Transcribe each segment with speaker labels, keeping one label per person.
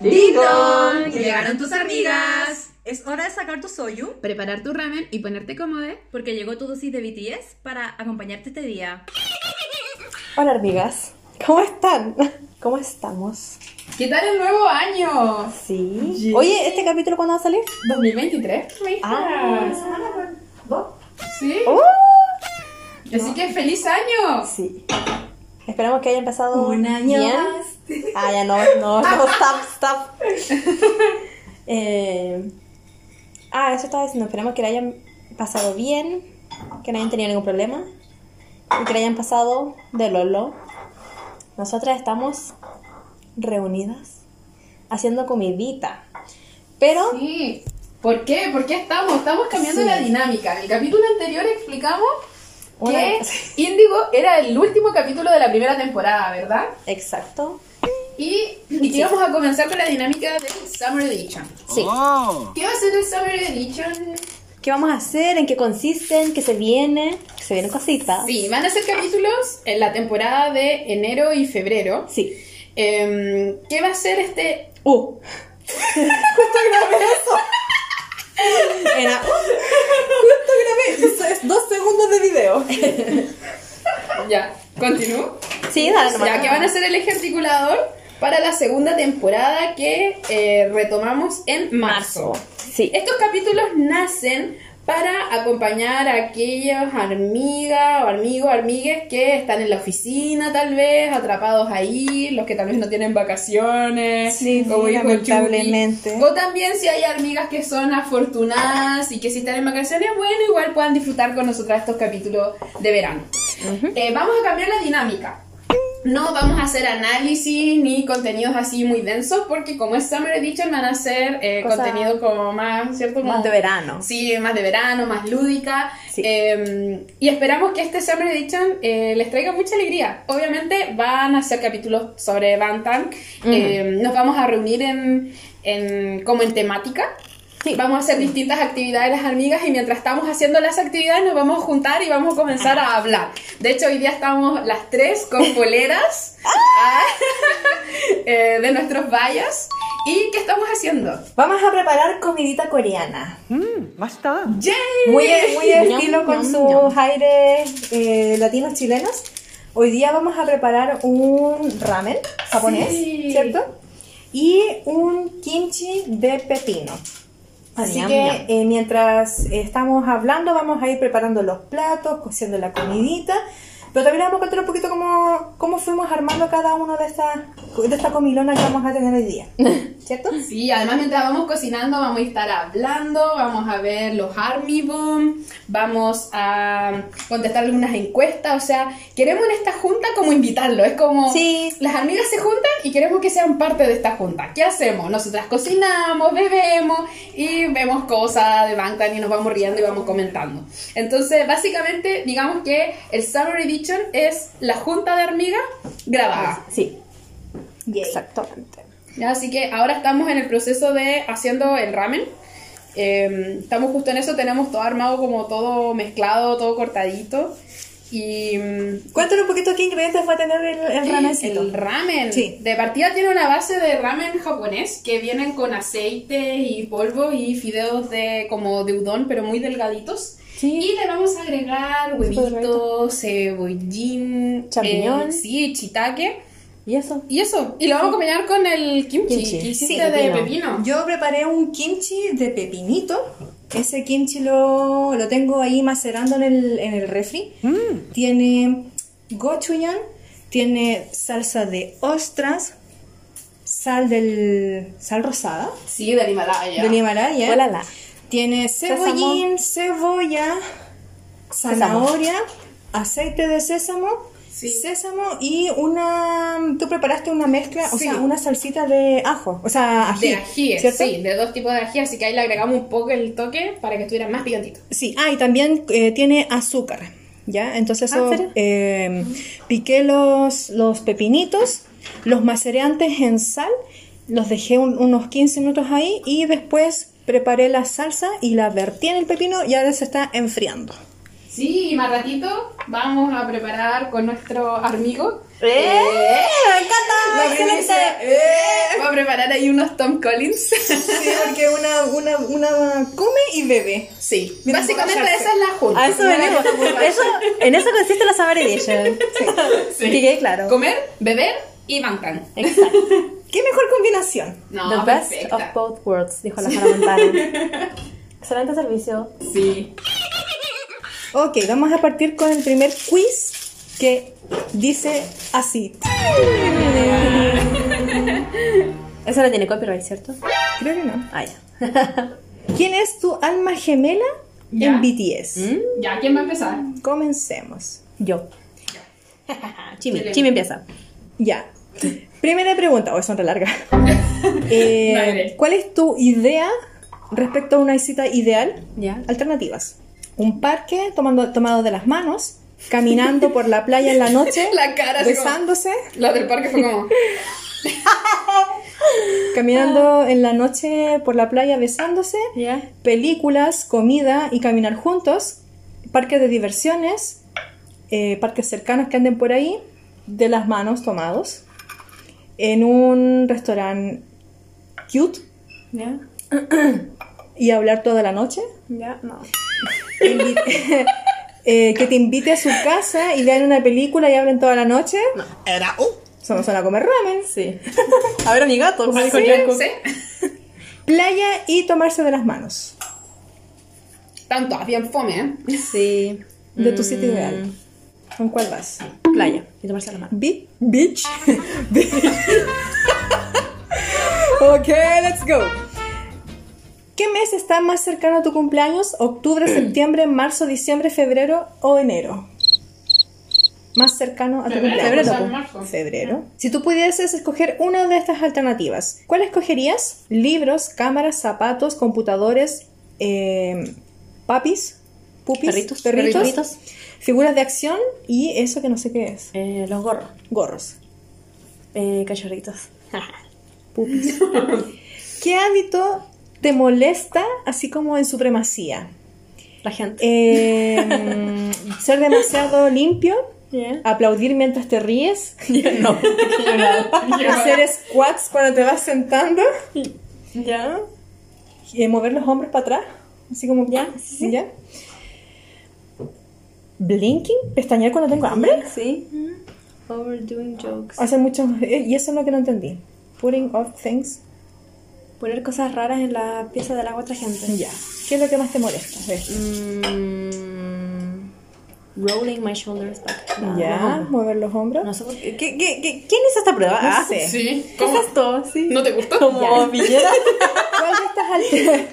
Speaker 1: Ding dong,
Speaker 2: llegaron tus amigas.
Speaker 1: Es hora de sacar tu soyu.
Speaker 2: Preparar tu ramen y ponerte cómodo.
Speaker 3: Porque llegó tu dosis de BTS para acompañarte este día.
Speaker 4: Hola amigas, ¿cómo están? ¿Cómo estamos?
Speaker 5: ¿Qué tal el nuevo año?
Speaker 4: Sí. Oye, ¿este capítulo cuándo va a salir?
Speaker 5: 2023, mi hija.
Speaker 1: ¿Vos?
Speaker 5: Sí.
Speaker 4: ¡Oh!
Speaker 5: Así que feliz año.
Speaker 4: Sí. Esperamos que haya empezado
Speaker 1: Un año
Speaker 4: bien.
Speaker 1: más.
Speaker 4: Ah, ya no, no, no, stop, stop. Eh, ah, eso estaba diciendo. Esperamos que le hayan pasado bien, que no hayan tenido ningún problema y que le hayan pasado de Lolo. Nosotras estamos reunidas haciendo comidita. Pero
Speaker 5: Sí. ¿Por qué? ¿Por qué estamos? Estamos cambiando
Speaker 4: Sí.
Speaker 5: la dinámica. En el capítulo anterior explicamos
Speaker 4: Una-
Speaker 5: que Índigo era el último capítulo de la primera temporada, ¿verdad?
Speaker 4: Exacto.
Speaker 5: Y, y que íbamos a comenzar con la dinámica del Summer Edition.
Speaker 4: Sí.
Speaker 5: ¿Qué va a ser el Summer Edition?
Speaker 4: ¿Qué vamos a hacer? ¿En qué consisten? ¿Qué se viene? ¿Qué se vienen cositas?
Speaker 5: Sí, van a ser capítulos en la temporada de enero y febrero.
Speaker 4: Sí.
Speaker 5: Em, ¿Qué va a ser este
Speaker 4: Uh. Justo grabé eso. Era. uh, Justo grabé. Eso es dos segundos de video.
Speaker 5: Ya, continúo.
Speaker 4: Sí, dale nomás.
Speaker 5: Ya que van a ser el eje articulador para la segunda temporada que eh, retomamos en marzo.
Speaker 4: Sí.
Speaker 5: Estos capítulos nacen para acompañar a aquellos amigas o amigos, amigues que están en la oficina tal vez, atrapados ahí, los que tal vez no tienen vacaciones,
Speaker 4: Sí,
Speaker 5: como dijo Chucky.
Speaker 4: lamentablemente.
Speaker 5: O también si hay amigas que son afortunadas y que si están en vacaciones, bueno, igual puedan disfrutar con nosotras estos capítulos de verano. Eh, vamos a cambiar la dinámica. No vamos a hacer análisis ni contenidos así muy densos porque como es Summer Edition van a ser eh,
Speaker 4: Cosa-
Speaker 5: contenido como más, ¿cierto? Como-
Speaker 4: Más de verano.
Speaker 5: Sí, más de verano, más lúdica.
Speaker 4: Sí.
Speaker 5: Eh, y esperamos que este Summer Edition eh, les traiga mucha alegría. Obviamente van a ser capítulos sobre Bantam. Eh, nos vamos a reunir en, en- como en temática.
Speaker 4: Sí.
Speaker 5: Vamos a hacer distintas actividades las amigas y mientras estamos haciendo las actividades nos vamos a juntar y vamos a comenzar a hablar. De hecho, hoy día estamos las tres con poleras
Speaker 1: Ah.
Speaker 5: eh, de nuestros vallas. ¿Y qué estamos haciendo?
Speaker 1: Vamos a preparar comidita coreana.
Speaker 5: ¡Yay!
Speaker 1: Muy, muy
Speaker 4: Yum,
Speaker 1: estilo con
Speaker 4: yum,
Speaker 1: sus
Speaker 4: yum.
Speaker 1: aires eh, latinos chilenos. Hoy día vamos a preparar un ramen japonés,
Speaker 5: Sí.
Speaker 1: ¿cierto? Y un kimchi de pepino. Así
Speaker 4: Ah, Yum,
Speaker 1: que eh, mientras estamos hablando vamos a ir preparando los platos, cociendo la comidita, pero también les vamos a contar un poquito cómo, cómo fuimos armando cada uno de estas de esta comilona que vamos a tener hoy día, ¿cierto?
Speaker 5: Sí, además mientras vamos cocinando vamos a estar hablando, vamos a ver los Army Bomb, vamos a contestar algunas encuestas, o sea, queremos en esta junta como invitarlo, es como
Speaker 4: Sí.
Speaker 5: las amigas se juntan y queremos que sean parte de esta junta. ¿Qué hacemos? Nosotras cocinamos, bebemos y vemos cosas de Bangtan y nos vamos riendo y vamos comentando. Entonces, básicamente, digamos que el Summer Edition es la junta de hormigas grabada.
Speaker 4: Sí.
Speaker 1: Yay.
Speaker 4: Exactamente.
Speaker 5: Ya, Así que ahora estamos en el proceso de haciendo el ramen. Eh, estamos justo en eso, tenemos todo armado como todo mezclado, todo cortadito. Y mm,
Speaker 1: Cuéntanos un poquito qué ingredientes va a tener el, el ramencito.
Speaker 5: el ramen
Speaker 1: Sí.
Speaker 5: de partida tiene una base de ramen japonés que vienen con aceite y polvo y fideos de como de udon pero muy delgaditos.
Speaker 4: Sí.
Speaker 5: Y le vamos a agregar huevitos, cebollín,
Speaker 4: Champiñón.
Speaker 5: eh, sí, shiitake.
Speaker 4: ¿Y eso?
Speaker 5: Y eso, y lo vamos a combinar con el kimchi,
Speaker 4: Kimchi.
Speaker 5: que hiciste
Speaker 1: Sí,
Speaker 5: de
Speaker 4: pepino.
Speaker 5: pepino.
Speaker 1: Yo preparé un kimchi de pepinito. Ese kimchi lo, lo tengo ahí macerando en el, en el refri.
Speaker 5: Mm.
Speaker 1: Tiene gochujang, tiene salsa de ostras, sal del sal rosada
Speaker 5: Sí, del Himalaya.
Speaker 1: del Himalaya.
Speaker 4: Olala.
Speaker 1: Tiene
Speaker 4: Sésamo.
Speaker 1: cebollín, cebolla, zanahoria, aceite de sésamo,
Speaker 5: Sí.
Speaker 1: sésamo y una... Tú preparaste una mezcla, o
Speaker 5: Sí.
Speaker 1: sea, una salsita de ajo, o sea, ají,
Speaker 5: de ají,
Speaker 1: ¿cierto?
Speaker 5: sí, de dos tipos de ají, así que ahí le agregamos un poco el toque para que estuviera más picantito.
Speaker 1: Sí, ah, y también eh, tiene azúcar, ¿ya? Entonces
Speaker 4: Ah,
Speaker 1: eso,
Speaker 4: ¿en serio?
Speaker 1: eh, piqué los, los pepinitos, los maceré antes en sal, los dejé un- unos 15 minutos ahí y después preparé la salsa y la vertí en el pepino y ahora se está enfriando.
Speaker 5: Sí, y más ratito vamos a preparar con nuestro amigo.
Speaker 4: ¡Eh! ¡Me encanta!
Speaker 1: primicia,
Speaker 4: ¡Excelente!
Speaker 1: ¡eh!
Speaker 5: Va a preparar ahí unos Tom Collins.
Speaker 1: Sí, porque una, una, una come y bebe.
Speaker 5: Sí,
Speaker 1: Mira,
Speaker 5: básicamente
Speaker 1: emborracharse.
Speaker 5: esa es la junta.
Speaker 4: A eso
Speaker 5: Una
Speaker 4: venimos.
Speaker 5: junta.
Speaker 4: Eso, en eso consiste la Summer Edition.
Speaker 5: Sí.
Speaker 4: Que quede claro.
Speaker 5: Comer, beber y bancan.
Speaker 4: Exacto.
Speaker 1: ¿Qué mejor combinación?
Speaker 5: No,
Speaker 4: The best
Speaker 5: perfecta.
Speaker 4: of both worlds, dijo la Hannah Montana. Excelente servicio.
Speaker 5: Sí.
Speaker 1: Ok, vamos a partir con el primer quiz que dice así.
Speaker 4: Eso no tiene copyright, ¿cierto?
Speaker 1: Creo que no.
Speaker 4: Ah, ya.
Speaker 1: ¿Quién es tu alma gemela
Speaker 5: Ya. ¿Mm?
Speaker 1: en BTS?
Speaker 5: Ya, ¿quién va a empezar?
Speaker 1: Comencemos.
Speaker 4: ¿Mm? Yo. Chimi,
Speaker 5: Excelente.
Speaker 4: Chimi empieza.
Speaker 1: Ya. Primera pregunta, hoy son re largas. Eh,
Speaker 5: Dale.
Speaker 1: ¿Cuál es tu idea respecto a una cita ideal?
Speaker 4: Ya.
Speaker 1: Alternativas. Un parque tomando, tomado de las manos, caminando por la playa en la noche,
Speaker 5: La cara así como-
Speaker 1: besándose,
Speaker 5: La del parque fue como.
Speaker 1: caminando en la noche por la playa besándose,
Speaker 4: Ya.
Speaker 1: películas, comida y caminar juntos, parques de diversiones, eh, parques cercanos que anden por ahí, de las manos tomados, en un restaurante cute
Speaker 4: Ya.
Speaker 1: y hablar toda la noche,
Speaker 4: Ya, no.
Speaker 1: Invi- eh, que te invite a su casa y vean una película y hablen toda la noche.
Speaker 4: Era un.
Speaker 1: Somos a comer ramen.
Speaker 4: Sí. A ver, a mi gato. como dijo
Speaker 5: Sí,
Speaker 4: Jacob.
Speaker 5: sí.
Speaker 1: Playa y tomarse de las manos.
Speaker 5: Tanto, bien fome, ¿eh?
Speaker 4: Sí.
Speaker 1: De tu sitio ideal. ¿Con cuál vas?
Speaker 4: Mm. Playa. Y tomarse la mano.
Speaker 1: Bi- bitch. Bi- ok, let's go. ¿Qué mes está más cercano a tu cumpleaños? ¿Octubre, septiembre, marzo, diciembre, febrero o enero? Más cercano a tu
Speaker 5: Febrero,
Speaker 1: cumpleaños.
Speaker 5: o sea, marzo.
Speaker 1: Febrero. Si tú pudieses escoger una de estas alternativas, ¿cuál escogerías? Libros, cámaras, zapatos, computadores, eh, papis, pupis,
Speaker 4: Perritos.
Speaker 1: perritos,
Speaker 4: Perritos.
Speaker 1: figuras de acción y eso que no sé qué es.
Speaker 4: Eh, los gorros.
Speaker 1: Gorros.
Speaker 4: Eh, cachorritos.
Speaker 1: Pupis. ¿Qué hábito te molesta, así como en supremacía?
Speaker 4: La gente.
Speaker 1: Eh, mm, ser demasiado limpio,
Speaker 4: Ya.
Speaker 1: aplaudir mientras te ríes,
Speaker 4: No.
Speaker 1: hacer squats cuando te vas sentando,
Speaker 4: Ya.
Speaker 1: eh, mover los hombros para atrás, así como ya, ya. Blinking, pestañear cuando tengo hambre,
Speaker 4: Sí. Overdoing jokes.
Speaker 1: hacer muchos eh, y eso es lo que no entendí. Putting off things,
Speaker 4: Poner cosas raras en la pieza de la otra gente.
Speaker 1: ya. ¿Qué es lo que más te molesta? A ver.
Speaker 4: Mm, rolling my shoulders back.
Speaker 1: ya,
Speaker 4: No,
Speaker 1: mover Ah, los hombros.
Speaker 4: no sé por qué. ¿Qué- qué- qué- quién hizo esta prueba?
Speaker 1: No
Speaker 4: Ah,
Speaker 1: sé.
Speaker 5: Sí.
Speaker 4: ¿Qué
Speaker 5: ¿Cómo?
Speaker 4: Eh, es esto? Sí.
Speaker 5: ¿No te gustó?
Speaker 4: Como villera.
Speaker 1: ¿Cuál de estas, alter-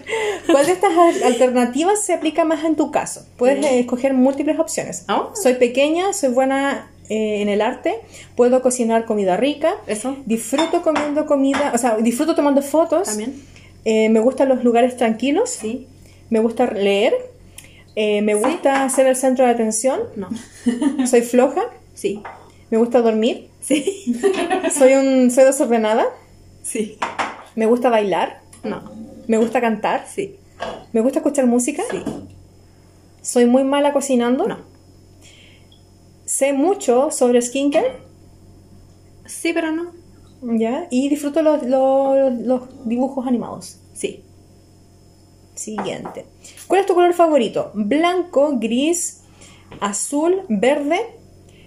Speaker 1: cuál de estas al- alternativas se aplica más en tu caso? Puedes eh, escoger múltiples opciones.
Speaker 4: Ah.
Speaker 1: Soy pequeña, soy buena eh, en el arte, puedo cocinar comida rica,
Speaker 4: Eso.
Speaker 1: disfruto comiendo comida, o sea, disfruto tomando fotos,
Speaker 4: También.
Speaker 1: eh, me gustan los lugares tranquilos,
Speaker 4: Sí.
Speaker 1: me gusta leer, eh, me gusta ser el centro de atención,
Speaker 4: No.
Speaker 1: soy floja,
Speaker 4: Sí.
Speaker 1: me gusta dormir,
Speaker 4: Sí.
Speaker 1: soy, un, soy desordenada,
Speaker 4: Sí.
Speaker 1: me gusta bailar,
Speaker 4: No.
Speaker 1: me gusta cantar,
Speaker 4: Sí.
Speaker 1: me gusta escuchar música.
Speaker 4: Sí.
Speaker 1: ¿Soy muy mala cocinando?
Speaker 4: No.
Speaker 1: Sé mucho sobre skincare,
Speaker 4: Sí, pero no.
Speaker 1: ¿ya? Y disfruto los, los- los dibujos animados.
Speaker 4: Sí.
Speaker 1: Siguiente. ¿Cuál es tu color favorito? Blanco, gris, azul, verde,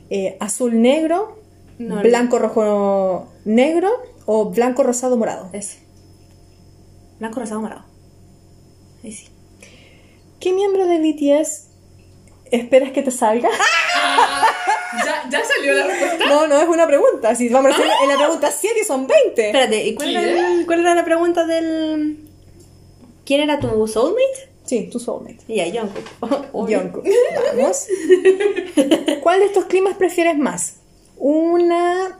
Speaker 1: eh, azul negro,
Speaker 4: No, no.
Speaker 1: blanco, rojo, negro o blanco, rosado, morado.
Speaker 4: Eso. Blanco, rosado, morado. Ahí sí.
Speaker 1: ¿Qué miembro de BTS esperas que te salga?
Speaker 5: Ah, ¿Ya, ya salió la respuesta.
Speaker 1: No, no es una pregunta. Si vamos a hacer en la pregunta 7 son 20.
Speaker 4: Espérate, ¿y cuál era, el- cuál era la pregunta del. ¿Quién era tu soulmate?
Speaker 1: Sí, tu soulmate.
Speaker 4: Ya, Jungkook. Obvio.
Speaker 1: Yonko. Vamos. ¿Cuál de estos climas prefieres más? Una.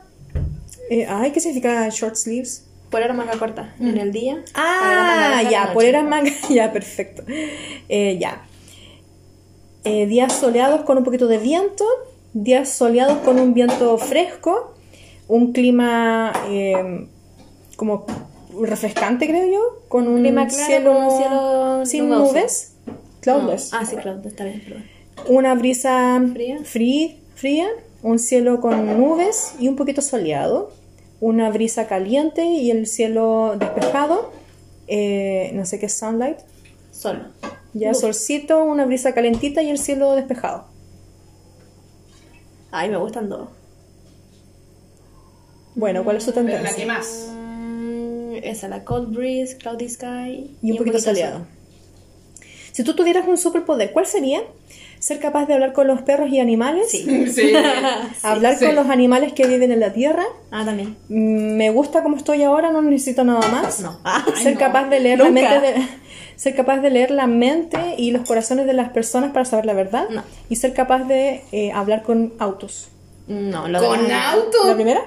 Speaker 1: eh, ay, ¿qué significa short sleeves?
Speaker 4: Polera manga corta en el día.
Speaker 1: Ah,
Speaker 4: polera
Speaker 1: ya, poleras
Speaker 4: manga
Speaker 1: manga. Ya, perfecto. Eh, ya. Eh, días soleados con un poquito de viento. Días soleados con un viento fresco. Un clima eh, como refrescante, creo yo. Con un
Speaker 4: Clima claro,
Speaker 1: cielo,
Speaker 4: con un cielo
Speaker 1: sin
Speaker 4: nuboso.
Speaker 1: nubes.
Speaker 4: larga. No.
Speaker 1: Cloudless.
Speaker 4: Ah, sí, Ah, cloudless, está bien, perdón.
Speaker 1: una brisa
Speaker 4: Fría.
Speaker 1: frí- fría, un cielo con nubes y un poquito soleado, una brisa caliente y el cielo despejado, eh, no sé qué es sunlight,
Speaker 4: Sol.
Speaker 1: ya solcito, una brisa calentita y el cielo despejado.
Speaker 4: Ay, me gustan dos.
Speaker 1: Bueno, ¿cuál es su
Speaker 5: Pero la
Speaker 1: tendencia?
Speaker 5: que más.
Speaker 4: Mm, esa, la Cold Breeze, Cloudy Sky.
Speaker 1: y un poquito soleado. Si tú tuvieras un superpoder, ¿cuál sería? Ser capaz de hablar con los perros y animales.
Speaker 5: Sí.
Speaker 1: hablar
Speaker 5: sí.
Speaker 1: con los animales que viven en la tierra.
Speaker 4: Ah, también.
Speaker 1: Mm, Me gusta como estoy ahora, no necesito nada más.
Speaker 4: No.
Speaker 1: Ah, ser capaz de leer la mente de- ser capaz de leer la mente y los corazones de las personas para saber la verdad.
Speaker 4: No.
Speaker 1: Y ser capaz de eh, hablar con autos.
Speaker 4: Mm, No, lo
Speaker 5: Con
Speaker 4: demás.
Speaker 5: auto.
Speaker 1: ¿La Ah. primera?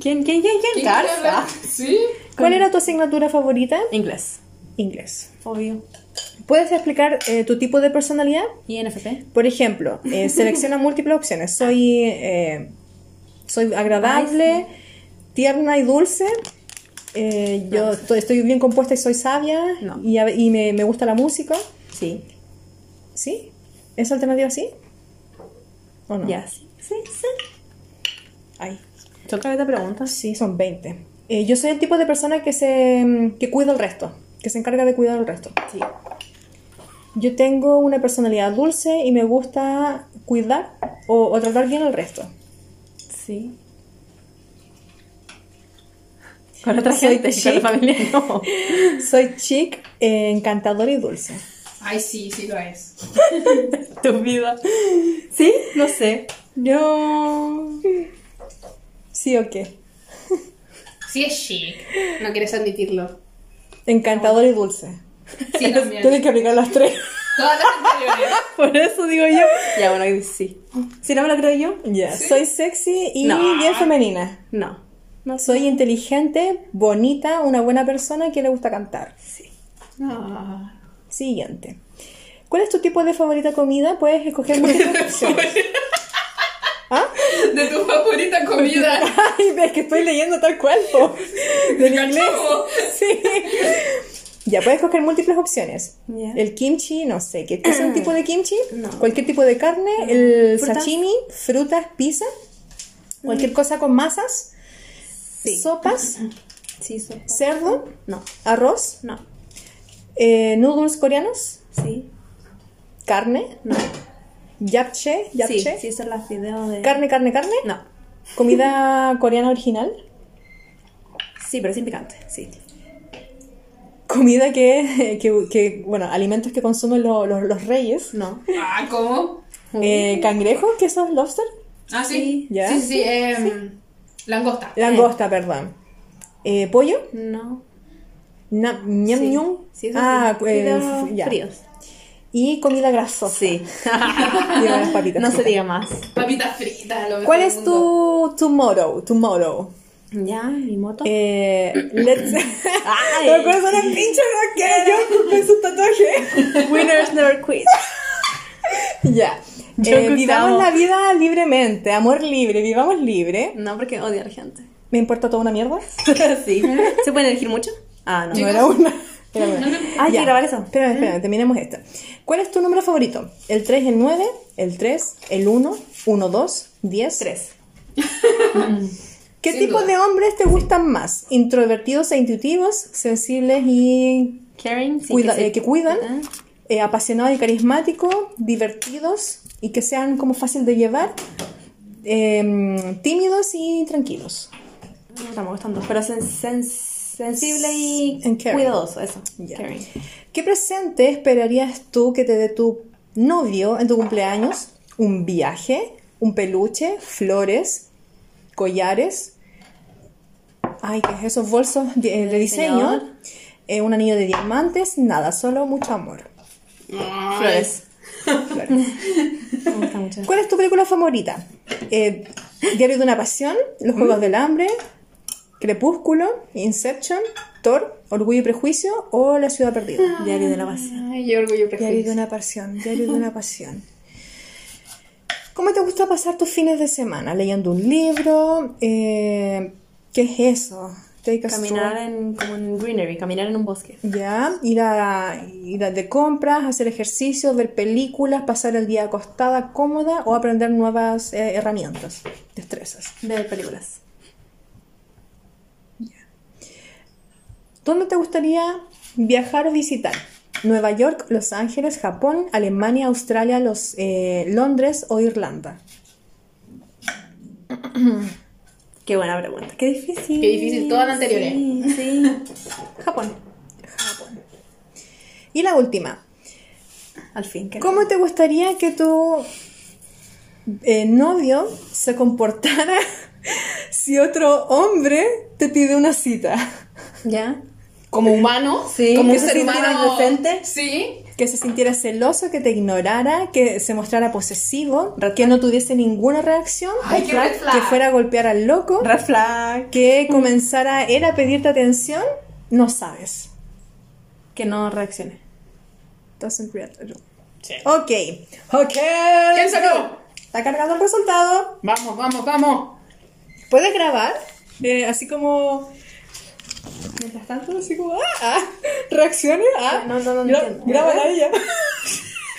Speaker 4: ¿Quién, quién, quién, quién?
Speaker 5: ¿Quién quiere
Speaker 4: Carza.
Speaker 5: hablar? Sí.
Speaker 1: ¿Cuál era tu asignatura favorita?
Speaker 4: Inglés.
Speaker 1: Inglés.
Speaker 4: Obvio.
Speaker 1: ¿Puedes explicar eh, tu tipo de personalidad?
Speaker 4: ¿Y NFP?
Speaker 1: Por ejemplo, eh, selecciona múltiples opciones. Soy, eh, soy agradable, tierna y dulce. Eh, yo to- estoy bien compuesta y soy sabia.
Speaker 4: No.
Speaker 1: Y, a- y me, me gusta la música.
Speaker 4: Sí.
Speaker 1: ¿Sí? ¿Es alternativa sí? ¿O no?
Speaker 4: Ya, sí. Sí, sí.
Speaker 1: Ay,
Speaker 4: Son caleta preguntas.
Speaker 1: sí, son 20. Eh, yo soy el tipo de persona que, se, mm, que cuida el resto, que se encarga de cuidar el resto.
Speaker 4: Sí.
Speaker 1: Yo tengo una personalidad dulce y me gusta cuidar o, o tratar bien al resto.
Speaker 4: Sí. Con otra
Speaker 1: Soy
Speaker 4: gente, con
Speaker 1: chic.
Speaker 4: la familia no.
Speaker 1: Soy chic, eh, encantadora y dulce.
Speaker 5: Ay, sí, sí lo es.
Speaker 4: tu vida. ¿Sí? No sé. Yo.
Speaker 1: ¿Sí o qué?
Speaker 5: Sí es chic. No quieres admitirlo.
Speaker 1: Encantadora y dulce.
Speaker 5: Sí, también.
Speaker 1: Tienes que aplicar las tres.
Speaker 5: Todas las anteriores.
Speaker 4: Por eso digo yo. Ya, bueno, sí. Si no me lo creo yo,
Speaker 1: Ya, soy sexy y
Speaker 4: No.
Speaker 1: bien femenina.
Speaker 4: no. No
Speaker 1: Soy inteligente, bonita, una buena persona que le gusta cantar.
Speaker 5: No.
Speaker 1: Siguiente. ¿Cuál es tu tipo de favorita comida? Puedes escoger múltiples opciones. ¿Ah?
Speaker 5: De tu favorita comida.
Speaker 1: Ay, es que estoy leyendo tal cual. po. Del
Speaker 5: ¿Te
Speaker 1: inglés.
Speaker 5: cachamos?
Speaker 1: Sí. Ya puedes escoger múltiples opciones.
Speaker 4: Ya.
Speaker 1: El kimchi, no sé, ¿qué es un tipo de kimchi?
Speaker 4: No.
Speaker 1: Cualquier tipo de carne, el
Speaker 4: ¿Frutas? Mm.
Speaker 1: sashimi, frutas, pizza, cualquier cosa con masas,
Speaker 4: Sí.
Speaker 1: sopas,
Speaker 4: Sí, sopa.
Speaker 1: cerdo,
Speaker 4: No.
Speaker 1: arroz,
Speaker 4: No.
Speaker 1: eh, noodles coreanos,
Speaker 4: Sí.
Speaker 1: carne,
Speaker 4: No.
Speaker 1: japchae,
Speaker 4: Sí,
Speaker 1: japchae,
Speaker 4: sí, son las videos de.
Speaker 1: carne, carne, carne,
Speaker 4: No.
Speaker 1: comida coreana original,
Speaker 4: Sí, pero sin picante. Sí.
Speaker 1: comida que, que, que, bueno, alimentos que consumen lo- lo- los reyes,
Speaker 4: No.
Speaker 5: Ah, ¿cómo?
Speaker 1: eh, cangrejos, que son lobster,
Speaker 5: Ah, sí.
Speaker 1: Sí, ya.
Speaker 5: Sí, sí, sí, em, Langosta.
Speaker 1: langosta, perdón, Eh, pollo,
Speaker 4: No.
Speaker 1: Na- ñam
Speaker 4: Sí.
Speaker 1: ñum.
Speaker 4: Sí, eso
Speaker 1: ah,
Speaker 4: sí.
Speaker 1: eh,
Speaker 4: Fideos
Speaker 1: f- ya.
Speaker 4: fríos.
Speaker 1: Y comida grasosa.
Speaker 4: Sí.
Speaker 1: Digo, las papitas
Speaker 4: no se
Speaker 1: fritas.
Speaker 4: diga más.
Speaker 5: Papitas fritas, lo mejor
Speaker 1: ¿Cuál
Speaker 5: del
Speaker 1: es
Speaker 5: mundo.
Speaker 1: tu tomorrow? Tomorrow.
Speaker 4: Ya, mi moto.
Speaker 1: Eh, let's...
Speaker 4: Ay.
Speaker 1: Me acuerdo de pinche Raquel, yo con su tatuaje.
Speaker 4: Winners never quit.
Speaker 1: ya.
Speaker 4: Yo
Speaker 1: Eh,
Speaker 4: cruzado.
Speaker 1: vivamos la vida libremente, amor libre, vivamos libre.
Speaker 4: No, porque odio a la gente.
Speaker 1: ¿Me importa toda una mierda?
Speaker 4: sí. ¿Se pueden elegir mucho? Ah, no.
Speaker 1: No era una. Era una.
Speaker 4: Hay que grabar eso.
Speaker 1: Espérame, espérame, terminemos esta. ¿Cuál es tu número favorito? ¿El 3, el 9, el 3, el 1, 1, 2, 10?
Speaker 4: 3.
Speaker 1: ¿Qué
Speaker 5: Sin
Speaker 1: tipo
Speaker 5: duda.
Speaker 1: de hombres te gustan más? ¿Introvertidos e intuitivos? ¿Sensibles y
Speaker 4: Caring, sí.
Speaker 1: cuida-
Speaker 4: que sí.
Speaker 1: eh, que cuidan?
Speaker 4: Ah.
Speaker 1: eh, ¿Apasionados y carismáticos? ¿Divertidos y que sean como fácil de llevar? em, ¿Tímidos y tranquilos?
Speaker 4: No, me gustan dos, pero sen- sen- sensible y
Speaker 1: And caring.
Speaker 4: cuidadoso, eso.
Speaker 1: Ya.
Speaker 4: Caring.
Speaker 1: ¿Qué presente esperarías tú que te dé tu novio en tu cumpleaños? ¿Un viaje? ¿Un peluche? ¿Flores? ¿Collares? Ay, ¿qué es esos bolsos de, de diseño?
Speaker 4: diseñador.
Speaker 1: eh, ¿Un anillo de diamantes? Nada, solo mucho amor.
Speaker 5: Ay,
Speaker 4: Flores.
Speaker 1: Flores.
Speaker 4: Me gusta mucho.
Speaker 1: ¿Cuál es tu película favorita? Eh, Diario de una pasión, Los Juegos del Hambre, Crepúsculo, Inception, Thor, Orgullo y Prejuicio o La Ciudad Perdida.
Speaker 4: Diario de la base.
Speaker 5: Ay, yo orgullo
Speaker 1: Diario
Speaker 5: prejuicio.
Speaker 1: de una pasión, diario de una pasión. ¿Cómo te gusta pasar tus fines de semana? ¿Leyendo un libro? Eh, ¿Qué es eso? Take a
Speaker 4: Caminar
Speaker 1: stroll.
Speaker 4: en, como en greenery, caminar en un bosque.
Speaker 1: Ya, ir a, ir a de compras, hacer ejercicios, ver películas, pasar el día acostada, cómoda o aprender nuevas eh, herramientas, destrezas.
Speaker 4: Ver películas.
Speaker 1: ¿Dónde te gustaría viajar o visitar? Nueva York, Los Ángeles, Japón, Alemania, Australia, los, eh, Londres o Irlanda.
Speaker 4: Qué buena pregunta. Qué difícil.
Speaker 5: Qué difícil, todas las anteriores.
Speaker 4: Sí, sí. Japón.
Speaker 1: Y la última,
Speaker 4: Al fin. que-
Speaker 1: ¿cómo te gustaría que tu eh, novio se comportara si otro hombre te pide una cita?
Speaker 4: ¿Ya?
Speaker 5: Como humano,
Speaker 4: Sí,
Speaker 5: como
Speaker 4: que
Speaker 5: un
Speaker 4: se
Speaker 5: ser
Speaker 4: sintiera
Speaker 5: humano
Speaker 4: indecente.
Speaker 5: Sí,
Speaker 1: Que se sintiera celoso, que te ignorara, que se mostrara posesivo, que no tuviese ninguna reacción,
Speaker 5: Ay, qué red flag.
Speaker 1: que fuera a golpear al loco.
Speaker 4: Red flag.
Speaker 1: que comenzara él a pedirte atención, no sabes.
Speaker 4: Que no reaccione.
Speaker 1: Doesn't react at all.
Speaker 5: Sí.
Speaker 1: Ok. Ok.
Speaker 5: ¿Quién sacó?
Speaker 1: Está cargando el resultado.
Speaker 5: Vamos, vamos, vamos.
Speaker 1: Puedes grabar, eh, así como. Mientras tanto, así como. ¡Ah! ah, reaccione. Ah,
Speaker 4: No, no, no, no
Speaker 1: Gra-
Speaker 4: entiendo.
Speaker 1: Grábala a ella.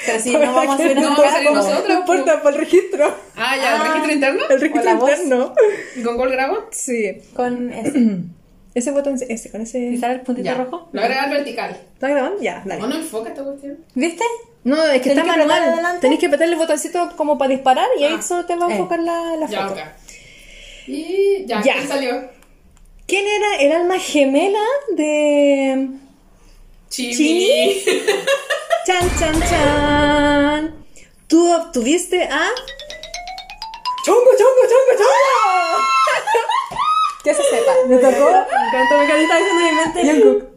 Speaker 4: Pero si no vamos a subir
Speaker 1: no
Speaker 5: nada.
Speaker 4: nada.
Speaker 5: vamos a salir
Speaker 1: como-
Speaker 5: nosotros,
Speaker 1: No importa, para el registro.
Speaker 5: Ah, ya, ¿el registro interno?
Speaker 1: El registro
Speaker 4: la voz.
Speaker 1: interno.
Speaker 5: ¿Con gol grabo?
Speaker 1: Sí.
Speaker 4: Con ese.
Speaker 1: Ese botón, ese, con ese.
Speaker 4: ¿Quitar el puntito
Speaker 5: Ya.
Speaker 4: rojo?
Speaker 5: Lo agregar vertical.
Speaker 1: ¿Está grabando? Ya, dale.
Speaker 5: ¿O no enfoca esta cuestión?
Speaker 4: ¿Viste?
Speaker 1: No, es que
Speaker 4: Tenés
Speaker 1: está
Speaker 4: que apretar
Speaker 1: manual.
Speaker 4: adelante.
Speaker 1: Tenés que apretar el botoncito como para disparar y ahí
Speaker 5: Ah.
Speaker 1: solo te va a
Speaker 4: Eh.
Speaker 1: enfocar la, la
Speaker 5: Ya, ok.
Speaker 1: foto.
Speaker 5: Y ya,
Speaker 1: Ya.
Speaker 5: ¿quién salió?
Speaker 1: ¿Quién era el alma gemela de.
Speaker 5: Chini.
Speaker 1: Chini. Chan, chan, chan? Tú obtuviste a. ¡Chongo, chongo, chongo, chongo!
Speaker 4: Que se sepa.
Speaker 1: Me tocó.
Speaker 4: Me encanta, me encanta diciendo en mi mente.
Speaker 1: Jungkook.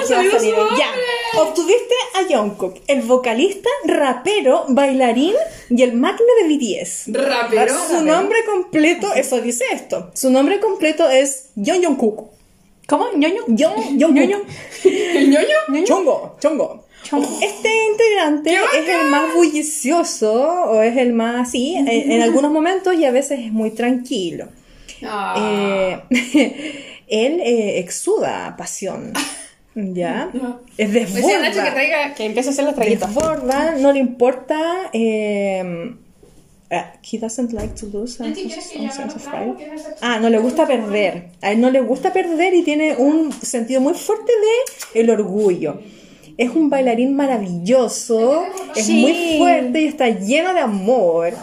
Speaker 4: Y se va a
Speaker 5: salió
Speaker 4: salir
Speaker 5: su
Speaker 4: el-
Speaker 1: Ya. Obtuviste a Jungkook, el vocalista, rapero, bailarín y el magne de BTS.
Speaker 5: Rapero.
Speaker 1: Su nombre completo, eso dice esto. Su nombre completo es Yeon Jungkook.
Speaker 4: ¿Cómo? ¿Ñoño?
Speaker 1: Yeon Jungkook.
Speaker 5: ¿El ñoño?
Speaker 1: Eh, Chongo, chongo. Este integrante es el más bullicioso o es el más, sí, en, en algunos momentos y a veces es muy tranquilo.
Speaker 5: Ah.
Speaker 1: Eh, él eh, exuda pasión, ¿ya? Es
Speaker 5: Decía Nacho que
Speaker 1: desborda,
Speaker 5: traiga, que empiece a hacer los traguitos.
Speaker 1: desborda, no le importa. eh, ah, he doesn't like to lose and has some sense of pride. Ah, no le gusta perder. A él no le gusta perder y tiene un sentido muy fuerte de el orgullo. Es un bailarín maravilloso, es
Speaker 4: Sí.
Speaker 1: muy fuerte y está lleno de amor.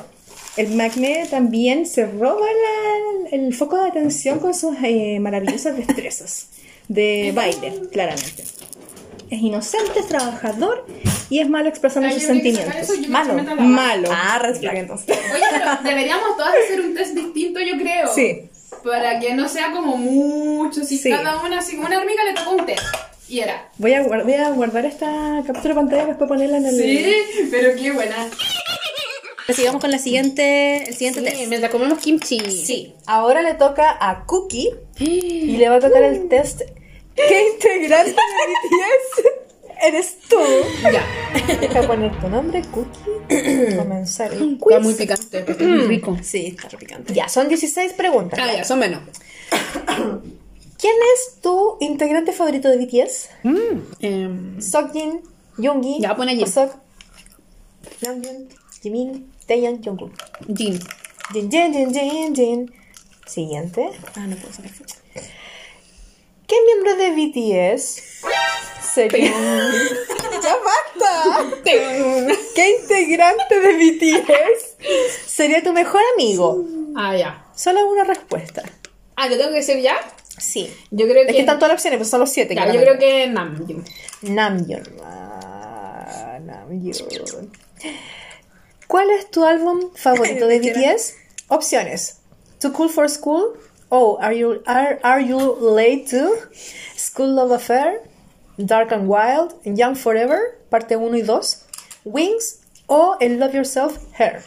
Speaker 1: El Magne también se roba la- el foco de atención con sus eh, maravillosas destrezas de baile, claramente. Es inocente, es trabajador y es malo expresando
Speaker 5: Ay,
Speaker 1: sus
Speaker 5: yo tengo que sacar
Speaker 1: sentimientos.
Speaker 5: eso, yo me
Speaker 1: malo,
Speaker 5: echo meta la-
Speaker 1: malo.
Speaker 4: Ah, red flag entonces.
Speaker 5: Oye, pero deberíamos todas hacer un test distinto, yo creo.
Speaker 1: Sí.
Speaker 5: Para que no sea como mucho, si
Speaker 1: Sí.
Speaker 5: cada una, si una hormiga le tocó un test. Y era.
Speaker 1: Voy a, guard- voy a guardar esta captura de pantalla para después ponerla en el...
Speaker 5: Sí, pero qué buena.
Speaker 6: Sigamos con la siguiente, el siguiente test.
Speaker 7: mientras comemos kimchi.
Speaker 6: Sí.
Speaker 1: Ahora le toca a Cookie y le va a tocar el test. ¿Qué integrante de BTS eres tú?
Speaker 5: Ya.
Speaker 1: Deja poner tu nombre, Cookie. Comenzar el
Speaker 7: Está
Speaker 1: quiz.
Speaker 7: muy picante, pero está muy rico.
Speaker 4: Sí, está re picante.
Speaker 1: Ya, son 16 preguntas.
Speaker 7: Ah, ya, son menos.
Speaker 1: ¿Quién es tu integrante favorito de BTS?
Speaker 7: Em,
Speaker 1: Seokjin, Yoongi,
Speaker 7: Ya, pon a Jin.
Speaker 1: Hoseok, Namjoon, Jimin, Taehyung, Jungkook.
Speaker 7: Jin.
Speaker 1: Jin, Jin, Jin, Jin, Jin. Siguiente.
Speaker 4: Ah, no puedo sacar.
Speaker 1: ¿Qué miembro de BTS sería? ¡Ya basta! ¿Qué integrante de BTS sería tu mejor amigo?
Speaker 5: Ah, ya.
Speaker 1: Solo una respuesta.
Speaker 5: Ah, ¿lo tengo que decir ya?
Speaker 1: Sí.
Speaker 5: Yo creo
Speaker 1: Es
Speaker 5: que.
Speaker 1: que están todas las opciones, pero son los siete.
Speaker 5: Ya, yo creo que Namjoon.
Speaker 1: que... Namjoon. Ah, Namjoon. ¿Cuál es tu álbum favorito de BTS? Opciones. Too Cool for School. Oh, Are You, are, are you Late to? School Love Affair. Dark and Wild. Young Forever. Parte 1 y 2. Wings. O el Love Yourself Hair.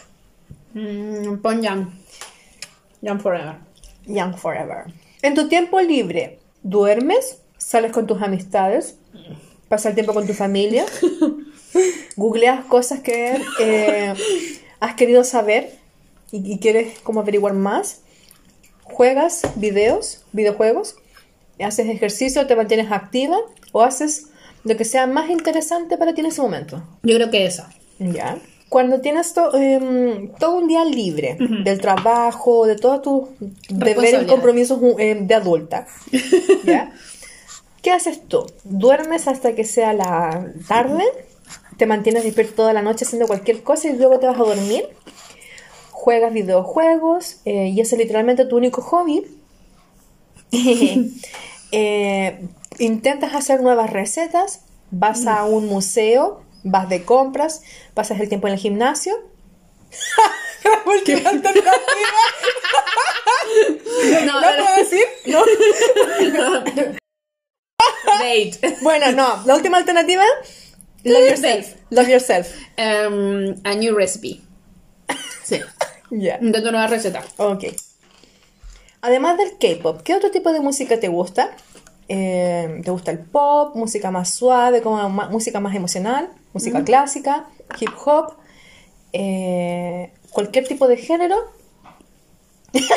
Speaker 7: Mm, pon Jan. Jan Forever.
Speaker 1: Young Forever. En tu tiempo libre, ¿duermes? ¿Sales con tus amistades? ¿Pasas el tiempo con tu familia? ¿Googleas cosas que eh, has querido saber y, y quieres como averiguar más? juegas videos, videojuegos, haces ejercicio, te mantienes activa o haces lo que sea más interesante para ti en ese momento.
Speaker 5: Yo creo que eso.
Speaker 1: Ya. Cuando tienes to- em, todo un día libre del trabajo, de todos tus deberes y
Speaker 5: Responsabilidades.
Speaker 1: compromisos ju- em, de adulta, ¿ya? ¿Qué haces tú? Duermes hasta que sea la tarde, te mantienes despierto toda la noche haciendo cualquier cosa y luego te vas a dormir, juegas videojuegos eh, y ese es literalmente tu único hobby. Eh, intentas hacer nuevas recetas, vas a un museo, vas de compras, pasas el tiempo en el gimnasio. ¿Por qué tanta alternativa?
Speaker 5: No,
Speaker 1: ¿Lo puedo decir? No.
Speaker 5: date.
Speaker 1: Bueno, no. La última alternativa, love yourself. Love yourself.
Speaker 5: Em, a new recipe. Sí.
Speaker 1: Ya.
Speaker 5: Intento nueva receta.
Speaker 1: Ok. Además del K-pop, ¿qué otro tipo de música te gusta? Eh, ¿Te gusta el pop? ¿Música más suave? Como ma- ¿Música más emocional? ¿Música clásica? ¿Hip hop? Eh, ¿Cualquier tipo de género?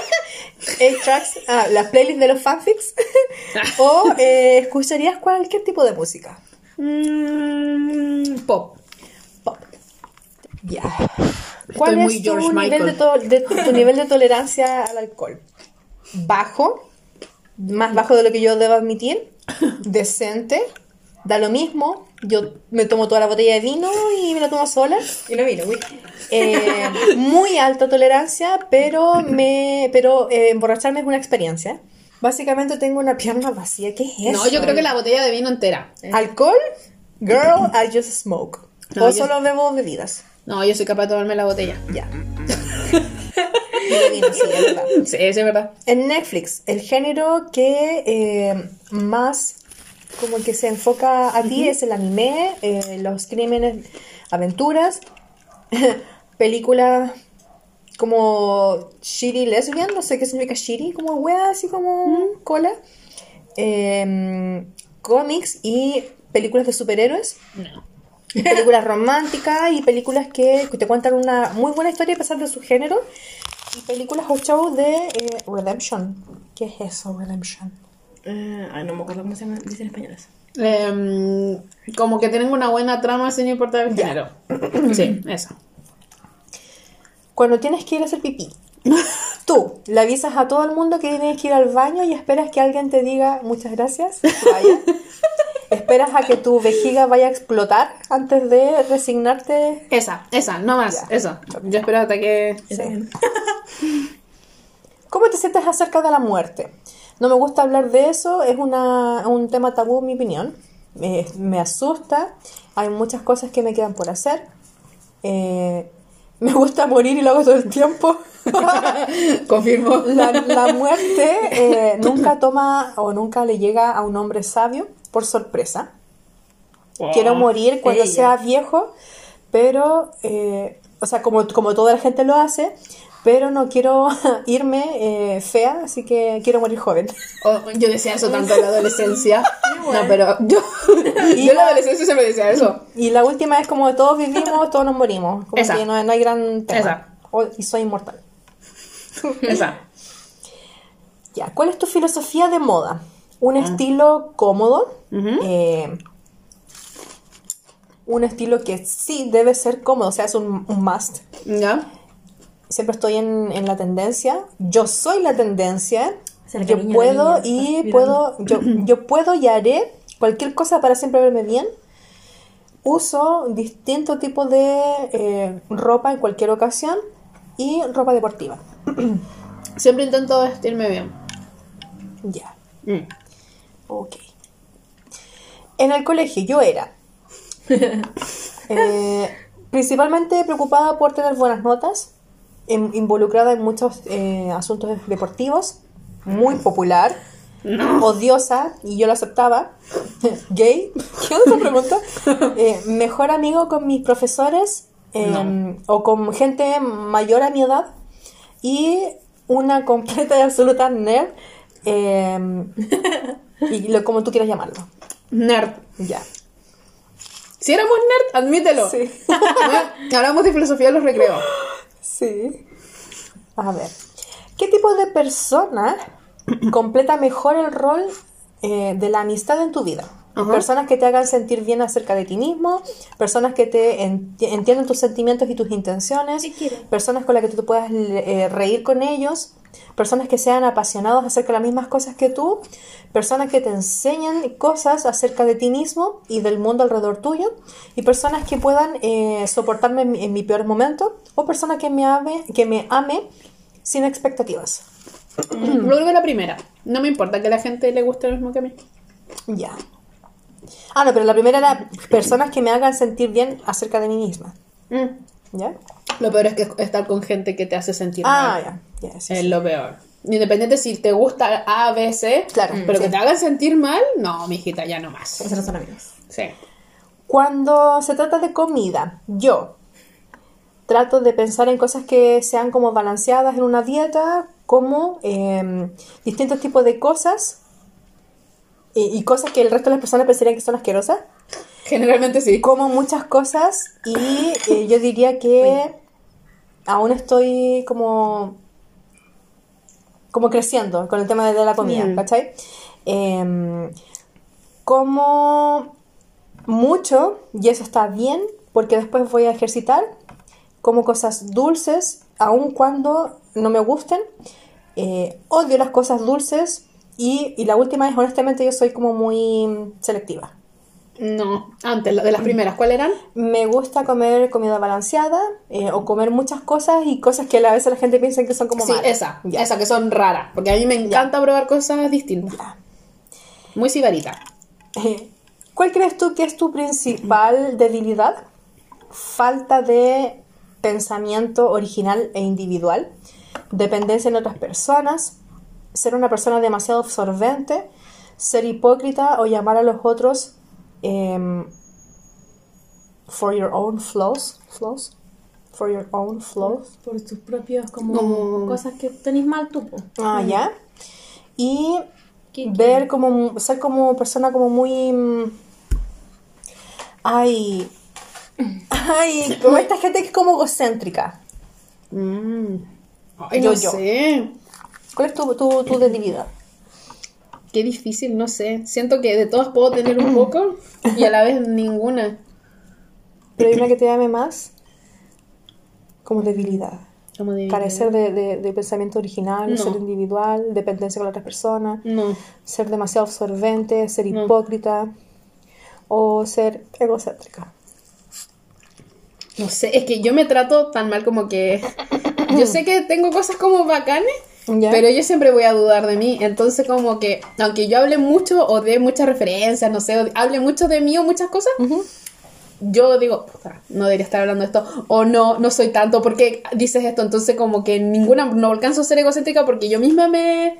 Speaker 1: tracks ah, las playlists de los fanfics. ¿O eh, escucharías cualquier tipo de música?
Speaker 5: Mm, pop.
Speaker 1: Pop. Ya. ¿Cuál
Speaker 5: muy
Speaker 1: es tu
Speaker 5: George
Speaker 1: nivel, de
Speaker 5: Michael.
Speaker 1: to- de- tu nivel de tolerancia al alcohol? ¿Bajo? ¿Más bajo de lo que yo debo admitir? ¿Decente? ¿Da lo mismo? Yo me tomo toda la botella de vino y me la tomo sola.
Speaker 8: Y no vino, güey.
Speaker 1: Eh, muy alta tolerancia, pero, me, pero eh, emborracharme es una experiencia. Básicamente tengo una pierna vacía. ¿Qué es eso?
Speaker 5: No, yo creo que la botella de vino entera.
Speaker 1: ¿Alcohol? Girl, I just smoke.
Speaker 5: No,
Speaker 1: o
Speaker 5: yo-
Speaker 1: solo bebo bebidas.
Speaker 5: No, yo soy capaz de tomarme la botella.
Speaker 1: Ya. Divino, sí, es verdad.
Speaker 5: Sí, eso es verdad.
Speaker 1: en Netflix, el género que eh, más como que se enfoca a ti es el anime, eh, los crímenes, aventuras, películas como shitty lesbian, no sé qué significa shitty, como wea, así como cola, eh, cómics y películas de superhéroes
Speaker 5: No.
Speaker 1: películas románticas y películas que que te cuentan una muy buena historia a pesar de su género. Y películas o shows de eh, Redemption. ¿Qué es eso, Redemption?
Speaker 4: Ah,
Speaker 8: Eh, ay, no me acuerdo cómo se llama- dicen en español eso.
Speaker 5: Em, como que tienen una buena trama sin importar el género. Sí, eso.
Speaker 1: Cuando tienes que ir a hacer pipí. Tú le avisas a todo el mundo que tienes que ir al baño y esperas que alguien te diga muchas gracias. Vaya. esperas a que tu vejiga vaya a explotar antes de resignarte.
Speaker 5: Esa, esa, no más,
Speaker 1: Ya.
Speaker 5: eso. Yo espero hasta que...
Speaker 1: ¿Cómo te sientes acerca de la muerte? No me gusta hablar de eso, es una, un tema tabú en mi opinión. Eh, me asusta, hay muchas cosas que me quedan por hacer. Eh, me gusta morir y lo hago todo el tiempo.
Speaker 5: Confirmo.
Speaker 1: La, la muerte eh, nunca toma o nunca le llega a un hombre sabio por sorpresa. Quiero morir cuando sea viejo, pero, eh, o sea, como, como toda la gente lo hace, pero no quiero irme eh, fea, así que quiero morir joven.
Speaker 5: Oh, yo decía eso tanto en la adolescencia. No, pero yo,
Speaker 1: Y
Speaker 5: yo en la
Speaker 1: la-
Speaker 5: adolescencia siempre decía eso.
Speaker 1: Y la última es como todos vivimos, todos nos morimos. Como
Speaker 5: Esa.
Speaker 1: que no, no hay gran tema.
Speaker 5: Esa.
Speaker 1: O- y soy inmortal.
Speaker 5: Esa.
Speaker 1: Ya, ¿cuál es tu filosofía de moda?
Speaker 3: Ah.
Speaker 1: ¿Un estilo cómodo? Eh, un estilo que sí debe ser cómodo, o sea, es un, un must.
Speaker 5: ¿Ya?
Speaker 1: siempre estoy en, en la tendencia. Yo soy la tendencia.
Speaker 3: Se le
Speaker 1: yo
Speaker 3: cariño a la
Speaker 1: puedo
Speaker 3: niña,
Speaker 1: y
Speaker 3: está
Speaker 1: puedo, yo, yo puedo y haré cualquier cosa para siempre verme bien. Uso distinto tipo de eh, ropa en cualquier ocasión y ropa deportiva.
Speaker 5: Siempre intento vestirme bien.
Speaker 1: Ya.
Speaker 5: Mm.
Speaker 1: Ok. En el colegio yo era eh, principalmente preocupada por tener buenas notas, em- involucrada en muchos eh, asuntos deportivos, muy popular, odiosa, y yo lo aceptaba, gay, ¿qué otra pregunta? Eh, mejor amigo con mis profesores em, o con gente mayor a mi edad y una completa y absoluta nerd, em, y lo- como tú quieras llamarlo.
Speaker 5: Nerd.
Speaker 1: Ya.
Speaker 5: Si éramos nerd, admítelo.
Speaker 1: Sí.
Speaker 5: Bueno, hablamos de filosofía de los recreos.
Speaker 1: Sí. A ver. ¿Qué ¿Qué tipo de persona completa mejor el rol eh, de la amistad en tu vida? Personas que te hagan sentir bien acerca de ti mismo, personas que te enti- entiendan tus sentimientos y tus intenciones, personas con las que tú te puedas eh, reír con ellos, personas que sean apasionados acerca de las mismas cosas que tú, personas que te enseñen cosas acerca de ti mismo y del mundo alrededor tuyo, y personas que puedan eh, soportarme en mi, en mi peor momento, o personas que me ame, que me ame sin expectativas.
Speaker 5: Vuelvo a la primera. No me importa que a la gente le guste lo mismo que a mí.
Speaker 1: Ya. Ah, no, pero la primera era personas que me hagan sentir bien acerca de mí misma. ¿Ya?
Speaker 5: Lo peor es que estar con gente que te hace sentir
Speaker 1: Ah,
Speaker 5: mal.
Speaker 1: ya. ya, sí,
Speaker 5: Es
Speaker 1: sí.
Speaker 5: lo peor. Independiente si te gusta A, B, C,
Speaker 1: Claro,
Speaker 5: pero
Speaker 1: sí.
Speaker 5: que te hagan sentir mal, no, mijita, ya no más.
Speaker 1: Esos no son amigos.
Speaker 5: Sí.
Speaker 1: Cuando se trata de comida, yo trato de pensar en cosas que sean como balanceadas en una dieta, como eh, distintos tipos de cosas y, y cosas que el resto de las personas pensarían que son asquerosas.
Speaker 5: Generalmente sí.
Speaker 1: Como muchas cosas y eh, yo diría que aún estoy como como creciendo con el tema de, de la comida, ¿cachai? Em, como mucho, y eso está bien, porque después voy a ejercitar, como cosas dulces, aun cuando no me gusten, Eh, odio las cosas dulces, y, y la última es, honestamente, yo soy como muy selectiva.
Speaker 5: No, antes, la- de las primeras, ¿cuáles eran?
Speaker 1: Me gusta comer comida balanceada eh, o comer muchas cosas y cosas que a veces la gente piensa que son como
Speaker 5: sí,
Speaker 1: malas.
Speaker 5: esa, esa, que son raras, porque a mí me encanta probar cosas distintas.
Speaker 1: Ya.
Speaker 5: Muy sibarita.
Speaker 1: Eh, ¿Cuál crees tú que es tu principal debilidad? Falta de pensamiento original e individual, dependencia en otras personas, ser una persona demasiado absorbente, ser hipócrita o llamar a los otros em, for your own flaws, flaws, for your own flaws.
Speaker 4: Por tus propios, como, cosas que tenés mal tú. po.
Speaker 1: Ah, ya. Y ver como, ser como persona como muy... mm, Ay, ay, como esta gente que es como egocéntrica.
Speaker 5: Mm. Ay,
Speaker 1: Yo,
Speaker 5: no
Speaker 1: yo.
Speaker 5: sé.
Speaker 1: ¿Cuál es tu, tu, tu debilidad?
Speaker 5: Qué difícil, no sé. Siento que de todas puedo tener un poco y a la vez ninguna.
Speaker 1: Pero hay una que te llame más como debilidad.
Speaker 5: Como de-
Speaker 1: Carecer de, de- de pensamiento original,
Speaker 5: No.
Speaker 1: ser individual, dependencia con otras personas,
Speaker 5: No.
Speaker 1: ser demasiado absorbente, ser
Speaker 5: No.
Speaker 1: hipócrita o ser egocéntrica.
Speaker 5: No sé, es que yo me trato tan mal como que. Yo sé que tengo cosas como bacanes,
Speaker 1: ¿Ya?
Speaker 5: pero yo siempre voy a dudar de mí. Entonces, como que, aunque yo hable mucho o dé muchas referencias, no sé, o hable mucho de mí o muchas cosas, yo digo, "Puta, no debería estar hablando de esto, o no, no soy tanto, ¿por qué dices esto? Entonces, como que ninguna, no alcanzo a ser egocéntrica porque yo misma me.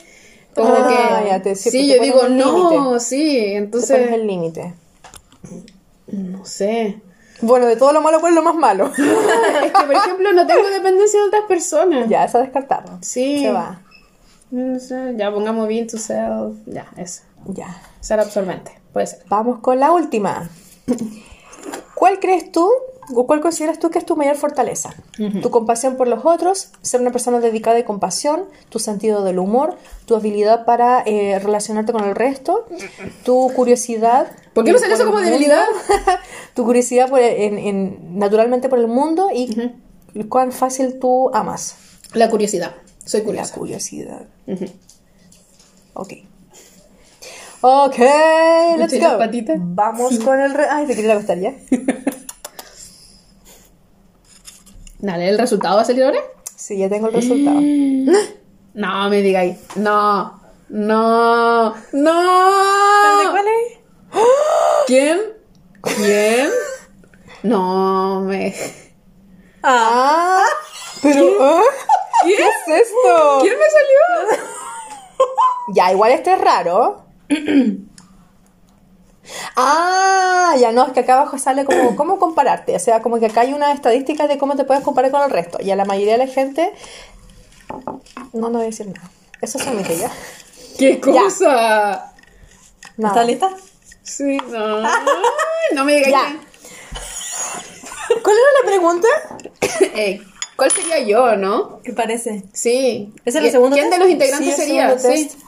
Speaker 5: Como
Speaker 1: Ah,
Speaker 5: que.
Speaker 1: ya te- sí,
Speaker 5: sí,
Speaker 1: te
Speaker 5: yo
Speaker 1: pones
Speaker 5: digo,
Speaker 1: un
Speaker 5: no,
Speaker 1: límite.
Speaker 5: sí,
Speaker 1: Te pones
Speaker 5: entonces.
Speaker 1: el límite.
Speaker 5: No sé.
Speaker 1: Bueno, de todo lo malo, ¿cuál es lo más malo?
Speaker 5: es que, por ejemplo, no tengo dependencia de otras personas.
Speaker 1: ya, esa descartado.
Speaker 5: Sí.
Speaker 1: Se va.
Speaker 5: No sé, ya pongamos bien to self. Ya, eso.
Speaker 1: Ya.
Speaker 5: Ser absorbente. Puede ser.
Speaker 1: Vamos con la última. ¿Cuál crees tú o cuál consideras tú que es tu mayor fortaleza? Tu compasión por los otros, ser una persona dedicada y compasión, tu sentido del humor, tu habilidad para eh, relacionarte con el resto, tu curiosidad.
Speaker 5: ¿Por qué no sale eso
Speaker 1: el
Speaker 5: como
Speaker 1: mundo,
Speaker 5: debilidad?
Speaker 1: tu curiosidad por el- en- en- naturalmente por el mundo y cuán fácil tú amas.
Speaker 5: La curiosidad. Soy
Speaker 1: La
Speaker 5: curiosa.
Speaker 1: curiosidad.
Speaker 5: Ujú.
Speaker 1: Ok. Ok, let's
Speaker 5: ¿Viste
Speaker 1: go.
Speaker 5: las patitas?
Speaker 1: Vamos con el. re- Ay, te quería acostar ya.
Speaker 5: Dale, ¿el resultado va a salir ahora?
Speaker 1: Sí, ya tengo el resultado.
Speaker 5: No, me digáis. No. No.
Speaker 4: Ah,
Speaker 5: No.
Speaker 1: ¿Cuál es?
Speaker 5: ¿Quién? ¿Quién? No, me.
Speaker 1: Ah, pero. ¿ah? ¿Qué? es esto?
Speaker 5: ¿Quién me salió?
Speaker 1: Ya, igual este es raro. Ah, ya no, es que acá abajo sale como cómo compararte. O sea, como que acá hay una estadística de cómo te puedes comparar con el resto. Y a la mayoría de la gente. No, no voy a decir nada. Eso se me ya.
Speaker 5: ¡Qué cosa!
Speaker 1: Nada.
Speaker 4: ¿Estás lista?
Speaker 5: Sí, no. No me digáis.
Speaker 1: Ya. ¿Cuál era la pregunta?
Speaker 5: Eh, ¿Cuál sería yo, no?
Speaker 1: ¿Qué parece?
Speaker 5: Sí.
Speaker 9: ¿Ese es el segundo
Speaker 5: ¿Quién de
Speaker 9: test?
Speaker 5: los integrantes
Speaker 9: Sí, el
Speaker 5: sería?
Speaker 9: segundo
Speaker 5: Sí.
Speaker 9: test.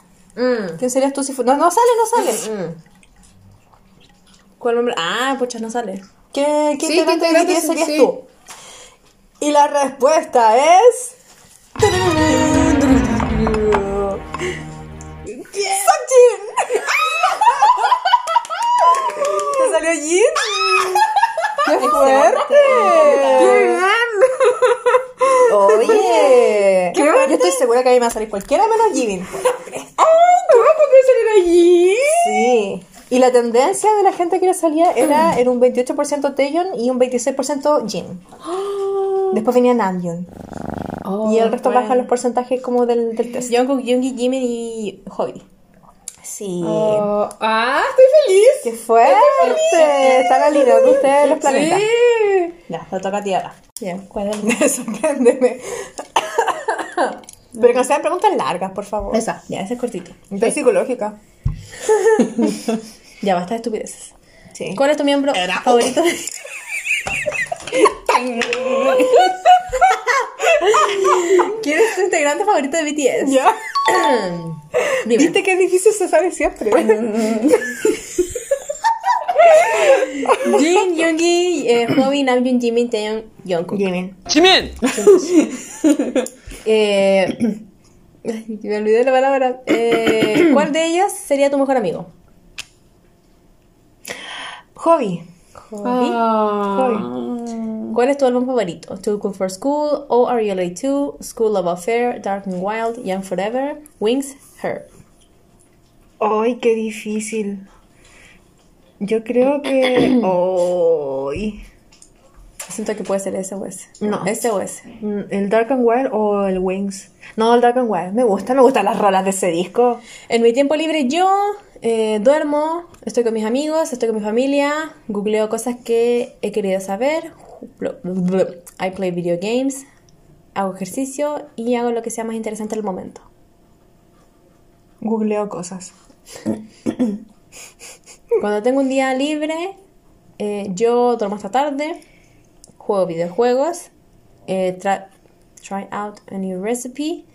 Speaker 9: ¿Quién serías tú si fu- No, no sale, no sale. Mm.
Speaker 1: ¿Cuál nombre? Ah, pucha, no sale.
Speaker 9: ¿Qué, qué
Speaker 5: Sí, ¿qué
Speaker 9: integrante de
Speaker 5: integrante
Speaker 9: BTS
Speaker 5: se-
Speaker 9: serías
Speaker 5: sí.
Speaker 9: tú? Y la respuesta es... ¡Sokjin!
Speaker 1: ¿Te salió Jin?
Speaker 9: ¡Qué fuerte! Oye, yo estoy segura que a mí me va a salir cualquiera menos Jimin. Sí. Y la tendencia de la gente que le salía era en un 28% Taeyeon y un 26% Jin. Después venía Namjoon.
Speaker 5: Oh,
Speaker 9: y el resto bajan los porcentajes como del, del test.
Speaker 1: Jungkook, Yoongi, Jimin y Hobi.
Speaker 9: Sí.
Speaker 5: Oh, ah, estoy feliz.
Speaker 9: ¡Qué fuerte! Están alineados ustedes los planetas.
Speaker 1: Ya, lo toca a ti ahora.
Speaker 9: Bien, ¿cuál es? Sorpréndeme. Pero que no sean preguntas largas, por favor.
Speaker 5: Esa.
Speaker 1: Ya, ese es cortito.
Speaker 9: Estoy psicológica.
Speaker 1: Ya, basta de estupideces.
Speaker 9: Sí.
Speaker 1: ¿Cuál es tu miembro favorito? ¿Quién es tu integrante favorito de BTS?
Speaker 9: ¿Ya?
Speaker 1: Dime.
Speaker 9: ¿Viste qué difícil se sale siempre?
Speaker 1: Jin, Yoongi, eh, Hobby, Namjoon, Jimin, Taeyeon, Jungkook.
Speaker 9: Jimin.
Speaker 1: Eh, ay, me olvidé la palabra. Eh, ¿Cuál de ellas sería tu mejor amigo?
Speaker 9: Hobby.
Speaker 5: Ah.
Speaker 1: ¿Cuál es tu álbum favorito? Too Cool for School, Oh Are You Late 2, School Love Affair, Dark and Wild, Young Forever, Wings, Her.
Speaker 9: Ay, qué difícil. Yo creo que. Ay.
Speaker 1: Siento que puede ser ese o ese.
Speaker 9: No.
Speaker 1: Ese o ese.
Speaker 9: Mm, ¿El Dark and Wild o el Wings? No, el Dark and Wild. Me gusta, me gustan las rolas de ese disco.
Speaker 1: En mi tiempo libre yo eh, duermo, estoy con mis amigos, estoy con mi familia, googleo cosas que he querido saber, I play video games, hago ejercicio y hago lo que sea más interesante al momento.
Speaker 9: Googleo cosas.
Speaker 1: Cuando tengo un día libre, eh, yo duermo hasta tarde, juego videojuegos, eh, tra- try out a new recipe,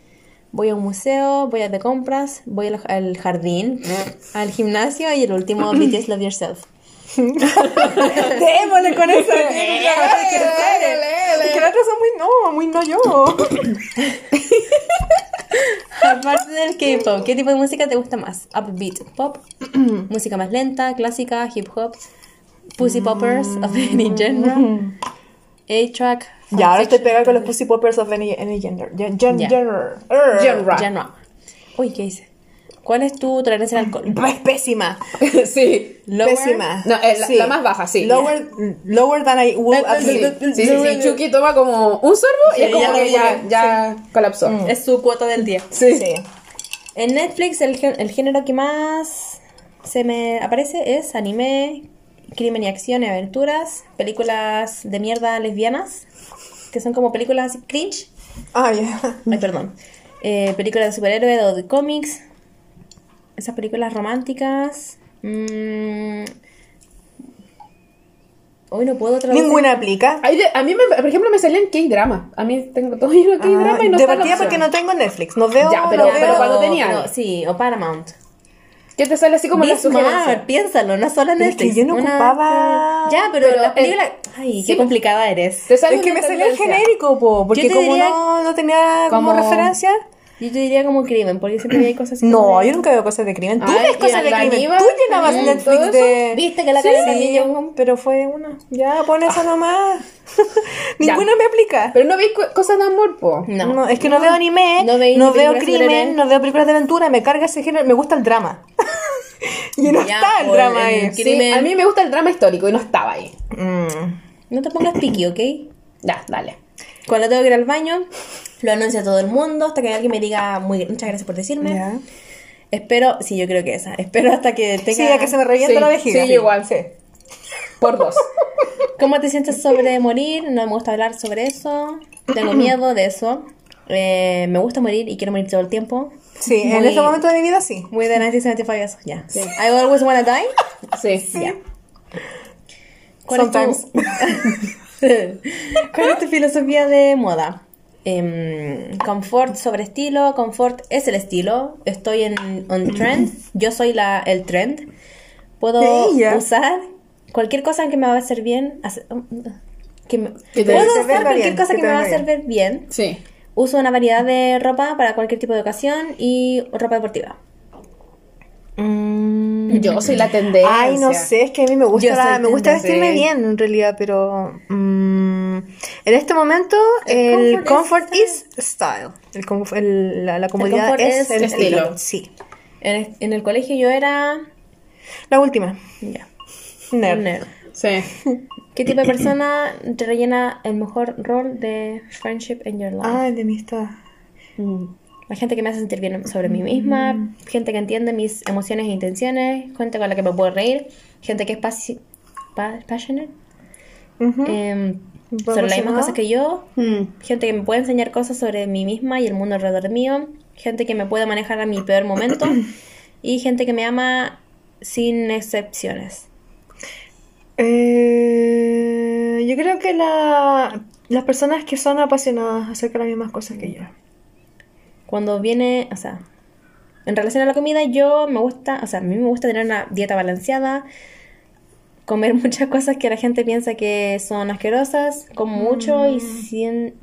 Speaker 1: voy a un museo, voy a de compras, voy al, al jardín, al gimnasio y el último BTS Love Yourself.
Speaker 9: Démosle con eso. Que las otras son muy no, muy no yo.
Speaker 1: Aparte del K-pop, ¿qué tipo de música te gusta más? Upbeat pop, música más lenta, clásica, hip hop, pussy poppers of any genre, A-track,
Speaker 9: Mm. Ya, ahora estoy pegada con los Pussy Poppers of any, any gender. Gen, gen-
Speaker 1: Ya.
Speaker 9: Genre. Err.
Speaker 5: Genre.
Speaker 1: genre. Uy, ¿qué hice? ¿Cuál es tu tolerancia al alcohol?
Speaker 9: Es pésima.
Speaker 5: sí.
Speaker 1: Lower.
Speaker 9: Mm, Pésima.
Speaker 5: No, eh, la- la más baja, sí.
Speaker 9: Lower, lower than I would
Speaker 5: Sí,
Speaker 9: admit.
Speaker 5: sí, sí, sí. Chucky toma como un sorbo y es como
Speaker 9: ya
Speaker 5: que
Speaker 9: lo
Speaker 5: ya,
Speaker 9: voy
Speaker 5: ya colapsó.
Speaker 1: Es su cuota del día.
Speaker 9: Mm. Sí.
Speaker 1: En Netflix, el, gé- el género que más se me aparece es anime, crimen y acción y aventuras, películas de mierda lesbianas, que son como películas cringe.
Speaker 9: Ah, ya.
Speaker 1: Ay, perdón. Eh, películas de superhéroes o de cómics. Esas películas románticas. Mm. Hoy no puedo traducir.
Speaker 9: Ninguna aplica.
Speaker 5: Hay de- a mí, me- por ejemplo, me salían K-drama. A mí tengo todo lleno de K-drama y no
Speaker 9: Ah, de
Speaker 5: está la
Speaker 9: partida
Speaker 5: opción.
Speaker 9: porque no tengo Netflix. No veo.
Speaker 5: Ya,
Speaker 9: no
Speaker 1: Ya,
Speaker 9: veo-
Speaker 5: pero cuando tenía.
Speaker 1: sí, o Paramount.
Speaker 5: ¿Qué te sale así como la sugerencia?
Speaker 1: Bismarck, piénsalo, no solo
Speaker 9: Pero es
Speaker 1: Netflix.
Speaker 9: que yo no
Speaker 1: una-
Speaker 9: ocupaba-
Speaker 1: Ya, pero,
Speaker 5: Pero
Speaker 1: las
Speaker 5: el-
Speaker 1: películas. Ay, qué
Speaker 5: Sí.
Speaker 1: complicada eres.
Speaker 5: Te sale
Speaker 9: Es que
Speaker 5: una
Speaker 9: me salió el
Speaker 5: tendencia.
Speaker 9: genérico, po, porque
Speaker 1: te
Speaker 9: como
Speaker 1: diría-
Speaker 9: no, no tenía como,
Speaker 5: Como-
Speaker 9: referencia.
Speaker 1: Yo te diría como crimen, porque siempre hay cosas.
Speaker 9: No,
Speaker 1: como de-
Speaker 9: yo nunca veo cosas de crimen. Tú
Speaker 5: Ay,
Speaker 9: ves cosas
Speaker 5: y
Speaker 9: de
Speaker 5: la
Speaker 9: crimen.
Speaker 5: Aníbal
Speaker 9: Tú llenabas
Speaker 5: también,
Speaker 9: Netflix
Speaker 5: todo
Speaker 9: de.
Speaker 1: Viste que la
Speaker 9: Sí,
Speaker 1: cara de niño.
Speaker 9: pero fue una. Ya, pon eso nomás.
Speaker 5: Ah. Ya.
Speaker 9: Ninguna me aplica.
Speaker 5: Pero no vi cu- cosas de amor, po.
Speaker 1: No.
Speaker 9: No, es que no, veo anime, no,
Speaker 1: No veis
Speaker 9: veo
Speaker 1: películas de
Speaker 9: crimen,
Speaker 1: superhéroes.
Speaker 9: no veo películas de aventura, me carga ese género, me gusta el drama. y no
Speaker 1: Ya,
Speaker 9: está el
Speaker 5: pues,
Speaker 1: por
Speaker 9: drama
Speaker 1: el-
Speaker 9: ahí.
Speaker 1: el
Speaker 5: Sí,
Speaker 1: Crimen.
Speaker 5: a mí me gusta el drama histórico y no estaba ahí.
Speaker 9: Mm.
Speaker 1: No te pongas piqui, ¿ok?
Speaker 5: Ya, dale.
Speaker 1: Cuando tengo que ir al baño, lo anuncio a todo el mundo hasta que alguien me diga muy, muchas gracias por decirme.
Speaker 9: Ya.
Speaker 1: Espero, sí, yo creo que esa. Espero hasta que tenga.
Speaker 9: Sí, ya que se me revienta
Speaker 5: Sí,
Speaker 9: la vejiga.
Speaker 5: sí, igual. Por dos.
Speaker 1: ¿Cómo te sientes sobre morir? No me gusta hablar sobre eso. Tengo miedo de eso. Eh, me gusta morir y quiero morir todo el tiempo.
Speaker 9: Sí, en
Speaker 1: Muy-
Speaker 9: este momento de mi vida sí.
Speaker 1: Muy de 1975 eso, ya. I always wanna die.
Speaker 5: Sí.
Speaker 1: Ya. ¿Cuál es,
Speaker 9: Sometimes.
Speaker 1: tu... ¿Cuál es tu filosofía de moda? em, confort sobre estilo, confort es el estilo, estoy en on trend, yo soy la, el trend, puedo
Speaker 9: Ella.
Speaker 1: usar cualquier cosa que me va a hacer bien, hace- um, que me-
Speaker 5: Que te-
Speaker 1: puedo
Speaker 9: que te
Speaker 1: usar
Speaker 9: venga
Speaker 1: cualquier
Speaker 9: bien,
Speaker 1: cosa
Speaker 9: que
Speaker 1: que,
Speaker 9: te
Speaker 1: me va a
Speaker 9: venga
Speaker 1: hacer ver bien,
Speaker 5: Sí.
Speaker 1: uso una variedad de ropa para cualquier tipo de ocasión y ropa deportiva.
Speaker 5: Yo soy la tendencia.
Speaker 9: Ay, no sé, es que a mí me gusta,
Speaker 1: Yo soy
Speaker 9: la- me gusta
Speaker 1: tendencia.
Speaker 9: vestirme bien en realidad, pero mm, en este momento el, comfort, is style. El, conf- el- la, la comodidad
Speaker 1: comfort
Speaker 9: es,
Speaker 1: es
Speaker 9: el
Speaker 5: estilo.
Speaker 9: estilo. Sí.
Speaker 1: En, en el colegio yo era...
Speaker 9: La última.
Speaker 1: ya,
Speaker 9: Nerd.
Speaker 1: nerd.
Speaker 5: Sí.
Speaker 1: ¿Qué tipo de persona te rellena el mejor rol de friendship in your life?
Speaker 9: Ay, de amistad.
Speaker 1: La gente que me hace sentir bien sobre mí misma, gente que entiende mis emociones e intenciones, gente con la que me puedo reír, gente que es pasi- pa- passionate,
Speaker 9: Ujú.
Speaker 1: em, sobre las mismas
Speaker 9: Apasionada.
Speaker 1: cosas que yo,
Speaker 5: Mm.
Speaker 1: gente que me puede enseñar cosas sobre mí misma y el mundo alrededor mío, gente que me puede manejar a mi peor momento y gente que me ama sin excepciones.
Speaker 9: Eh, yo creo que la, las personas que son apasionadas acerca de las mismas cosas que yo.
Speaker 1: cuando viene, o sea, en relación a la comida, yo me gusta, o sea, a mí me gusta tener una dieta balanceada, comer muchas cosas que la gente piensa que son asquerosas, como mucho y sin-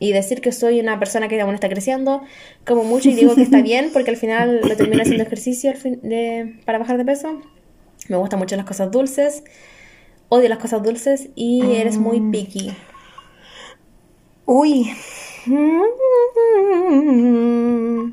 Speaker 1: y decir que soy una persona que aún está creciendo, como mucho y digo que está bien porque al final lo termino haciendo ejercicio al fin- de- para bajar de peso. Me gustan mucho las cosas dulces, odio las cosas dulces y eres muy picky.
Speaker 9: Uy. Mm.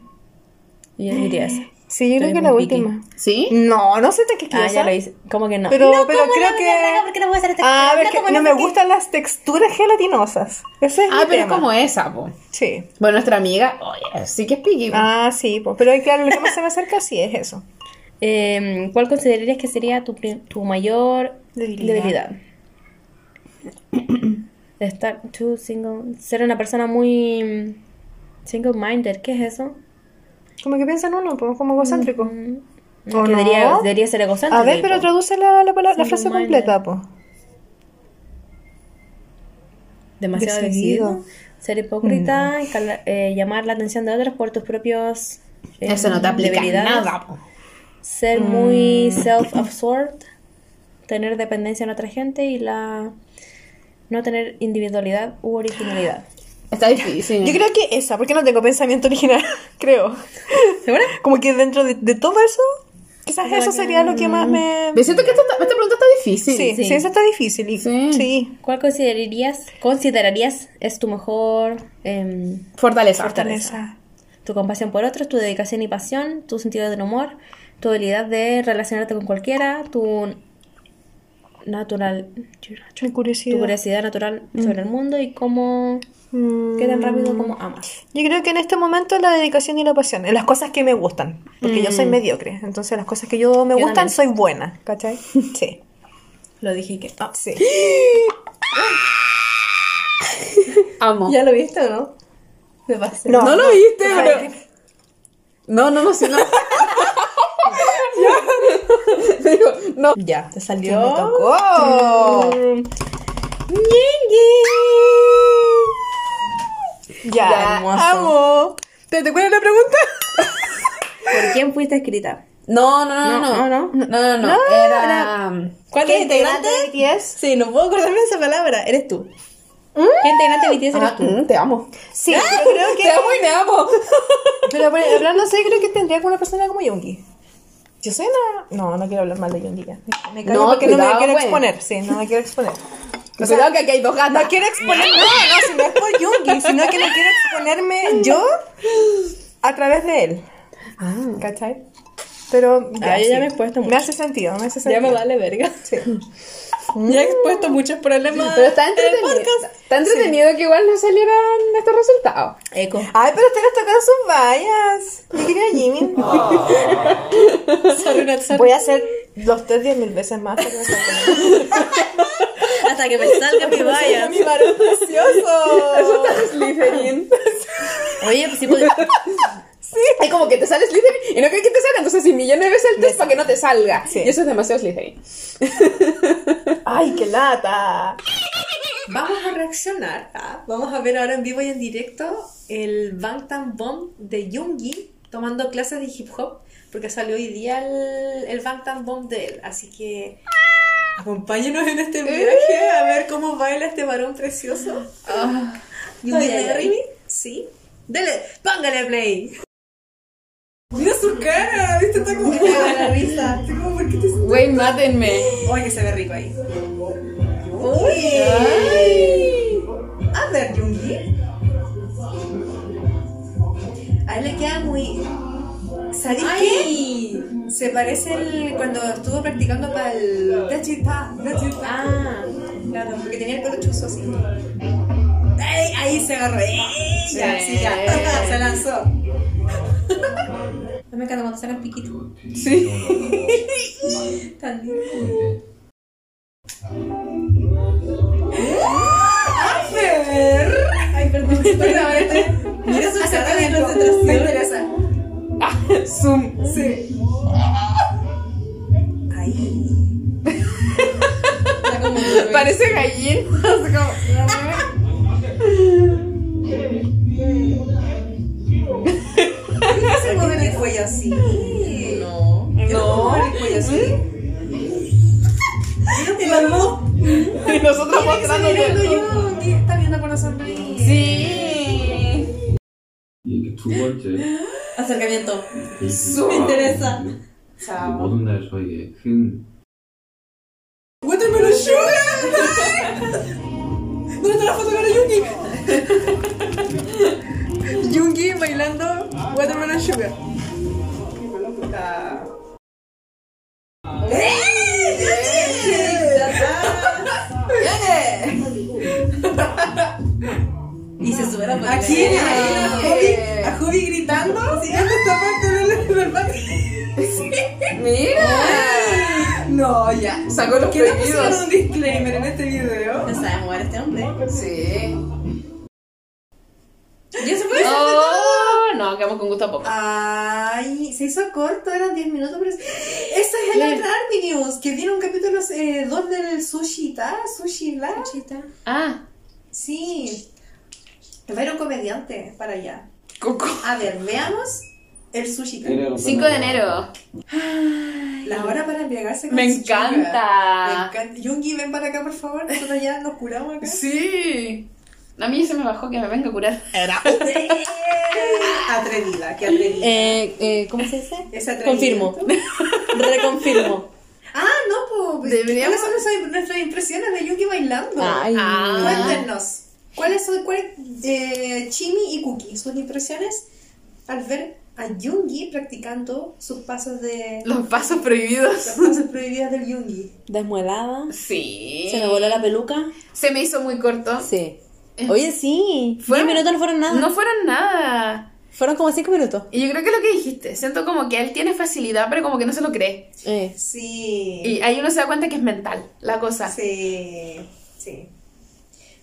Speaker 1: Y yo diría eso.
Speaker 9: Sí, yo creo
Speaker 1: Estoy
Speaker 9: que la
Speaker 1: muy picky.
Speaker 9: última.
Speaker 5: ¿Sí.
Speaker 9: No, no soy tan quisquillosa.
Speaker 1: Ah, ya lo hice. ¿Cómo que no?
Speaker 9: Pero,
Speaker 1: No,
Speaker 9: pero
Speaker 1: ¿cómo
Speaker 9: creo
Speaker 1: no?
Speaker 9: que.
Speaker 1: Mira, ¿por qué no voy a hacer esta
Speaker 9: Ah,
Speaker 1: cosa?
Speaker 9: porque
Speaker 1: ¿Cómo
Speaker 9: no
Speaker 1: sé
Speaker 9: me
Speaker 1: qué?
Speaker 9: gustan las texturas gelatinosas. Ese es
Speaker 5: Ah,
Speaker 9: mi
Speaker 5: pero es
Speaker 9: tema.
Speaker 5: como esa, po.
Speaker 9: Sí.
Speaker 5: Bueno, nuestra amiga, oye, sí que es piqui. po.
Speaker 9: Ah, sí, pues, pero claro, lo que más se me acerca sí es eso.
Speaker 1: Eh, ¿Cuál considerarías que sería tu, pri- tu mayor
Speaker 9: Debilidad.
Speaker 1: debilidad? Estar too single. Ser una persona muy single-minded. ¿Qué es eso?
Speaker 9: Como que piensan uno, pues, como egocéntrico. ¿O
Speaker 1: que
Speaker 9: no?
Speaker 1: debería, debería ser Mm, egocéntrico.
Speaker 9: A ver, pero
Speaker 1: tipo.
Speaker 9: traduce la, la, palabra- la frase
Speaker 1: Single-minded.
Speaker 9: completa, pues.
Speaker 1: Demasiado
Speaker 9: decidido.
Speaker 1: decidido. Ser
Speaker 9: Mm.
Speaker 1: hipócrita, cala- eh, llamar la atención de otros por tus propios. eh,
Speaker 5: Eso no te aplica
Speaker 1: debilidades.
Speaker 5: nada, po.
Speaker 1: ser
Speaker 5: Mm.
Speaker 1: muy self-absorbed, tener dependencia en otra gente y la no tener individualidad u originalidad.
Speaker 5: Está difícil.
Speaker 9: Yo creo que esa, porque no tengo pensamiento original, creo.
Speaker 1: ¿Segura?
Speaker 9: Como que dentro de, de todo eso, quizás eso sería lo que
Speaker 1: mm,
Speaker 9: más me...
Speaker 5: Me siento que esta, esta pregunta está difícil.
Speaker 9: Sí, sí, eso está difícil. y-
Speaker 5: Sí.
Speaker 9: sí.
Speaker 1: ¿Cuál considerarías, considerarías es tu mejor em,
Speaker 5: Fortaleza.
Speaker 9: Esa.
Speaker 1: tu compasión por otros, tu dedicación y pasión, tu sentido del humor, tu habilidad de relacionarte con cualquiera, tu natural
Speaker 9: Mi
Speaker 1: tu
Speaker 9: curiosidad.
Speaker 1: curiosidad natural sobre el mundo y cómo
Speaker 9: Mm.
Speaker 1: qué tan rápido como amas.
Speaker 9: Yo creo que en este momento la dedicación y la pasión, en las cosas que me gustan, porque yo soy mediocre, entonces las cosas que Mm. yo me gustan
Speaker 1: también.
Speaker 9: soy buena, ¿cachai? Sí.
Speaker 1: Lo dije que
Speaker 9: sí.
Speaker 5: Amo.
Speaker 1: lo viste o no? Me pasé.
Speaker 9: No,
Speaker 5: No
Speaker 9: no,
Speaker 5: lo viste, pero. No, no, no, sí, no. Ya. Le digo, no.
Speaker 9: ya, te salió. Me tocó. Ya,
Speaker 5: Ya,
Speaker 9: hermoso. amo. ¿Te, te acuerdas la pregunta?
Speaker 1: ¿Por quién fuiste escrita?
Speaker 5: No, no, no, no. No, no, no. era.
Speaker 1: ¿Cuál
Speaker 9: ¿Qué integrante de BTS?
Speaker 1: Sí, no puedo acordarme de esa palabra. Eres tú. ¿Qué integrante de BTS
Speaker 5: Ah,
Speaker 1: eres tú?
Speaker 5: mm, te amo.
Speaker 9: Sí, yo creo
Speaker 5: Te
Speaker 9: que.
Speaker 5: amo y me amo.
Speaker 9: Pero pero hablando serio, creo que tendría que una persona como Yoongi. Yo soy una. No, no quiero hablar mal de Yoongi ya. Me, me callo
Speaker 5: No,
Speaker 9: porque no pues. me
Speaker 5: cuidado,
Speaker 9: quiero
Speaker 5: güey.
Speaker 9: exponer. Sí, no me quiero exponer.
Speaker 5: Cuidado que aquí hay dos gatas.
Speaker 9: No quiero exponer, no, no, si no es por Jungi, sino que no quiero exponerme yo a través de él. ¿Cachai? Pero ya,
Speaker 1: Ah, yo Ah. ya
Speaker 9: sí.
Speaker 1: me he expuesto
Speaker 9: Me
Speaker 1: mucho.
Speaker 9: hace sentido, me hace
Speaker 1: Ya
Speaker 9: sentido.
Speaker 1: me vale verga.
Speaker 9: Sí.
Speaker 1: Ya he expuesto muchos problemas.
Speaker 5: Pero está
Speaker 1: en el
Speaker 5: entretenido. Está entretenido que igual no salieran estos resultados.
Speaker 1: Eco.
Speaker 9: Ay, pero ustedes tocan sus vallas. Yo quería a Jimmy.
Speaker 1: Solo una sola.
Speaker 9: Voy a hacer los tres diez mil veces más. porque me salió.
Speaker 1: Hasta que me salga mi vaya.
Speaker 9: ¡Mi varón precioso!
Speaker 5: Slytherin.
Speaker 1: Oye, pues sí pod-
Speaker 5: Sí. Es como que te sale Slytherin y no crees que te salga. Entonces, si millones de veces el test para que no te salga.
Speaker 9: Sí.
Speaker 5: Y eso es demasiado Slytherin.
Speaker 9: ¡Ay, qué lata! Vamos a reaccionar. ah, Vamos a ver ahora en vivo y en directo el Bangtan Bomb de Yoongi tomando clases de hip hop porque salió hoy día el, el Bangtan Bomb de él. Así que acompáñenos en este viaje a ver cómo baila este varón precioso. ¿Y un día de Remy? Sí. Dele, póngale play. Mira su cara, ¿viste? Está como cagada de la risa. Está como, ¿por qué te
Speaker 5: Güey, mátenme.
Speaker 9: Oye, se ve rico ahí. Uy. A ver, Jungi. A él le queda muy. ¿Sabes qué? Se parece el, cuando estuvo practicando para el. The Chipa, The Chipa. Ah, claro, porque tenía el pelo chuzo así. ¡Ey! Ahí se agarró. ¡Ey! Ya, sí, ya. se lanzó. No me encanta cuando salen piquitos. Sí. Tan lindo. Ay, perdón, perdón, ahora estoy- Mira su cara de concentración. Me interesa.
Speaker 1: Ah,
Speaker 5: Zoom.
Speaker 9: Sí. Ahí. Está como
Speaker 5: Parece gallina. así como-
Speaker 9: se mueve el cuello así. No. No. El cuello así. Y la luz.
Speaker 5: Y nosotros mostrando
Speaker 9: Mirando yo. ¿qué Está viendo por nosotros.
Speaker 5: Sí.
Speaker 10: 이게 두 번째 그
Speaker 9: Acercamiento.
Speaker 10: 수
Speaker 9: Me interesa.
Speaker 10: 네. 모든 날 저에게 큰
Speaker 9: ¡Watermelon Sugar! ¿Dónde está la foto de Yungi? Yungi bailando Watermelon Sugar. ¡Eh! ¡Viene! Y se sube la Aquí, ahí, a Hobby- a Hobby gritando. Sí, esta está parte del- del Mira. No, ya.
Speaker 5: Sacó los
Speaker 9: ¿Qué le pusieron
Speaker 5: pedidos.
Speaker 9: un disclaimer en este video?
Speaker 4: No sabe mover este hombre.
Speaker 5: Sí.
Speaker 9: ¿Ya se puede?
Speaker 5: Oh, no, quedamos con gusto a poco.
Speaker 9: Ay, se hizo corto, eran 10 minutos, pero... es- Esa es la otra Army News, que viene un capítulo 2 del Sushita, Sushila.
Speaker 5: Ah,
Speaker 9: Sí. Va a ir un comediante para allá.
Speaker 5: Coco.
Speaker 9: A ver, veamos el Sushita.
Speaker 5: 5 de enero.
Speaker 9: La hora para embriagarse con
Speaker 5: Me
Speaker 9: su sugar.
Speaker 5: encanta.
Speaker 9: Me encanta. Yungi, ven para acá, por favor. Nosotros ya nos curamos acá.
Speaker 5: Sí. A mí se me bajó que me venga a curar.
Speaker 9: atrevida, que atrevida.
Speaker 4: Eh, eh, ¿Cómo se dice?
Speaker 9: Es atrevida.
Speaker 4: Confirmo. Reconfirmo.
Speaker 9: Ah, no, pues.
Speaker 5: Deberíamos-
Speaker 9: ¿Cuáles son nuestras- nuestras impresiones de Yuki bailando?
Speaker 4: Ay.
Speaker 9: Cuéntenos. ¿Cuáles son cuál, eh, Chimi y Cookie? Sus impresiones al ver a Yungi practicando sus pasos de.
Speaker 5: Los pasos prohibidos.
Speaker 9: Las pasos prohibidas del Yungi.
Speaker 4: Desmuelada.
Speaker 5: Sí.
Speaker 4: Se me voló la peluca.
Speaker 5: Se me hizo muy corto.
Speaker 4: Sí. Oye, sí.
Speaker 5: ¿Fueron?
Speaker 4: 10 minutos no fueron nada.
Speaker 5: No fueron nada.
Speaker 4: Fueron como 5 minutos.
Speaker 5: Y yo creo que lo que dijiste, siento como que él tiene facilidad, pero como que no se lo cree.
Speaker 4: Eh.
Speaker 9: Sí.
Speaker 5: Y ahí uno se da cuenta que es mental la cosa.
Speaker 9: Sí. Sí.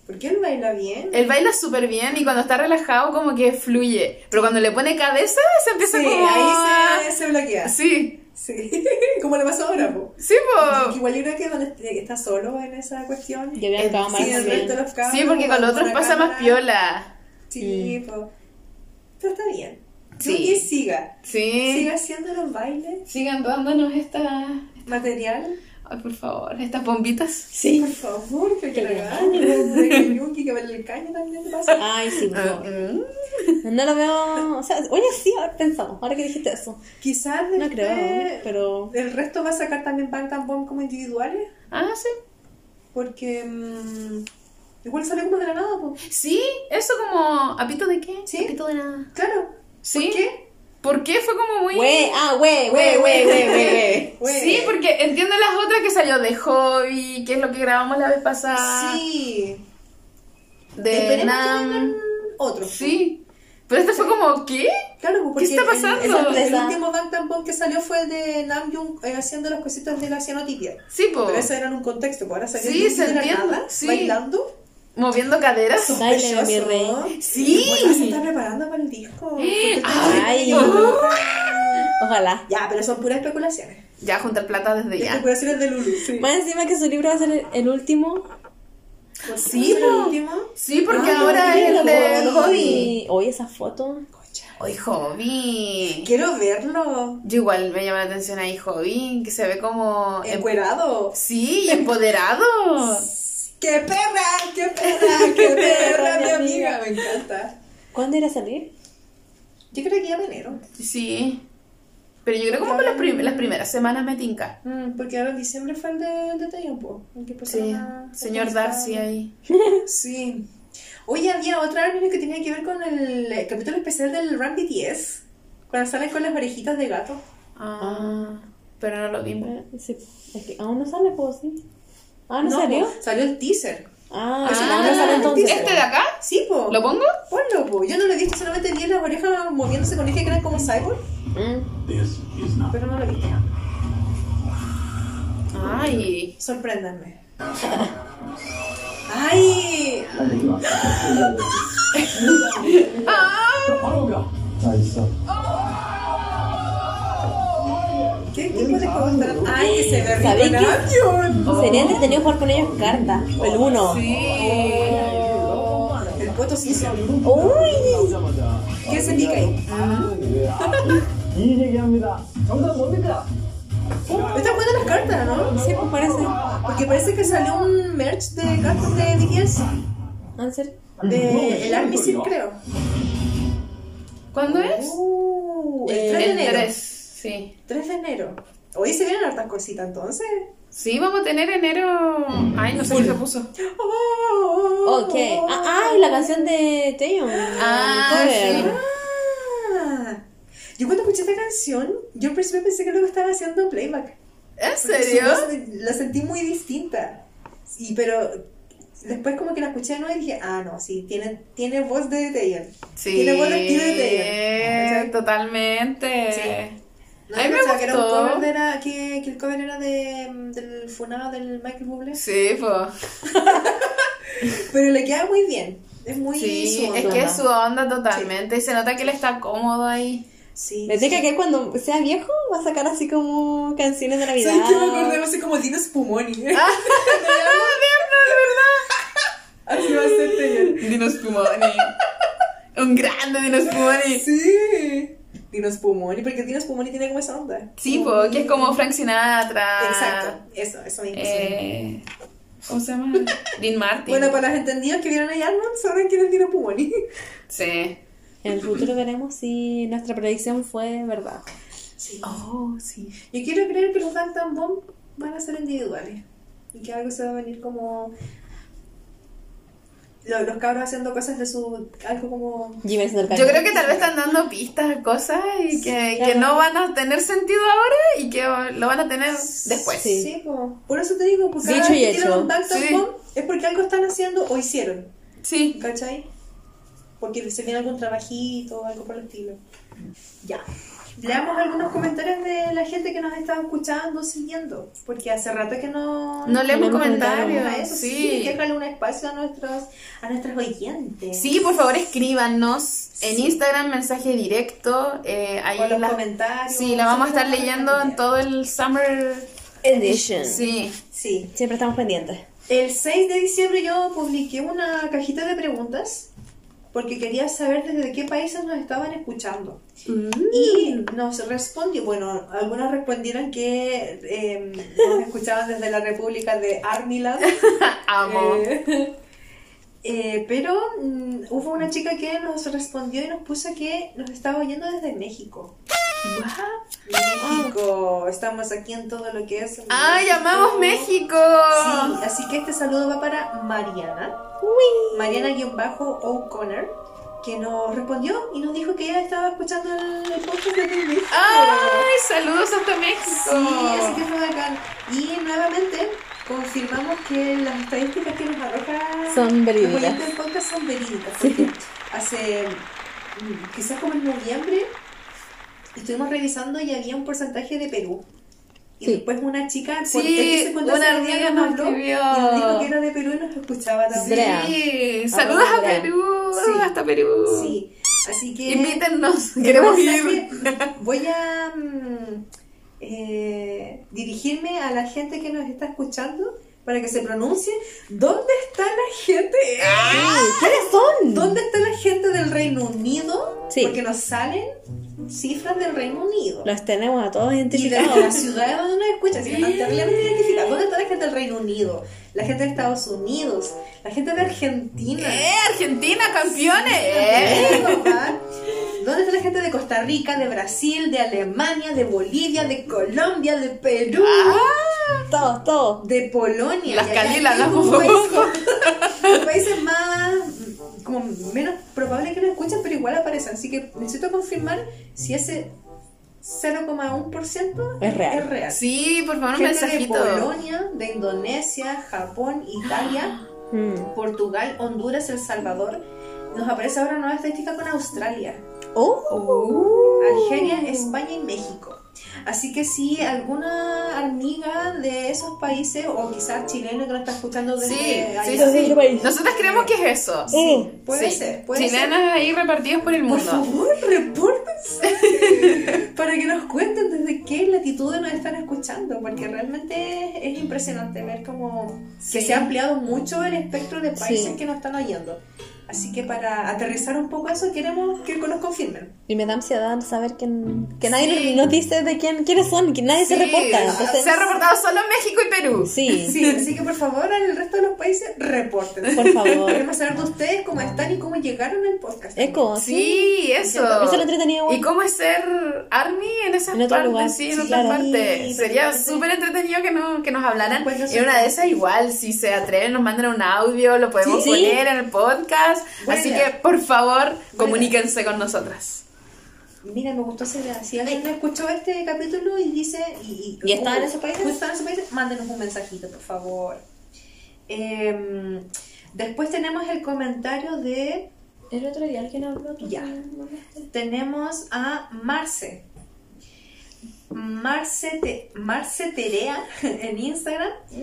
Speaker 9: ¿Por qué él baila bien?
Speaker 5: Él baila súper bien y cuando está relajado como que fluye. Pero cuando le pone cabeza se empieza
Speaker 9: Sí,
Speaker 5: como... a-
Speaker 9: ahí se, se bloquea.
Speaker 5: Sí,
Speaker 9: Sí. ¿Cómo le pasa ahora, po?
Speaker 5: sí, po. Eh,
Speaker 9: Igual yo creo que cuando está solo en esa cuestión.
Speaker 4: Yo había acabado mal
Speaker 9: Sí, el resto
Speaker 4: también.
Speaker 9: de los cabros,
Speaker 5: Sí, porque con los
Speaker 9: cuando
Speaker 5: otros
Speaker 9: la
Speaker 5: pasa
Speaker 9: cámara-
Speaker 5: más piola.
Speaker 9: Sí, po. Pero está bien.
Speaker 5: Sí.
Speaker 9: Sí. Y siga.
Speaker 5: Sí.
Speaker 9: Siga haciendo los bailes,
Speaker 5: Sigan dándonos esta...
Speaker 9: material.
Speaker 5: Ay, por favor, estas bombitas.
Speaker 9: Por favor, que que la gane. Que Yuki, que baile el caño también te pasa.
Speaker 4: Ay, sí, por
Speaker 5: Ah,
Speaker 4: favor.
Speaker 5: mm.
Speaker 4: No lo veo. O sea, oye, sí, ahora pensamos. Ahora que dijiste eso.
Speaker 9: Quizás
Speaker 4: No
Speaker 9: después,
Speaker 4: creo, pero.
Speaker 9: el resto va a sacar también Bangtan Bomb como individuales.
Speaker 5: Ah, sí.
Speaker 9: Porque mm, igual sale como de la nada, po.
Speaker 5: Sí, eso como... ¿A pito de qué?
Speaker 9: Sí.
Speaker 5: ¿A pito de nada.
Speaker 9: Claro.
Speaker 5: Sí.
Speaker 9: ¿Por qué?
Speaker 5: ¿Por qué? Fue como muy...
Speaker 4: Güey, ah, güey, güey, güey, güey, güey, güey.
Speaker 9: Güey.
Speaker 5: Sí, porque entiendo las otras que salió de hobby, que es lo que grabamos la vez pasada.
Speaker 9: Sí.
Speaker 5: De
Speaker 9: Esperemos que
Speaker 5: Nam.
Speaker 9: tengan Otro.
Speaker 5: Sí. Pero este fue como, ¿qué?
Speaker 9: Claro, pues, porque
Speaker 5: ¿Qué está
Speaker 9: el-
Speaker 5: pasando?
Speaker 9: El, el
Speaker 4: Sorpresa.
Speaker 9: último Bangtan Bomb que salió fue el de Namjoon eh, haciendo las cositas de la cianotipia.
Speaker 5: Sí, po.
Speaker 9: Pero eso era en un contexto, pues ahora salió
Speaker 5: Sí,
Speaker 9: el
Speaker 5: se
Speaker 9: de la
Speaker 5: entiende,
Speaker 9: nada,
Speaker 5: sí.
Speaker 9: bailando.
Speaker 5: Moviendo caderas.
Speaker 4: Dale, mi rey.
Speaker 5: Sí.
Speaker 9: Bueno, se pues, está preparando para el disco. porque está-
Speaker 4: Ay. Ojalá.
Speaker 9: Ya, pero son puras especulaciones.
Speaker 5: Ya, juntar plata desde ya.
Speaker 9: Especulaciones de Lulu, sí.
Speaker 4: Más encima que su libro va a ser el- el último.
Speaker 9: pues,
Speaker 8: Sí, po.
Speaker 5: Sí, porque ahora es el de hobby.
Speaker 4: Oye, esa foto.
Speaker 5: Hoy hobby.
Speaker 8: quiero verlo.
Speaker 5: Yo igual me llama la atención ahí hobby, que se ve como... em-
Speaker 8: Encuerado.
Speaker 5: Sí, empoderado.
Speaker 8: ¡Qué perra! ¡Qué perra! ¡Qué perra, mi amiga! Me encanta.
Speaker 4: ¿Cuándo irá a salir?
Speaker 8: Yo creo que ya en enero.
Speaker 5: Sí. Pero yo creo como que las, prim- las primeras semanas me tinca.
Speaker 8: Mm, porque ahora en diciembre fue el de, de tiempo. en que empezaron
Speaker 5: Sí,
Speaker 8: a-
Speaker 5: señor
Speaker 8: a-
Speaker 5: Darcy ahí.
Speaker 8: Sí. Oye, había otra anime que tenía que ver con el eh, capítulo especial del Run BTS. Cuando salen con las orejitas de gato.
Speaker 5: Ah, pero no lo vimos.
Speaker 4: Eh, sí. Es que aún no sale, pues sí. Ah, ¿no,
Speaker 8: No,
Speaker 4: salió?
Speaker 9: pues.
Speaker 8: po, Salió el teaser.
Speaker 4: Ah,
Speaker 5: Ah,
Speaker 4: sí, aún no sale entonces.
Speaker 5: ¿Este de acá?
Speaker 8: Sí, po.
Speaker 5: ¿Lo pongo?
Speaker 8: Ponlo, po. Yo no lo he visto, solamente vi las orejas moviéndose con dije que eran como cyborg.
Speaker 10: This is not
Speaker 8: Pero no lo he visto.
Speaker 5: Ay.
Speaker 8: Sorpréndanme. ¡Ay!
Speaker 10: 아,
Speaker 8: ¿Qué tipo de juegos estarán? ¡Ay, que se ve rico
Speaker 4: ¿Sabéis
Speaker 8: el
Speaker 4: qué?
Speaker 8: avión!
Speaker 4: Sería entretenido jugar con ellos cartas. El uno.
Speaker 8: El voto sí se
Speaker 4: Uy.
Speaker 8: ¿Qué se indica ahí? Están jugando las cartas, ¿no?
Speaker 4: Sí, pues parece.
Speaker 8: Porque parece que salió un merch de cartas de BTS.
Speaker 4: Answer.
Speaker 8: De el Army
Speaker 10: 어,
Speaker 8: Seal, creo.
Speaker 5: ¿Cuándo es? Eh,
Speaker 8: Uh, el 3 de
Speaker 5: El
Speaker 8: enero.
Speaker 5: 3, sí.
Speaker 8: 3 de enero. Hoy se vienen hartas cositas entonces.
Speaker 5: Sí, vamos a tener enero. Ay, no sé si se puso.
Speaker 8: Oh.
Speaker 4: Ok. Ah, ah, y la canción de Taeyeon.
Speaker 5: Ah, sí.
Speaker 8: Ah. Yo cuando escuché esta canción, yo al principio pensé que lo estaba haciendo playback.
Speaker 5: ¿En
Speaker 8: Porque
Speaker 5: serio?
Speaker 8: su voz La sentí muy distinta. Y pero después como que la escuché de nuevo y dije, ah, no, sí, tiene, tiene voz de Taylor.
Speaker 5: Sí.
Speaker 8: Tiene voz de estilo de Taylor. ¿Cachai?
Speaker 5: Totalmente.
Speaker 8: Sí. No,
Speaker 5: A mí me
Speaker 8: pensaba que, era un
Speaker 5: gustó.
Speaker 8: cover de la- que, que el cover era de, mm, del funado del Michael Bublé.
Speaker 5: Sí, pues.
Speaker 8: Pero le queda muy bien. Es muy
Speaker 5: Sí,
Speaker 8: su
Speaker 5: es
Speaker 8: onda.
Speaker 5: que es su onda totalmente. Y se nota que él está cómodo ahí.
Speaker 8: Sí.
Speaker 4: Me diga que él cuando sea viejo va a sacar así como canciones de Navidad.
Speaker 8: ¿Sabes qué me acordé? Va a ser como Dino Spumoni. ¿eh?
Speaker 5: Ah.
Speaker 8: Así va a ser Taylor.
Speaker 5: Dino Spumoni. Un grande Dino Spumoni.
Speaker 8: Sí. Dino Spumoni, porque Dino Spumoni tiene como esa onda.
Speaker 5: Sí, po, que es como Frank Sinatra.
Speaker 8: Exacto, eso, eso mismo. sí.
Speaker 5: Eh, ¿Cómo se llama? Dean Martin.
Speaker 8: Bueno, para los entendidos que vieron a Arnold, sabrán quién es Dino Spumoni.
Speaker 5: Sí.
Speaker 4: En el futuro veremos si nuestra predicción fue verdad.
Speaker 8: Sí.
Speaker 5: Oh, sí.
Speaker 8: Yo quiero creer que los Gangnam Bomb van a ser individuales. Y que algo se va a venir como... lo- Los, cabros haciendo cosas de su... Algo como...
Speaker 4: Jimmy es del
Speaker 5: Yo creo que tal vez están dando pistas a cosas y que, que no van a tener sentido ahora y que lo van a tener después.
Speaker 4: Sí.
Speaker 8: como- Por eso te digo, porque cada
Speaker 4: Dicho y
Speaker 8: vez que tiran
Speaker 4: hecho.
Speaker 8: un Gangnam
Speaker 5: Sí.
Speaker 8: Bomb es porque algo están haciendo o hicieron.
Speaker 5: Sí.
Speaker 8: ¿Cachai? Porque se tiene algún trabajito o algo por el estilo. Ya. Leamos algunos comentarios de la gente que nos está escuchando, siguiendo. Porque hace rato que no.
Speaker 5: No leemos
Speaker 8: leemos
Speaker 5: comentarios.
Speaker 8: a eso. Sí. hay que
Speaker 5: Ah, Sí.
Speaker 8: dejarle un espacio a nuestros, a nuestros oyentes.
Speaker 5: Sí, por favor escríbanos en Instagram, mensaje directo. eh, ahí
Speaker 8: O los
Speaker 5: la-
Speaker 8: comentarios.
Speaker 5: Sí, la vamos a estar leyendo en todo el summer.
Speaker 4: Edition.
Speaker 5: Sí.
Speaker 8: Sí.
Speaker 4: Siempre estamos pendientes.
Speaker 8: El 6 de diciembre yo publiqué una cajita de preguntas porque quería saber desde qué países nos estaban escuchando. Y nos respondió, bueno, algunos respondieron que eh, nos escuchaban desde la República de Armiland.
Speaker 5: Amo.
Speaker 8: Eh, eh, pero mm, hubo una chica que nos respondió y nos puso que nos estaba oyendo desde México. México, estamos aquí en todo lo que es.
Speaker 5: ¡Ay, amamos México!
Speaker 8: Sí,
Speaker 5: Oh.
Speaker 8: así que este saludo va para Mariana. Mariana-O'Connor, que nos respondió y nos dijo que ella estaba escuchando el el podcast de México.
Speaker 5: Ah. ¡Ay, saludos hasta
Speaker 8: Sí, así que
Speaker 5: México!
Speaker 8: fue bacán. Y nuevamente confirmamos que las estadísticas que nos arroja
Speaker 4: Son verídicas.
Speaker 8: los oyentes del podcast son verídicas. Porque hace mm, quizás como en noviembre estuvimos revisando y había un porcentaje de Perú. Y
Speaker 4: Sí.
Speaker 8: después una chica, por
Speaker 5: Sí,
Speaker 8: texto se contó
Speaker 5: una
Speaker 8: ese día,
Speaker 5: amiga nos escribió.
Speaker 8: y nos dijo que era de Perú y nos escuchaba también.
Speaker 4: Andrea.
Speaker 5: Sí, saludos a
Speaker 4: Andrea.
Speaker 5: Perú,
Speaker 8: Sí.
Speaker 5: hasta Perú.
Speaker 8: Sí, así que...
Speaker 5: Invítennos, queremos ir.
Speaker 8: mensaje, Voy a mm, eh, dirigirme a la gente que nos está escuchando para que se pronuncie dónde está la gente.
Speaker 1: ¿Quiénes son?
Speaker 8: ¿Dónde está la gente del Reino Unido?
Speaker 4: Sí.
Speaker 8: Porque nos salen cifras del Reino Unido.
Speaker 4: Los tenemos a todos
Speaker 8: Y de
Speaker 4: identificados.
Speaker 8: las ciudades donde nos escuchan, si están terriblemente identificadas. ¿Dónde está la gente del Reino Unido? La gente de Estados Unidos, la gente de Argentina.
Speaker 11: Argentina, campeones.
Speaker 8: Eh, papá. ¿Dónde está la gente de Costa Rica, de Brasil, de Alemania, de Bolivia, de Colombia, de Perú?
Speaker 4: Todos, todos.
Speaker 8: de Polonia.
Speaker 11: Las
Speaker 8: Y allá
Speaker 11: Calilas,
Speaker 8: hay
Speaker 11: las
Speaker 8: un
Speaker 11: Bobos.
Speaker 8: país con- Los países más como menos probable que no escuchen, pero igual aparecen. Así que necesito confirmar si ese 0,1%
Speaker 4: Es real.
Speaker 8: Es real.
Speaker 11: Sí, por favor, un
Speaker 8: Gente de
Speaker 11: mensajito.
Speaker 8: Polonia, de Indonesia, Japón, Italia,
Speaker 4: Mm.
Speaker 8: Portugal, Honduras, El Salvador. Nos aparece ahora nueva estadística con Australia.
Speaker 11: Oh.
Speaker 8: Argelia, España y México. Así que si alguna amiga de esos países, o quizás chileno que nos está escuchando desde
Speaker 11: Sí, sí,
Speaker 8: allá,
Speaker 11: sí. Nosotras creemos que es eso.
Speaker 5: Uh.
Speaker 8: Sí, puede
Speaker 11: Sí.
Speaker 8: ser, puede
Speaker 11: Chilenas ahí repartidas por el
Speaker 8: ser. Por
Speaker 11: mundo.
Speaker 8: favor, repórtense para que nos cuenten desde qué latitudes nos están escuchando, porque realmente es impresionante ver como que se ha ampliado mucho el espectro de países
Speaker 4: Sí.
Speaker 8: que nos están oyendo. Así que para aterrizar un poco eso, queremos que nos confirmen.
Speaker 4: Y me da ansiedad saber que, que nadie
Speaker 11: Sí.
Speaker 4: nos dice de quién, quiénes son, que nadie se
Speaker 11: Sí,
Speaker 4: reporta. Entonces,
Speaker 11: Se ha reportado solo México y Perú.
Speaker 4: sí,
Speaker 8: Sí, así que por favor, al resto de los países, repórtense.
Speaker 4: por favor.
Speaker 8: Queremos saber de ustedes cómo están y cómo llegaron al podcast.
Speaker 4: Es como,
Speaker 11: Sí, eso.
Speaker 4: Eso es lo entretenido, güey.
Speaker 11: ¿Y cómo es ser Army en esas
Speaker 4: En otro
Speaker 11: partes?
Speaker 4: lugar.
Speaker 11: Sí, en
Speaker 4: Sí,
Speaker 11: otras
Speaker 4: claro.
Speaker 11: partes.
Speaker 8: Sí,
Speaker 11: Sería
Speaker 8: totalmente.
Speaker 11: súper entretenido que, no, que nos hablaran.
Speaker 8: Pues yo
Speaker 11: en
Speaker 8: soy-
Speaker 11: una de esas igual, si se atreven, nos mandan un audio, lo podemos
Speaker 4: Sí.
Speaker 11: poner en el podcast.
Speaker 8: Buena
Speaker 11: Así
Speaker 8: idea.
Speaker 11: que, por favor, comuníquense con nosotras.
Speaker 8: Mira, me gustó esa idea. Si alguien escuchó este capítulo y dice. ¿Y,
Speaker 4: ¿Y está en esos países?
Speaker 8: Justo en esos países, mándenos un mensajito, por favor. Em, después tenemos el comentario de.
Speaker 4: El otro día alguien habló.
Speaker 8: Ya. Tenemos a Marce. Marce, Te- Marce Terea en Instagram.
Speaker 4: ¿Mm?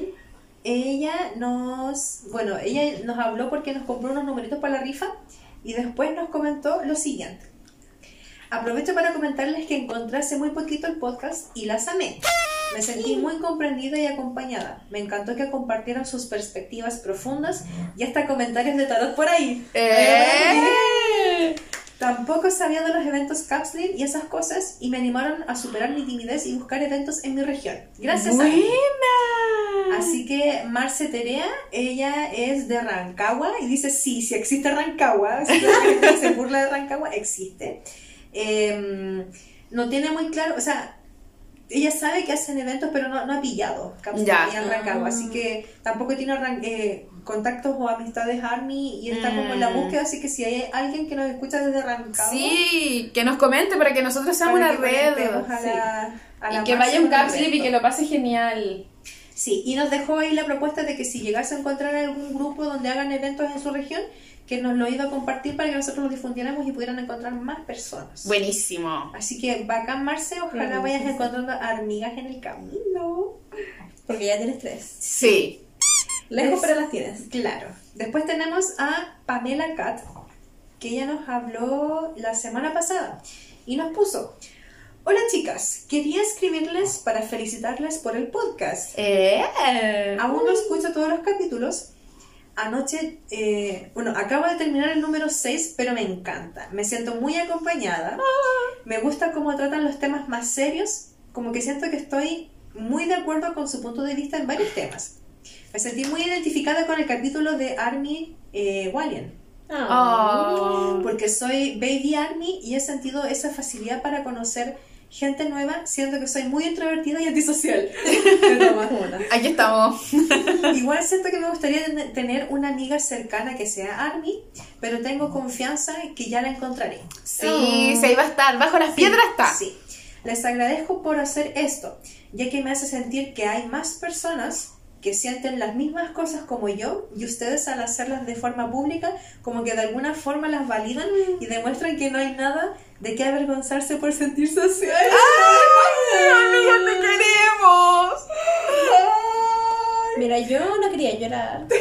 Speaker 8: Ella nos, bueno, ella nos habló porque nos compró unos numeritos para la rifa y después nos comentó lo siguiente. Aprovecho para comentarles que encontré hace muy poquito el podcast y las amé. Me sentí muy comprendida y acompañada. Me encantó que compartieran sus perspectivas profundas y hasta comentarios de tarot por ahí.
Speaker 11: ¡Eh!
Speaker 8: Tampoco sabía de los eventos Capsule y esas cosas y me animaron a superar mi timidez y buscar eventos en mi región. Gracias a ti. Así que Marce Terea, ella es de Rancagua y dice, sí, si existe Rancagua, si la gente se burla de Rancagua, existe. Em, no tiene muy claro, o sea, ella sabe que hacen eventos, pero no, no ha pillado Capsule
Speaker 11: Ya.
Speaker 8: ni en Rancagua, así que tampoco tiene arran- eh, contactos o amistades Army y está como en la
Speaker 11: Mm.
Speaker 8: búsqueda, así que si hay alguien que nos escucha desde Rancagua,
Speaker 11: Sí, que nos comente para que nosotros seamos
Speaker 8: para
Speaker 11: una
Speaker 8: que
Speaker 11: red.
Speaker 8: conectemos a la- a la
Speaker 11: Y que
Speaker 8: Marce
Speaker 11: vaya un
Speaker 8: con el
Speaker 11: capslip y
Speaker 8: evento.
Speaker 11: que lo pase genial.
Speaker 8: Sí, y nos dejó ahí la propuesta de que si llegase a encontrar algún grupo donde hagan eventos en su región, que nos lo iba a compartir para que nosotros los difundiéramos y pudieran encontrar más personas.
Speaker 11: Buenísimo.
Speaker 8: Así que bacán, Marce, ojalá vayas encontrando hormigas en el camino.
Speaker 4: Porque ya tienes tres.
Speaker 11: Sí.
Speaker 8: Lejos, pero
Speaker 4: las tienes.
Speaker 8: Claro. Después tenemos a Pamela Cat, que ella nos habló la semana pasada y nos puso. Hola chicas, quería escribirles para felicitarles por el podcast.
Speaker 11: Eh.
Speaker 8: Aún no escucho todos los capítulos. Anoche, eh, bueno, acabo de terminar el número 6, pero me encanta. Me siento muy acompañada. Me gusta cómo tratan los temas más serios. Como que siento que estoy muy de acuerdo con su punto de vista en varios temas. Me sentí muy identificada con el capítulo de Army eh, Wallian.
Speaker 11: Oh.
Speaker 8: Porque soy baby army y he sentido esa facilidad para conocer gente nueva, siendo que soy muy introvertida y antisocial. Te tomas una.
Speaker 11: Aquí estamos.
Speaker 8: Igual siento que me gustaría ten- tener una amiga cercana que sea Army, pero tengo confianza en que ya la encontraré.
Speaker 11: Sí, se iba a estar. Bajo las piedras está.
Speaker 8: Sí. Les agradezco por hacer esto, ya que me hace sentir que hay más personas que sienten las mismas cosas como yo y ustedes al hacerlas de forma pública como que de alguna forma las validan y demuestran que no hay nada de qué avergonzarse por sentirse así.
Speaker 11: amiga, te queremos!
Speaker 4: Mira, yo no quería llorar.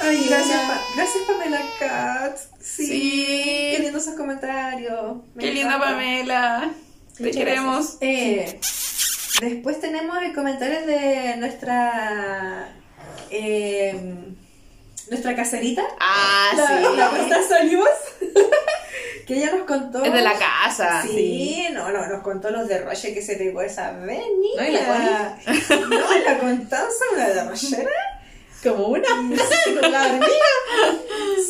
Speaker 8: Ay, gracias, Pa- gracias Pamela Cat. Sí. Qué
Speaker 11: Sí.
Speaker 8: lindos esos comentarios. Me
Speaker 11: Qué linda
Speaker 8: encanta.
Speaker 11: Pamela. Te queremos.
Speaker 8: Eh, Después tenemos el comentario de nuestra. eh, nuestra caserita.
Speaker 12: Ah,
Speaker 8: la,
Speaker 12: sí.
Speaker 8: la Costa Solibos, que ella nos contó.
Speaker 12: Es de la casa.
Speaker 8: Sí, no, no, nos contó los derroches que se pegó esa venida.
Speaker 12: No, y la
Speaker 8: No, y la contanza, una derrochera. Como una.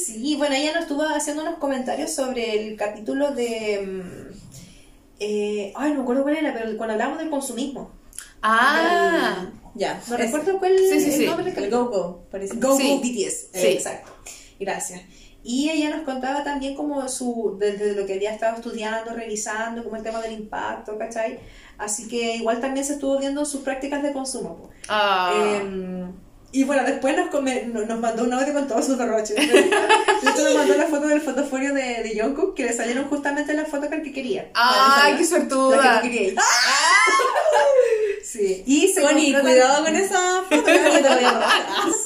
Speaker 8: sí, bueno, ella nos estuvo haciendo unos comentarios sobre el capítulo de. mm, eh, ay, no me acuerdo cuál era, pero cuando hablábamos del consumismo.
Speaker 12: Ah,
Speaker 8: Ya, no
Speaker 12: Ese.
Speaker 8: recuerdo cuál
Speaker 12: Sí, sí,
Speaker 8: el
Speaker 12: sí.
Speaker 8: nombre del capítulo. Go Go, parece. Go
Speaker 12: Sí.
Speaker 8: Go BTS. eh,
Speaker 12: Sí.
Speaker 8: Exacto. Gracias. Y ella nos contaba también como su, desde lo que había estado estudiando, revisando, como el tema del impacto, ¿cachai? Así que igual también se estuvo viendo sus prácticas de consumo. po.
Speaker 12: ah.
Speaker 8: Eh, y bueno, después nos, come- no- nos mandó un audio con todos sus derroches. De hecho, nos mandó la foto del fotofolio de, de Jungkook, que le salieron justamente las fotos que él que quería.
Speaker 12: Ay, qué
Speaker 8: La
Speaker 12: suertuda.
Speaker 8: que tú querías. Sí. Y se
Speaker 12: Connie,
Speaker 8: compró
Speaker 12: cuidado
Speaker 8: con esa foto. que te voy a mandar.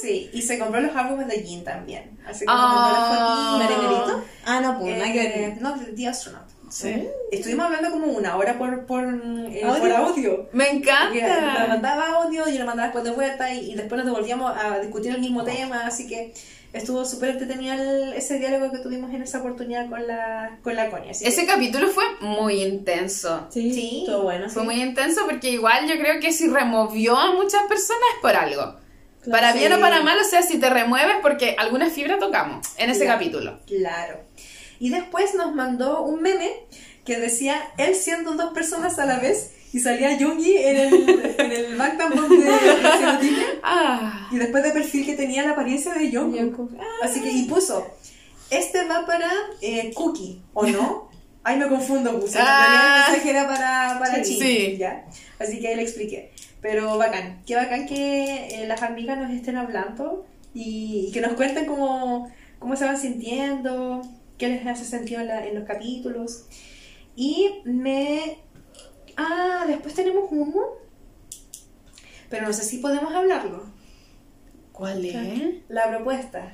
Speaker 8: sí. Y se compró los álbumes de Jin también. Así que nos
Speaker 12: Ah.
Speaker 8: mandó la fotito.
Speaker 4: Ah, no, pues, nada que ver.
Speaker 8: Eh, no, The Astronaut. Sí. Estuvimos hablando como una hora por, por, eh,
Speaker 4: Audio.
Speaker 8: por audio.
Speaker 12: Me
Speaker 8: Porque la
Speaker 12: encanta.
Speaker 8: mandaba audio, yo la mandaba después de vuelta y, y después nos devolvíamos a discutir el mismo tema. Así que estuvo súper entretenido el- ese diálogo que tuvimos en esa oportunidad con la, con la Connie. Así que-
Speaker 12: Ese capítulo fue muy intenso.
Speaker 8: sí, estuvo bueno.
Speaker 12: Fue muy intenso porque igual yo creo que si removió a muchas personas es por algo. Para bien o para mal, o sea, si te remueves porque alguna fibra tocamos en ese
Speaker 8: Claro.
Speaker 12: capítulo.
Speaker 8: Claro. Y después nos mandó un meme que decía él siendo dos personas a la vez y salía Jungi en el, en el Magnum Box de de Serotina,
Speaker 12: Ah,
Speaker 8: y después de perfil que tenía la apariencia de Jungi. Así que y puso, este va para eh, Cookie, ¿o no? Ay, me confundo, puse. en realidad
Speaker 12: Ah.
Speaker 8: El mensaje era para, para
Speaker 12: Sí.
Speaker 8: Chi,
Speaker 12: Sí.
Speaker 8: ¿ya? Así que ahí le expliqué. Pero bacán, qué bacán que eh, las amigas nos estén hablando y, y que nos cuenten cómo, cómo se van sintiendo, qué les hace sentido en, la- en los capítulos. Y me... Ah, después tenemos uno, pero no sé si podemos hablarlo.
Speaker 12: ¿cuál es?
Speaker 8: La propuesta.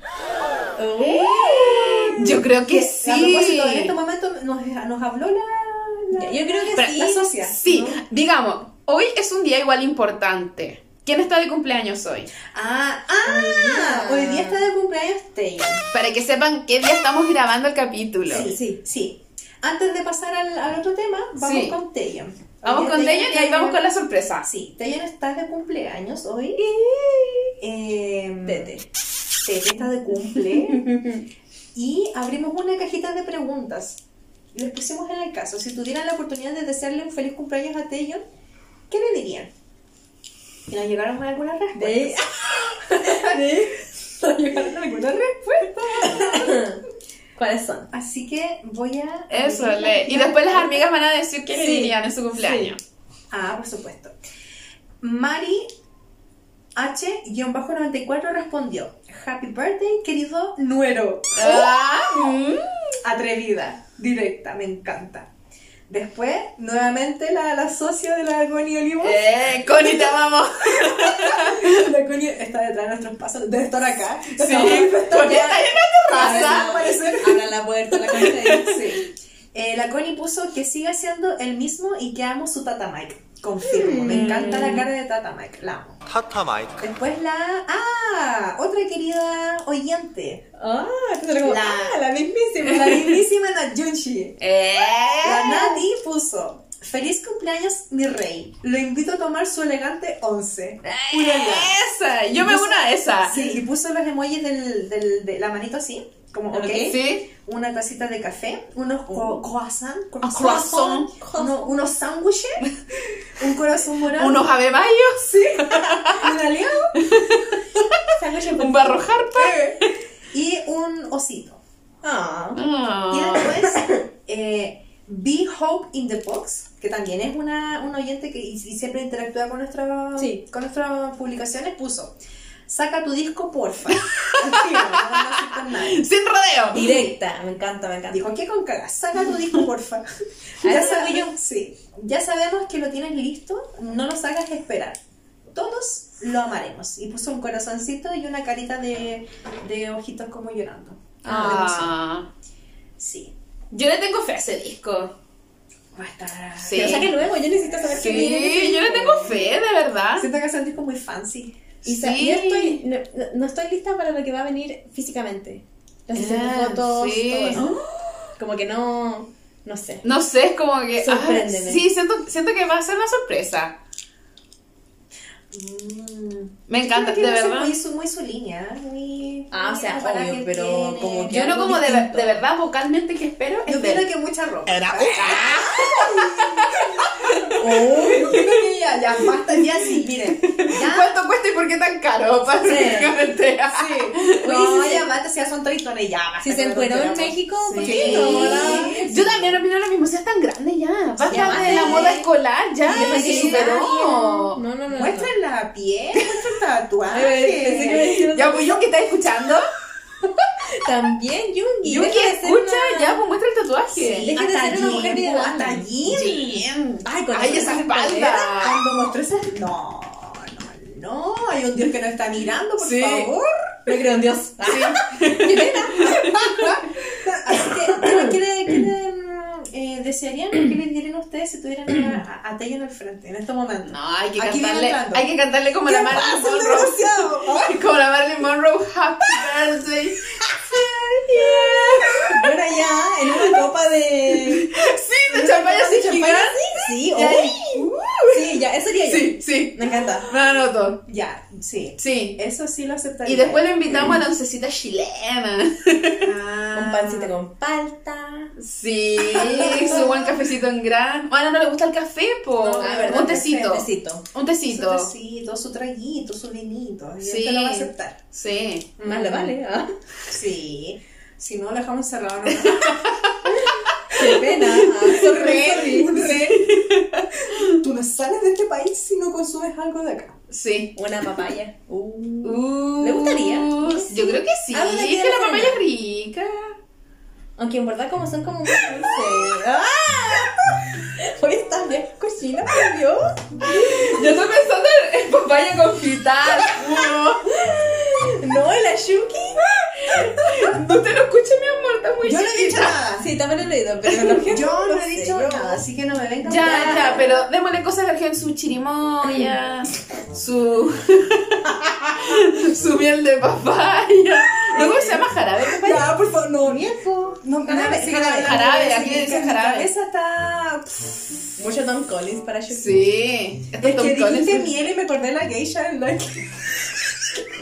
Speaker 12: Yo creo que sí.
Speaker 8: A propósito, en este momento nos, nos habló la, la-
Speaker 4: Yo creo que
Speaker 12: Pero-
Speaker 4: sí.
Speaker 8: la socia.
Speaker 12: Sí,
Speaker 8: ¿no?
Speaker 12: digamos, hoy es un día igual importante. ¿Quién está de cumpleaños hoy?
Speaker 8: Ah, ah, hoy día está de cumpleaños Taylor.
Speaker 12: Para que sepan qué día estamos grabando el capítulo.
Speaker 8: Sí, sí, sí. Antes de pasar al, al otro tema, vamos
Speaker 12: Sí.
Speaker 8: con Taylor.
Speaker 12: Vamos con Deyan y ahí vamos con la sorpresa.
Speaker 8: Sí, Taylor está de cumpleaños hoy. Eh, Tete. Tete está de cumple. y abrimos una cajita de preguntas. Y les pusimos en el caso. Si tuvieran la oportunidad de desearle un feliz cumpleaños a Taylor, ¿qué le dirían? Y nos llegaron algunas respuestas. Nos llegaron algunas respuestas.
Speaker 4: ¿Cuáles son?
Speaker 8: Así que voy a.
Speaker 12: Eso, le. Y después las amigas van a decir qué le dirían en su cumpleaños.
Speaker 8: Ah, por supuesto. Mari H-94 respondió: Happy birthday, querido nuero. ¡Oh!
Speaker 12: Ah, mm.
Speaker 8: Atrevida, directa, me encanta. Después, nuevamente la, la socia de la Connie Olivos.
Speaker 12: Eh, Connie, te amamos.
Speaker 8: La Connie está detrás de nuestros pasos, debe estar acá. Sí,
Speaker 12: Connie está en la terraza.
Speaker 8: Abra la puerta, la Connie. Sí. Eh, la Connie puso que siga siendo el mismo y que amo su Tata Mike. Confirmo,
Speaker 4: Mm.
Speaker 8: me encanta la cara de Tata Mike, la amo.
Speaker 13: 타타 마이크.
Speaker 8: Después la. ¡Ah! Otra querida oyente.
Speaker 4: Ah, esto es como...
Speaker 8: La-
Speaker 4: Ah, la mismísima.
Speaker 8: La mismísima Natyunchi. La
Speaker 12: Eh.
Speaker 8: Nati puso. Feliz cumpleaños, mi rey. Lo invito a tomar su elegante once.
Speaker 4: Eh,
Speaker 8: Úrala.
Speaker 12: Esa, yo me uno a esa.
Speaker 8: Sí, y puso los emojis del, del- de la manito así, como ok.
Speaker 12: Sí.
Speaker 8: Una tacita de café, unos cro- croissant, cro-
Speaker 12: Ah, croissant.
Speaker 8: uno- unos sándwiches, un corazón morado,
Speaker 12: Unos abebayos.
Speaker 8: un aliado
Speaker 12: Un barro harpa.
Speaker 8: y un osito.
Speaker 4: Ah.
Speaker 8: Y
Speaker 12: Ah.
Speaker 8: después, eh, Be Hope in the Box, que también es una, un oyente que y, y siempre interactúa con, nuestra-
Speaker 4: Sí.
Speaker 8: con nuestras publicaciones, puso, saca tu disco, porfa. Así, no, no, no sé con nadie.
Speaker 12: Sin rodeo.
Speaker 4: Directa, me encanta, me encanta.
Speaker 8: Dijo, ¿qué con cagas? Saca tu disco, porfa.
Speaker 4: Ah, eso fui yo.
Speaker 8: sí. ya sabemos que lo tienes listo, no nos hagas esperar. Todos lo amaremos. Y puso un corazoncito y una carita de, de ojitos como llorando.
Speaker 12: Ah.
Speaker 8: Sí.
Speaker 12: Yo le tengo fe a ese disco.
Speaker 14: va a estar.
Speaker 5: Sí.
Speaker 4: O sea que luego yo necesito saber qué
Speaker 5: Sí, yo le tengo fe, de verdad.
Speaker 9: Siento que sentís como muy fancy.
Speaker 4: Y sa-
Speaker 5: Sí.
Speaker 4: yo estoy, no, no- no estoy lista para lo que va a venir físicamente. Las sesiones de
Speaker 5: Ah,
Speaker 4: fotos,
Speaker 5: sí.
Speaker 4: todo eso. Como que no, no sé.
Speaker 5: No sé, es como que. ah,
Speaker 4: Sorpréndeme.
Speaker 5: sí, siento, siento que va a ser una sorpresa. Me encanta, de verdad.
Speaker 8: Muy su, muy su línea. Muy,
Speaker 4: Ah, o
Speaker 8: muy
Speaker 4: sea,
Speaker 8: la parada
Speaker 4: obvio,
Speaker 8: que
Speaker 4: pero
Speaker 8: tiene.
Speaker 4: como que-
Speaker 5: Yo no
Speaker 4: algo
Speaker 5: como de,
Speaker 4: distinto.
Speaker 5: de verdad vocalmente que espero es
Speaker 8: Yo
Speaker 5: ver-
Speaker 8: creo que mucha ropa.
Speaker 9: Yo creo que ya, ya, basta.
Speaker 8: Ya sí, miren. Ya.
Speaker 5: ¿Cuánto cuesta y por qué tan caro? Para
Speaker 8: Sí.
Speaker 5: prácticamente.
Speaker 8: No, ya mata, si ya son tritones, ya. basta
Speaker 4: Si se
Speaker 8: con
Speaker 4: encueró en
Speaker 8: tonteras.
Speaker 4: México, ¿por
Speaker 8: Sí.
Speaker 4: qué no? ¿verdad?
Speaker 5: Yo también opino lo mismo, seas tan grande ya. Basta
Speaker 8: Ya,
Speaker 5: de la
Speaker 8: sí.
Speaker 5: moda escolar ya.
Speaker 8: Sí,
Speaker 5: se
Speaker 8: sí,
Speaker 5: superó.
Speaker 4: No, no, no.
Speaker 8: Muestra la piel, muestra el
Speaker 4: Ay, pensé que iba a
Speaker 8: tatuaje.
Speaker 4: decir otra-
Speaker 5: Ya, pues yo que estás escuchando.
Speaker 4: También Yungi.
Speaker 5: Yo que
Speaker 4: deja de ser
Speaker 5: escucha,
Speaker 4: una-
Speaker 5: ya, pues muestra el tatuaje.
Speaker 4: Deja de
Speaker 8: Hasta
Speaker 4: ser una
Speaker 8: allí,
Speaker 4: mujer
Speaker 8: po, hasta
Speaker 4: videoante.
Speaker 8: allí.
Speaker 4: Ay, con
Speaker 5: Ay,
Speaker 4: eso
Speaker 5: esa
Speaker 4: se
Speaker 5: espalda.
Speaker 8: Cuando mostró esa. No, no, no. Hay un Dios que nos está mirando, por
Speaker 5: Sí.
Speaker 8: favor.
Speaker 4: No creo en Dios. Qué pena.
Speaker 8: Así que, ¿qué le, qué le, mm, eh, desearían, qué le dirían ustedes si tuvieran a, a, a Tello en el frente en este momento?
Speaker 5: No, hay que
Speaker 8: Aquí viene
Speaker 5: cantarle.
Speaker 8: entrando.
Speaker 5: Hay que cantarle como la Marilyn
Speaker 8: pasa, el
Speaker 5: Monroe.
Speaker 8: desgraciado?
Speaker 5: Como la Marilyn Monroe. Happy birthday.
Speaker 8: Bueno, ya, en una copa de.
Speaker 5: Sí, de champaña
Speaker 8: ¿De
Speaker 5: sin
Speaker 8: champaña?
Speaker 5: gigante.
Speaker 8: Sí,
Speaker 5: Ya.
Speaker 8: uy. Sí, ya, eso sería yo.
Speaker 5: Sí, sí.
Speaker 8: Me encanta.
Speaker 5: Me anoto.
Speaker 8: Ya, sí.
Speaker 5: Sí.
Speaker 8: Eso sí lo aceptaría. Mm.
Speaker 5: Y después lo invitamos a la oncecita chilena.
Speaker 4: Con pancito con
Speaker 8: Ah,
Speaker 4: palta.
Speaker 5: Sí, su buen cafecito en gran. Bueno, no le gusta el café, po. un tecito.
Speaker 8: Tecito.
Speaker 5: Un
Speaker 8: Su
Speaker 5: tecito.
Speaker 8: tecito, su traguito, su vinito. Y
Speaker 5: Sí.
Speaker 8: él te lo va a aceptar.
Speaker 5: Sí. Mm.
Speaker 4: Más le vale. ¿ah?
Speaker 8: Sí. Si no, lo dejamos cerrado. ¿no?
Speaker 4: Qué pena. ah, sorry, sorry.
Speaker 8: Tú no sales de este país si no consumes algo de acá.
Speaker 5: Sí.
Speaker 4: Una papaya. Uh.
Speaker 5: Uh,
Speaker 4: ¿Le gustaría?
Speaker 5: Yo creo que sí.
Speaker 4: Ah, bueno,
Speaker 5: Es
Speaker 4: tiene
Speaker 5: que
Speaker 4: la
Speaker 5: la mamá
Speaker 4: crema.
Speaker 5: es rica.
Speaker 4: Aunque en verdad como son como muy dulces. ¡Ah! Hoy estás bien cochina, por Dios.
Speaker 5: Yo estoy pensando en, en papaya confitada.
Speaker 4: No, la Yuki.
Speaker 5: No te lo escuches, mi amor, está muy
Speaker 8: Yo no he dicho
Speaker 5: chiquita.
Speaker 8: nada.
Speaker 4: Sí, también lo he leído, pero no
Speaker 8: Yo no he
Speaker 4: sé,
Speaker 8: dicho
Speaker 4: yo-
Speaker 8: nada, así que no me vengan.
Speaker 5: Ya, ya, pero démosle cosas al gen, su chirimoya, su. su miel de papaya. ¿No cómo se llama jarabe? de papaya?
Speaker 8: Ya, por favor, no. Niefo. No, jarabe,
Speaker 5: sí,
Speaker 8: jarabe.
Speaker 5: jarabe,
Speaker 8: Sí,
Speaker 5: aquí
Speaker 8: que
Speaker 5: dice
Speaker 8: mi
Speaker 5: jarabe.
Speaker 8: cabeza está... Pff,
Speaker 4: Mucho Tom Collins para Yuki.
Speaker 5: Sí. Estos
Speaker 8: Es que
Speaker 5: tontones.
Speaker 8: dijiste miel y me acordé de la geisha en la... ¿Qué? ¿Qué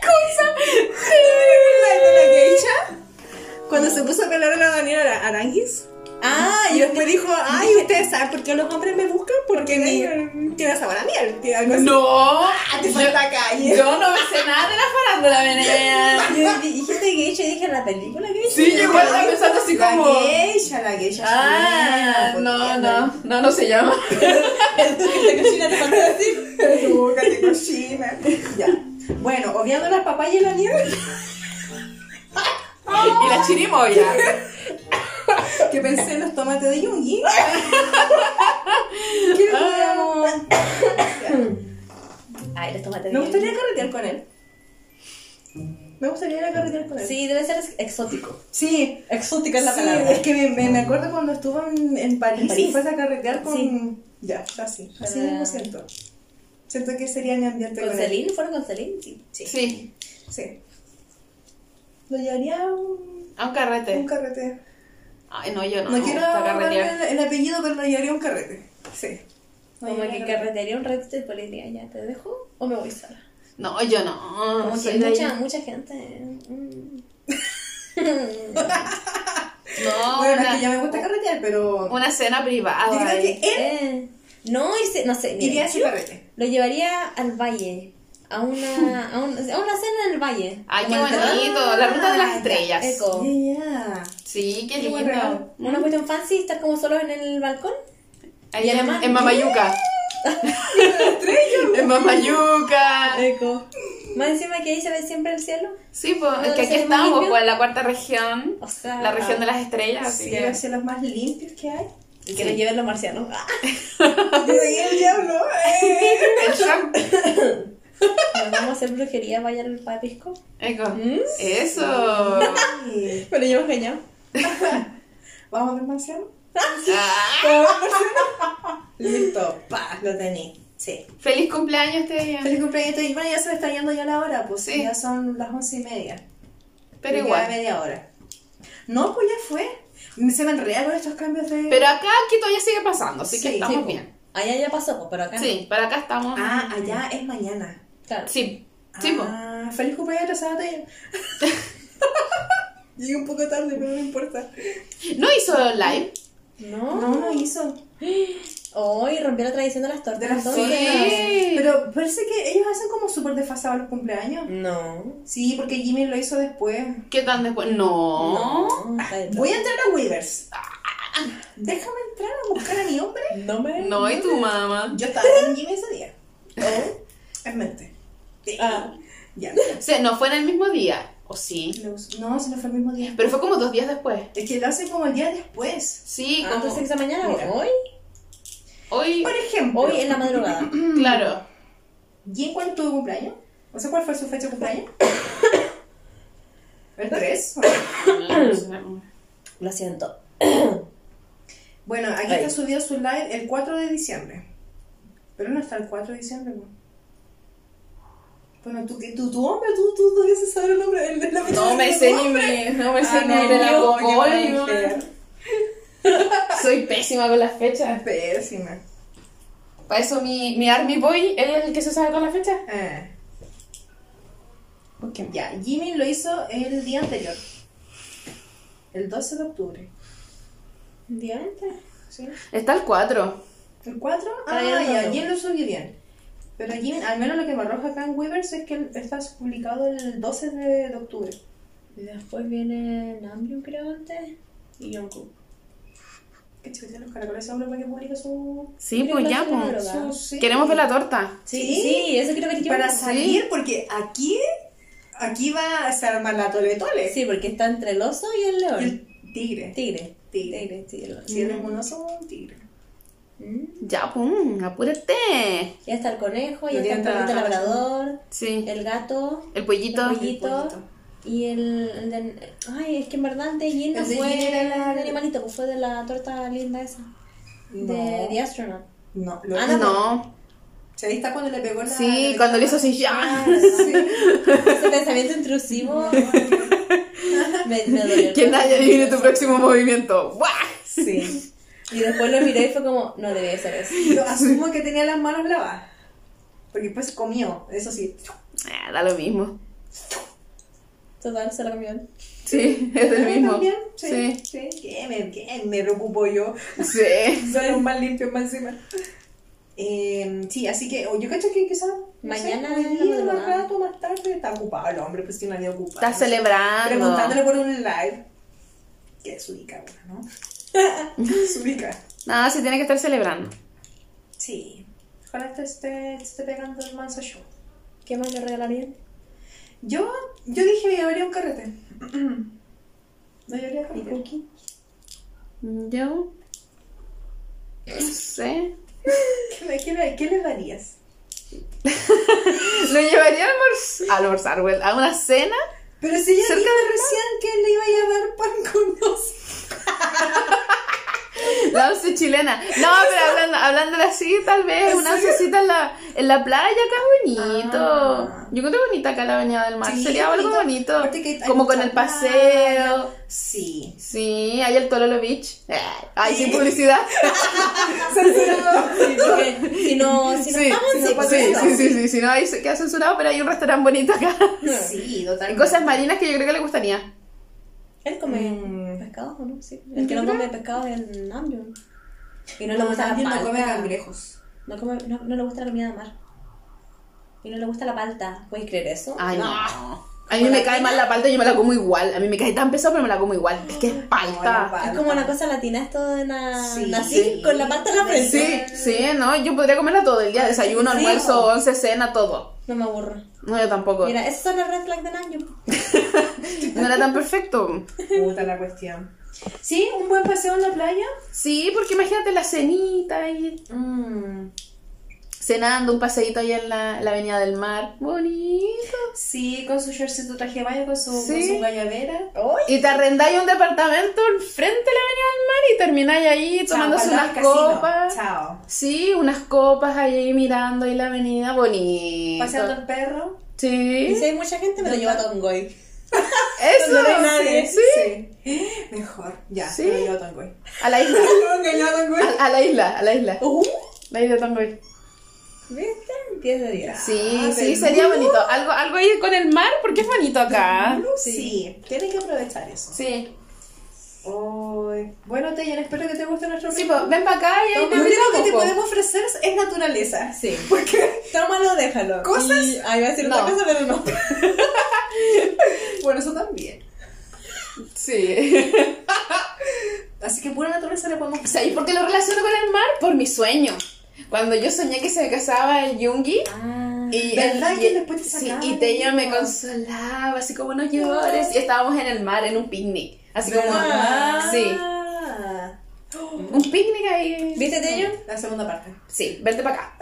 Speaker 8: cosa? La de la geisha. Cuando se puso a pelar a la Daniela Aranguis.
Speaker 4: Ah,
Speaker 8: Y
Speaker 4: yo
Speaker 8: después dijo, ay, ustedes saben por qué los hombres me buscan, porque mi... tiene sabor a miel, tiene algo así. Ah,
Speaker 5: No,
Speaker 8: te falta calle.
Speaker 5: yo no me sé nada de la farándula, venea.
Speaker 4: yo di- dijiste geisha y dije la película geisha.
Speaker 5: Sí, yo igual estaba pensando así como.
Speaker 8: La geisha, la geisha.
Speaker 5: Ah, no, no, no, no se llama.
Speaker 4: La cochina te faltó decir.
Speaker 8: Edúcate, cochina. Ya. Bueno, obviando las papayas y la miel,
Speaker 5: Y la chirimoya.
Speaker 8: que pensé en los tomates de Yungi. ¿Qué le podríamos-
Speaker 4: Ay, los tomates.
Speaker 8: Me
Speaker 4: de
Speaker 8: gustaría carretear con él. Me gustaría ir a carretear con él.
Speaker 4: Sí, debe ser ex- exótico.
Speaker 8: Sí,
Speaker 4: Exótica
Speaker 8: sí, es que me, me, me acuerdo cuando estuvo en, en París,
Speaker 4: En París.
Speaker 8: y fuese a carretear con.
Speaker 4: Sí.
Speaker 8: Ya, así. Así
Speaker 4: Ah.
Speaker 8: mismo siento. Siento que sería mi ambiente
Speaker 4: ¿Con
Speaker 8: con él.
Speaker 4: Celine? ¿Fueron con Celine? Sí.
Speaker 5: Sí,
Speaker 8: Sí. Lo llevaría a
Speaker 5: a
Speaker 8: un,
Speaker 5: un
Speaker 8: a un
Speaker 5: carrete.
Speaker 8: carrete.
Speaker 5: Ay, no, yo no.
Speaker 8: No quiero
Speaker 5: para carretear.
Speaker 8: darle el, el apellido, pero lo llevaría a un carrete. Sí.
Speaker 4: Como que carretería un ratito y después le diría, ya, ¿te dejo o me voy sola?
Speaker 8: Ah,
Speaker 5: No, yo no.
Speaker 4: Como que
Speaker 5: soy de ahí.
Speaker 4: mucha, mucha gente. mm.
Speaker 5: No,
Speaker 8: Bueno, es
Speaker 5: una,
Speaker 8: que ya me gusta carretear, pero.
Speaker 5: una cena privada.
Speaker 8: yo creo que
Speaker 5: ahí.
Speaker 8: él
Speaker 4: Eh, no, irse- no sé, mira,
Speaker 8: iría a ese carrete.
Speaker 4: lo llevaría al valle, a una, a, un- a una cena en el valle.
Speaker 5: Ay, qué
Speaker 4: Como el- Ah,
Speaker 5: bonito. La ruta de
Speaker 8: ya.
Speaker 5: las estrellas.
Speaker 4: Eco.
Speaker 8: Ya, ya.
Speaker 5: Sí, qué
Speaker 8: Qué buen
Speaker 5: lindo.
Speaker 8: regalo.
Speaker 4: Una cuestión fancy, estar como solos en el balcón.
Speaker 5: Ahí
Speaker 4: Y
Speaker 5: en,
Speaker 4: además-
Speaker 5: en Mamayuca. en Mamayuca.
Speaker 4: Eco. Más encima que ahí se ve siempre el cielo.
Speaker 5: Sí, pues,
Speaker 4: No,
Speaker 5: es que aquí
Speaker 4: no sé, más
Speaker 5: estamos,
Speaker 4: limpio.
Speaker 5: pues, en la cuarta región.
Speaker 4: O sea,
Speaker 5: La región de las estrellas. así
Speaker 8: Sí,
Speaker 5: que-
Speaker 8: los cielos más limpios que hay.
Speaker 4: que lo lleven los marcianos. Ah,
Speaker 8: Yo diría el diablo. eh.
Speaker 5: El shock.
Speaker 4: nos vamos a hacer brujería, vaya al papisco.
Speaker 5: Eco. Eso.
Speaker 8: Sí.
Speaker 4: Pero yo engañado.
Speaker 8: ¿Vamos a ver marciano?
Speaker 4: Ah.
Speaker 8: Listo, pa, lo tení. Sí.
Speaker 5: Feliz cumpleaños te día.
Speaker 8: Feliz cumpleaños. Y bueno, ya se me está yendo ya la hora, pues
Speaker 5: Sí.
Speaker 8: ya son las once y media.
Speaker 5: Pero
Speaker 8: Me
Speaker 5: igual.
Speaker 8: queda media hora. No, pues ya fue. Se me enreda con estos cambios de.
Speaker 5: Pero acá aquí todavía sigue pasando, así que
Speaker 8: Sí,
Speaker 5: estamos
Speaker 8: sí, pues.
Speaker 5: bien.
Speaker 4: Allá ya pasó, pues, pero acá no.
Speaker 5: Sí, para acá estamos.
Speaker 8: Ah, allá es mañana.
Speaker 4: Claro.
Speaker 5: Sí, sí, pues.
Speaker 8: ah, feliz cumpleaños atrasada Taylor. Llegué un poco tarde, pero no importa.
Speaker 5: No hizo live.
Speaker 4: No.
Speaker 8: No, no hizo.
Speaker 4: Hoy rompió la tradición de las tortas.
Speaker 8: De las
Speaker 4: entonces.
Speaker 8: tortas. Pero parece que ellos hacen como súper desfasados los cumpleaños.
Speaker 4: No.
Speaker 8: Sí, porque Jimmy lo hizo después.
Speaker 5: ¿Qué tan después? No.
Speaker 4: No, Ah, está bien.
Speaker 8: Ah, Voy a entrar a Weavers. Ah, Déjame entrar a buscar a mi hombre.
Speaker 4: No me.
Speaker 5: No, y tu mamá.
Speaker 8: Yo estaba con Jimmy ese día. Oh, Es mente. Sí.
Speaker 4: Ah.
Speaker 8: Ya.
Speaker 5: O sea, no fue en el mismo día. ¿O sí?
Speaker 8: Los- No, se lo fue el mismo día.
Speaker 5: Pero fue como dos días después.
Speaker 8: Es que lo hacen como el día después.
Speaker 5: Sí,
Speaker 4: Ah,
Speaker 5: como
Speaker 4: entonces esa mañana,
Speaker 8: Mira.
Speaker 4: hoy.
Speaker 5: hoy,
Speaker 8: Por ejemplo,
Speaker 4: Hoy en la madrugada.
Speaker 5: Mm. claro.
Speaker 8: ¿Jim cuándo tuvo cumpleaños? No sé cuál fue su fecha de cumpleaños. ¿El 3?
Speaker 4: Lo siento.
Speaker 8: Bueno, aquí
Speaker 4: Ahí.
Speaker 8: está subido su live el 4 de diciembre. Pero no está el 4 de diciembre, po. Bueno, tú, que- tú, tú, hombre, tú, tú, tú debes saber el nombre. el- la fecha de tu
Speaker 5: sé
Speaker 8: nombre.
Speaker 5: me, no me
Speaker 8: Ah, no, yo, qué mala mujer.
Speaker 5: Soy pésima con las fechas.
Speaker 8: Pésima.
Speaker 5: Para eso mi, mi Army Boy es el que se sabe con las fechas.
Speaker 8: Eh,
Speaker 5: ¿Por qué?
Speaker 8: ya, Jimmy lo hizo el día anterior. El 12 de octubre. ¿El día antes? Sí.
Speaker 5: Está el 4.
Speaker 8: ¿El 4? Ah,
Speaker 4: Ah, ya lo
Speaker 8: ya,
Speaker 4: tengo.
Speaker 8: Jim lo subió bien. Pero Jim, al menos lo que me arroja acá en Weavers es que está publicado el 12 de, de octubre.
Speaker 4: Y después viene Namjoon, creo, antes. Y Jungkook.
Speaker 8: Que chico tiene los caracoles ese hombre para que publique su...
Speaker 5: Sí,
Speaker 4: Yo
Speaker 5: pues
Speaker 4: creo
Speaker 5: ya,
Speaker 4: que no
Speaker 5: pues.
Speaker 4: lo da.
Speaker 8: su- sí.
Speaker 5: Queremos ver la torta.
Speaker 4: Sí,
Speaker 8: Sí.
Speaker 4: sí, eso creo que te quiero
Speaker 8: Para
Speaker 4: preguntar.
Speaker 8: salir, porque aquí... Aquí va a se armar la tole tole.
Speaker 4: Sí, porque está entre el oso y el león.
Speaker 8: Y el tigre.
Speaker 4: Tigre.
Speaker 8: Tigre. Mm.
Speaker 4: Tigre, sí, el oso.
Speaker 8: Si eres un oso, un tigre.
Speaker 5: Ya, pues, apúrete.
Speaker 4: Ya está el conejo, ya
Speaker 8: Lo
Speaker 4: está el
Speaker 8: tienen
Speaker 4: perrito
Speaker 8: trabajado.
Speaker 4: labrador,
Speaker 5: Sí.
Speaker 4: el gato,
Speaker 5: El pollito.
Speaker 4: el pollito. Y el, el de- Ay, es que en verdad de Jin no
Speaker 8: El de
Speaker 4: fue
Speaker 8: Jin era la-
Speaker 4: de animalito, pues fue de la torta linda esa. De
Speaker 8: No.
Speaker 4: The Astronaut.
Speaker 8: No, lo
Speaker 4: Ah,
Speaker 5: No.
Speaker 8: Se ahí está cuando le pegó la...
Speaker 5: Sí, cuando le hizo así ya.
Speaker 4: Ese pensamiento intrusivo me, me dolió.
Speaker 5: ¿Quién da? Ya adivine tu próximo movimiento. ¡Buah!
Speaker 8: Sí.
Speaker 4: Y después lo miré y fue como, no debía ser eso.
Speaker 8: Yo asumo que tenía las manos lavadas. Porque después comió, eso sí.
Speaker 5: Ah, da lo mismo.
Speaker 4: Total, se lo cambió. él.
Speaker 5: Sí, es del
Speaker 8: Ah,
Speaker 5: mismo.
Speaker 8: también,
Speaker 5: Sí.
Speaker 8: sí. sí. ¿Qué me, qué me preocupo yo?
Speaker 5: Sí.
Speaker 8: Son los más limpios más encima.
Speaker 9: em,
Speaker 8: Eh, sí, así que o yo cacho que quizás
Speaker 4: Mañana
Speaker 8: no sé,
Speaker 4: en la
Speaker 8: hoy día, más
Speaker 4: madrugada.
Speaker 8: rato, más tarde, está ocupado el hombre, pues tiene una vida ocupada.
Speaker 5: Está
Speaker 8: no sé.
Speaker 5: celebrando.
Speaker 8: Preguntándole por un live. Que es ubica, ¿no? es ubica.
Speaker 5: Nada, sí tiene que estar celebrando.
Speaker 8: Sí. Ojalá te esté, te esté pegando el manso show.
Speaker 4: ¿Qué más le regalarían?
Speaker 8: Yo, yo dije me llevaría un carrete. No llevaría carrete.
Speaker 5: Yo. No sé.
Speaker 8: ¿Qué, le- qué, le- qué le darías?
Speaker 5: Lo llevaría a almorzar. A almorzar, güey. A una cena.
Speaker 8: Pero si ella
Speaker 5: Cerca
Speaker 8: dijo
Speaker 5: del
Speaker 8: recién que le iba a llevar pan con dos.
Speaker 5: La once chilena. No, pero hablando, hablándole así, tal vez una oncecita en la, en la playa, acá es bonito.
Speaker 8: Ah.
Speaker 5: Yo creo bonita acá la avenida del mar.
Speaker 8: Sí,
Speaker 5: Sería
Speaker 8: es
Speaker 5: algo
Speaker 8: bonito.
Speaker 5: bonito.
Speaker 8: Aparte que hay
Speaker 5: Como con
Speaker 8: mucha
Speaker 5: el paseo.
Speaker 8: Sí.
Speaker 5: Sí, hay el Tololo Beach. Eh, Ay, sin publicidad.
Speaker 4: Porque si no, si no,
Speaker 5: Sí,
Speaker 4: vamos,
Speaker 5: sí,
Speaker 4: sí, pues,
Speaker 5: sí,
Speaker 4: no.
Speaker 5: sí, sí, sí, sí, no, ahí se queda censurado, pero hay un restaurante bonito acá.
Speaker 8: Sí,
Speaker 5: Hay
Speaker 8: totalmente.
Speaker 5: cosas marinas que yo creo que le gustaría.
Speaker 4: Él come
Speaker 8: Mm.
Speaker 4: pescado, ¿o ¿no? Sí. El que no come pescado es el Namjoon. Y no, le gusta la palta.
Speaker 8: no come cangrejos.
Speaker 4: No, come- no, no le gusta la comida de mar. Y no le gusta la palta. ¿Puedes creer eso?
Speaker 5: Ay, no.
Speaker 8: Ah.
Speaker 5: A mí me cae mal la palta y yo me la como igual. A mí me cae tan pesado, pero me la como igual. Es que es
Speaker 8: No,
Speaker 5: palta.
Speaker 8: la
Speaker 4: Es como una cosa latina esto de na...
Speaker 8: Sí.
Speaker 4: nací
Speaker 8: Sí.
Speaker 4: con la palta en la frente.
Speaker 5: Sí, sí, no, yo podría comerla todo el día, desayuno,
Speaker 4: Sí.
Speaker 5: almuerzo, once, cena, todo.
Speaker 4: No me aburro.
Speaker 5: No, yo tampoco.
Speaker 4: Mira, esas son las red flags de Namjoon.
Speaker 5: No era tan perfecto.
Speaker 8: Puta la cuestión. Sí, un buen paseo en la playa. Mm,
Speaker 5: Sí, porque imagínate la cenita y... cenando, un paseíto ahí en la, en la avenida del mar. Bonito.
Speaker 8: Sí, con su shortcito traje de baño, con su, con
Speaker 5: Sí.
Speaker 8: su guayabera.
Speaker 5: Y te arrendáis un departamento enfrente de la avenida del mar y termináis ahí tomándose
Speaker 8: Chao,
Speaker 5: unas
Speaker 8: para el casino.
Speaker 5: copas.
Speaker 8: Chao.
Speaker 5: Sí, unas copas ahí mirando ahí la avenida. Bonito.
Speaker 8: Paseando el perro. Y
Speaker 5: Sí.
Speaker 8: si hay mucha gente, me lo llevo a Tongoy.
Speaker 5: Eso.
Speaker 8: Donde no hay nadie.
Speaker 5: Sí.
Speaker 8: Sí. Mejor, ya,
Speaker 5: Sí.
Speaker 8: me lo llevo a Tongoy.
Speaker 5: A la isla.
Speaker 8: Me lo llevo a Tongoy.
Speaker 5: A, a la isla, a la isla.
Speaker 8: Uh,
Speaker 5: La isla de Tongoy.
Speaker 8: ¿Viste? 10 de 10.
Speaker 5: Sí,
Speaker 8: Ah,
Speaker 5: sí,
Speaker 8: del
Speaker 5: sería
Speaker 8: mundo.
Speaker 5: bonito. Algo, algo ahí con el mar, porque es bonito acá.
Speaker 8: Sí. tienen que aprovechar eso.
Speaker 5: Sí.
Speaker 8: Ay, Bueno, Teyan, espero que te guste nuestro
Speaker 5: Sí,
Speaker 8: rico.
Speaker 5: pues ven para acá y ahí
Speaker 8: Lo
Speaker 5: te
Speaker 8: único que
Speaker 5: invitamos, pues.
Speaker 8: te
Speaker 5: po.
Speaker 8: podemos ofrecer es naturaleza. Sí. Porque tómalo, déjalo. Cosas. Ahí va a decir
Speaker 5: No.
Speaker 8: otra cosa, pero no. bueno, eso también.
Speaker 5: Sí.
Speaker 8: Así que pura naturaleza le podemos ofrecer.
Speaker 5: ¿Sabéis por qué lo relaciono con el mar? Por mi sueño. Cuando yo soñé que se me casaba el Yungi. y
Speaker 8: Ah, ¿Verdad
Speaker 5: y-
Speaker 8: que después te
Speaker 5: sí,
Speaker 8: sacaba
Speaker 5: y
Speaker 8: el
Speaker 5: Tella me
Speaker 8: niño?
Speaker 5: consolaba, así como no llores. Y estábamos en el mar, en un picnic. Así como.
Speaker 8: Ah.
Speaker 5: Sí. Un picnic ahí.
Speaker 8: ¿Viste, Teyan? Ah, La segunda parte.
Speaker 5: Sí, vente para acá.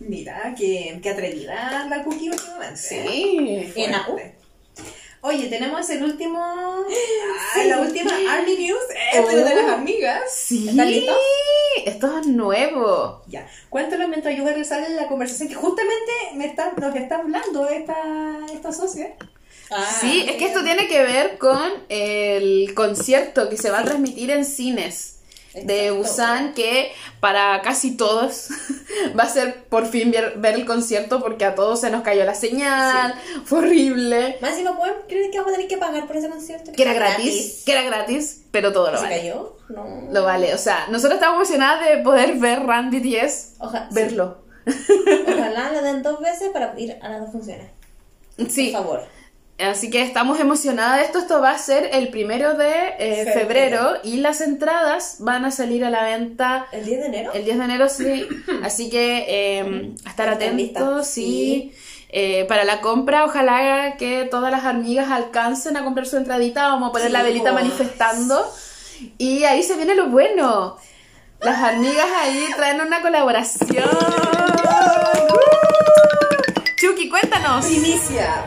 Speaker 8: Mira, qué, qué atrevida la cookie últimamente.
Speaker 5: Sí.
Speaker 8: Fuerte. Oye, tenemos el último. Ah, La última Army News. Eh,
Speaker 5: Oh.
Speaker 8: de las amigas. ¿Están listos?
Speaker 5: Esto es nuevo.
Speaker 8: Ya. Cuéntalo mientras yo voy a revisar la conversación que justamente me está, nos está hablando esta, esta socia. Ah,
Speaker 5: Sí, Ah, es que esto tiene que ver con el concierto que se va a transmitir en cines de Busan, que para casi todos va a ser por fin ver, ver el concierto porque a todos se nos cayó la señal, fue horrible,
Speaker 4: Más si no pueden creer que vamos a tener que pagar por ese concierto.
Speaker 5: que era gratis, que era gratis, pero todo lo
Speaker 4: ¿Se
Speaker 5: vale.
Speaker 4: cayó? No.
Speaker 5: Lo vale, o sea, nosotros estábamos emocionadas de poder ver Randy 10,
Speaker 4: Oja- sí.
Speaker 5: verlo.
Speaker 4: Ojalá lo den dos veces para ir a las dos funciones.
Speaker 5: Sí,
Speaker 4: Por favor.
Speaker 5: Así que estamos emocionadas de esto. Esto va a ser el primero de eh, febrero y las entradas van a salir a la venta
Speaker 4: ¿El 10 de enero?
Speaker 8: Eh,
Speaker 5: el 10 de enero, sí. Así que eh, a estar
Speaker 4: Están
Speaker 5: atentos,
Speaker 4: listas,
Speaker 5: sí. Eh, para la compra, ojalá que todas las amigas alcancen a comprar su entradita. Vamos a poner la velita manifestando. Y ahí se viene lo bueno. Las amigas ahí traen una colaboración. ¡Uh! Chucky, cuéntanos.
Speaker 8: Primicia.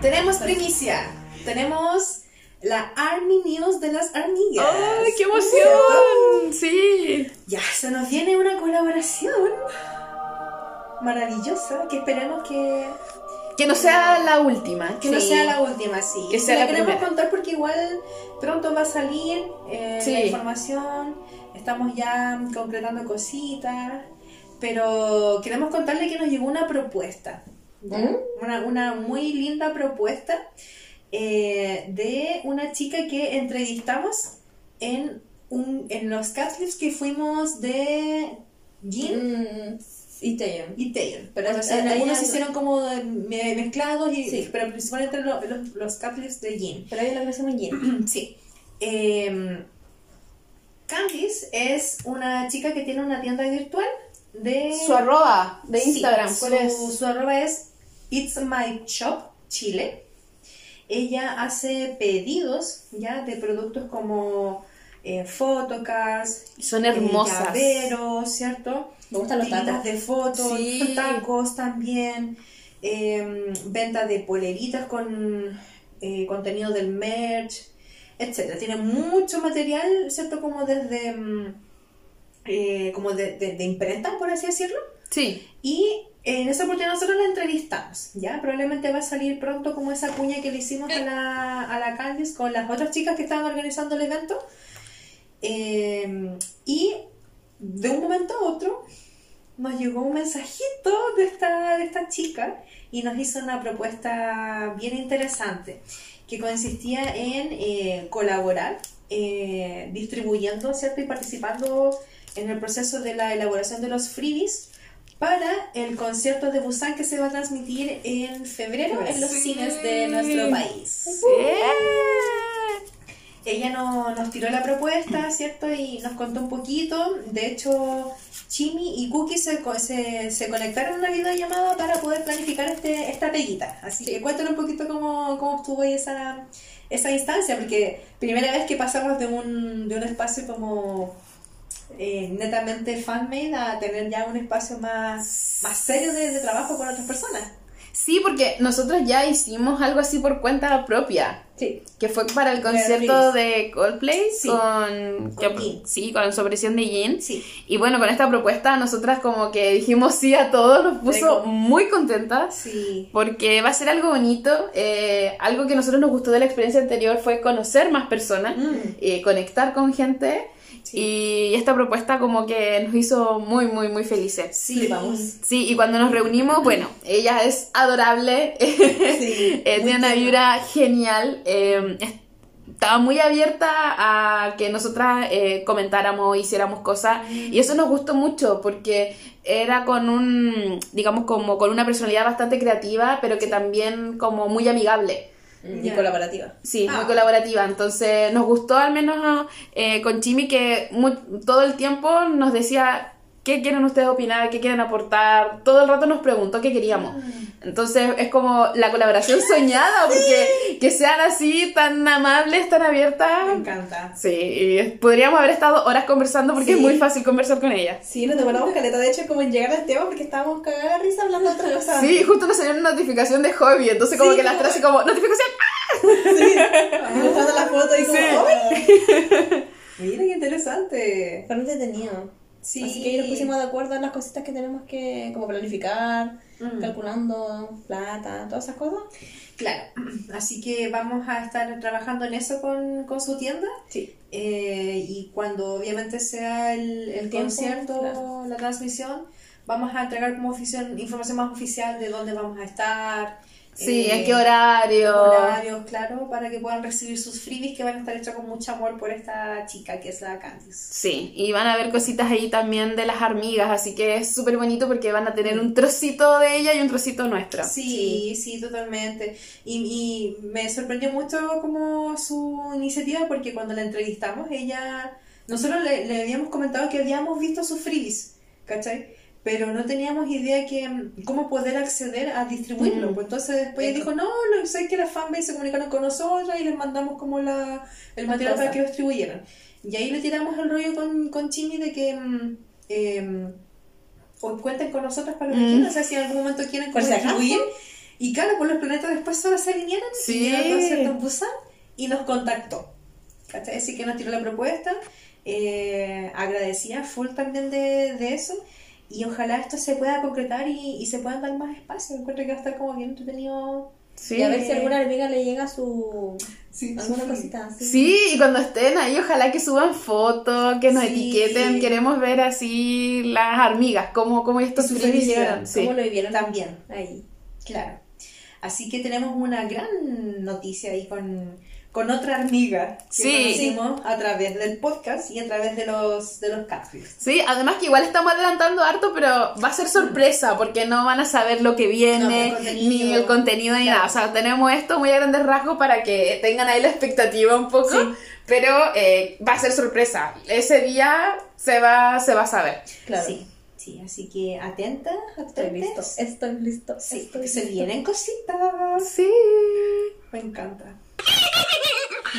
Speaker 8: Tenemos primicia. Tenemos la Army News de las amigas.
Speaker 5: ¡Ay, qué emoción! Sí.
Speaker 8: Ya, se nos viene una colaboración maravillosa que esperemos que
Speaker 5: Que no sea la última.
Speaker 8: Que no sea la última, sí.
Speaker 5: Que sea la
Speaker 8: queremos
Speaker 5: primera.
Speaker 8: contar porque igual pronto va a salir eh,
Speaker 5: Sí.
Speaker 8: la información. Estamos ya concretando cositas. Pero queremos contarle que nos llegó una propuesta. ¿ya?
Speaker 13: ¿Mm?
Speaker 8: Una, una muy linda propuesta eh, de una chica que entrevistamos en, un, en los Catholics que fuimos de Jin
Speaker 13: Mm,
Speaker 4: Y Taeyong.
Speaker 8: y Taylor.
Speaker 4: Pero
Speaker 8: Bueno,
Speaker 4: en-
Speaker 8: o sea,
Speaker 4: en
Speaker 8: algunos
Speaker 4: ella-
Speaker 8: se hicieron como eh, me- mezclados, y,
Speaker 4: Sí.
Speaker 8: pero principalmente lo- los, los couplets de Jin.
Speaker 4: Pero ahí lo que hacemos en Jin.
Speaker 8: Sí. Eh, Candice es una chica que tiene una tienda virtual de...
Speaker 5: Su arroba de
Speaker 8: Sí,
Speaker 5: Instagram. ¿Cuál
Speaker 8: su,
Speaker 5: es?
Speaker 8: su arroba es It's My Shop Chile. Ella hace pedidos ya de productos como eh, photocards,
Speaker 5: Son
Speaker 8: eh,
Speaker 5: hermosas.
Speaker 8: llaveros, ¿cierto?
Speaker 4: Me gustan los
Speaker 8: Tiritas
Speaker 4: tacos.
Speaker 8: de fotos,
Speaker 5: Sí.
Speaker 8: tacos también, eh, venta de poleritas con eh, contenido del merch, etcétera. Tiene mucho material, ¿cierto? Como desde mm, eh, como de, de- de imprenta, por así decirlo.
Speaker 5: Sí.
Speaker 8: Y en esa oportunidad nosotros la entrevistamos, ¿ya? Probablemente va a salir pronto como esa cuña que le hicimos a la, a la Candice con las otras chicas que estaban organizando el evento. Eh, y de un momento a otro nos llegó un mensajito de esta, de esta chica y nos hizo una propuesta bien interesante que consistía en eh, colaborar eh, distribuyendo ¿cierto? y participando en el proceso de la elaboración de los freebies para el concierto de Busan que se va a transmitir en febrero en los cines de nuestro país. Ella no- nos tiró la propuesta, ¿cierto? Y nos contó un poquito. De hecho, Chimi y Cookie se, co- se, se conectaron en una videollamada para poder planificar este, esta peguita. Así que cuéntanos un poquito cómo, cómo estuvo ahí esa, esa instancia, porque primera vez que pasamos de un, de un espacio como
Speaker 13: eh, netamente fan-made a tener ya un espacio más, más serio de, de trabajo con otras personas.
Speaker 5: Sí, porque nosotros ya hicimos algo así por cuenta propia.
Speaker 13: Sí.
Speaker 5: Que fue para el concierto de Coldplay con,
Speaker 13: Con
Speaker 5: que-
Speaker 13: Jin.
Speaker 5: sí, con su versión de Jin.
Speaker 13: Sí.
Speaker 5: Y bueno, con esta propuesta nosotras como que dijimos sí a todos, nos puso
Speaker 13: Rico.
Speaker 5: muy contentas.
Speaker 13: Sí.
Speaker 5: Porque va a ser algo bonito. eh, algo que a nosotros nos gustó de la experiencia anterior fue conocer más personas,
Speaker 13: Mm.
Speaker 5: eh, conectar con gente. Y esta propuesta como que nos hizo muy, muy, muy felices.
Speaker 13: Sí, vamos.
Speaker 5: Sí, y cuando nos reunimos, bueno, ella es adorable, eh, tiene una vibra genial, eh, es- estaba muy abierta a que nosotras eh, comentáramos, hiciéramos cosas, y eso nos gustó mucho porque era con un, digamos, como con una personalidad bastante creativa, pero que también como muy amigable.
Speaker 13: Y colaborativa.
Speaker 5: Sí, muy colaborativa. Entonces nos gustó al menos eh, con Chimi que mu- todo el tiempo nos decía qué quieren ustedes opinar, qué quieren aportar. Todo el rato nos preguntó qué queríamos.
Speaker 13: Mm.
Speaker 5: Entonces es como la colaboración soñada, porque que sean así, tan amables, tan
Speaker 13: Me
Speaker 5: abiertas.
Speaker 13: encanta.
Speaker 5: Sí, y podríamos haber estado horas conversando porque
Speaker 13: Sí.
Speaker 5: es muy fácil conversar con ella.
Speaker 13: Sí, nos demoramos caleta. De hecho, como en llegar al tema porque estábamos cagadas de risa hablando de otras cosas.
Speaker 5: Sí, justo nos salió una notificación de hobby, entonces como
Speaker 13: Ah. Sí,
Speaker 5: que las
Speaker 13: como-
Speaker 5: tres así como, notificación,
Speaker 13: Mostrando la foto y como, "Ay". Mira qué interesante.
Speaker 4: Fue entretenido.
Speaker 13: Sí.
Speaker 4: Así que ahí nos pusimos de acuerdo en las cositas que tenemos que como planificar,
Speaker 5: Mm.
Speaker 4: calculando plata, todas esas cosas.
Speaker 13: Claro, así que vamos a estar trabajando en eso con, con su tienda.
Speaker 4: Sí.
Speaker 13: Eh, y cuando obviamente sea el, el
Speaker 4: tiempo,
Speaker 13: concierto,
Speaker 4: claro.
Speaker 13: la transmisión, vamos a entregar como ofici- información más oficial de dónde vamos a estar.
Speaker 5: sí,
Speaker 13: eh,
Speaker 5: ¿en qué horario?
Speaker 13: Horarios, claro, para que puedan recibir sus freebies que van a estar hechos con mucho amor por esta chica que es la Candice.
Speaker 5: Sí, y van a ver cositas ahí también de las hormigas, así que es súper bonito porque van a tener un trocito de ella y un trocito nuestro.
Speaker 13: Sí, sí, totalmente. Y, y me sorprendió mucho como su iniciativa porque cuando la entrevistamos, ella, nosotros le, le habíamos comentado que habíamos visto sus freebies, ¿cachai? Pero no teníamos idea que mm, cómo poder acceder a distribuirlo.
Speaker 4: Mm.
Speaker 13: Pues entonces después ella dijo, no, no, sé que las fanbase se comunicaron con nosotras y les mandamos como la, el material para que lo distribuyeran. Y ahí le tiramos el rollo con, con Chimi de que... mm, em, o cuenten con nosotras para lo que quieran, o sea, si en algún momento quieren
Speaker 4: Mm. Por si acaso.
Speaker 13: contribuir. Y claro, por los planetas después solo se alinearon
Speaker 5: Sí.
Speaker 13: y llegaron al concierto en Busan y nos contactó. ¿Cachai? Así que nos tiró la propuesta. Eh, agradecida full también de, de eso. Y ojalá esto se pueda concretar y, y se puedan dar más espacio. Encuentro que va a estar como bien entretenido.
Speaker 5: Sí.
Speaker 4: Y a ver si a alguna hormiga le llega su... alguna cosita así.
Speaker 5: Sí, y cuando estén ahí, ojalá que suban fotos, que nos
Speaker 13: Sí.
Speaker 5: etiqueten, queremos ver así las hormigas, cómo, cómo estos
Speaker 13: su
Speaker 5: freebies
Speaker 13: felicidad,
Speaker 5: llegaron. Sí.
Speaker 4: ¿Cómo lo vivieron?
Speaker 13: También.
Speaker 4: Ahí.
Speaker 13: Claro. Así que tenemos una gran noticia ahí con, con otra amiga que
Speaker 5: Sí.
Speaker 13: conocimos a través del podcast y a través de los, de los catfish.
Speaker 5: Sí, además que igual estamos adelantando harto, pero va a ser sorpresa porque no van a saber lo que viene,
Speaker 13: No, el contenido.
Speaker 5: ni el contenido, ni nada. O sea, tenemos esto muy a grandes rasgos para que tengan ahí la expectativa un poco, pero eh, va a ser sorpresa. Ese día se va, se va a saber.
Speaker 4: Claro.
Speaker 13: Sí, sí, así que atenta,
Speaker 4: Estoy listo.
Speaker 13: atentos.
Speaker 4: Estoy listo.
Speaker 13: Sí,
Speaker 4: estoy
Speaker 13: que se
Speaker 4: listo.
Speaker 13: vienen cositas.
Speaker 5: Sí.
Speaker 13: Me encanta.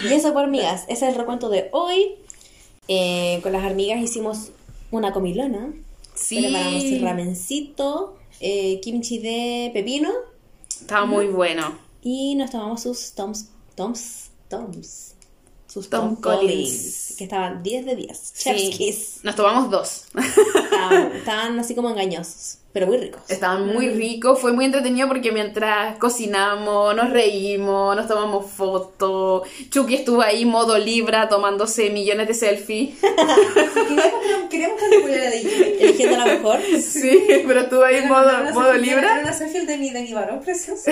Speaker 4: Y eso por hormigas, ese es el recuento de hoy. Eh, con las hormigas hicimos una comilona. Preparamos
Speaker 5: Sí.
Speaker 4: ramencito, eh, kimchi de pepino
Speaker 5: Estaba muy bueno.
Speaker 4: y nos tomamos sus toms, toms, toms. Sus
Speaker 5: Tom
Speaker 4: Tom,
Speaker 5: Collins.
Speaker 4: Collins, que estaban 10 de 10. Chef's
Speaker 5: Sí.
Speaker 4: kiss.
Speaker 5: Nos tomamos dos.
Speaker 4: Estaban, Ah, estaban así como engañosos, pero muy ricos.
Speaker 5: Estaban muy ricos, fue muy entretenido porque mientras cocinamos, nos reímos, nos tomamos fotos. Chucky estuvo ahí modo libra tomándose millones de selfies.
Speaker 13: Queremos, queremos que la polera de Jimmy.
Speaker 4: Eligiendo la mejor.
Speaker 5: Sí, pero estuvo ahí modo, modo
Speaker 13: Era
Speaker 5: libra.
Speaker 13: una selfie de mi, de mi varón precioso.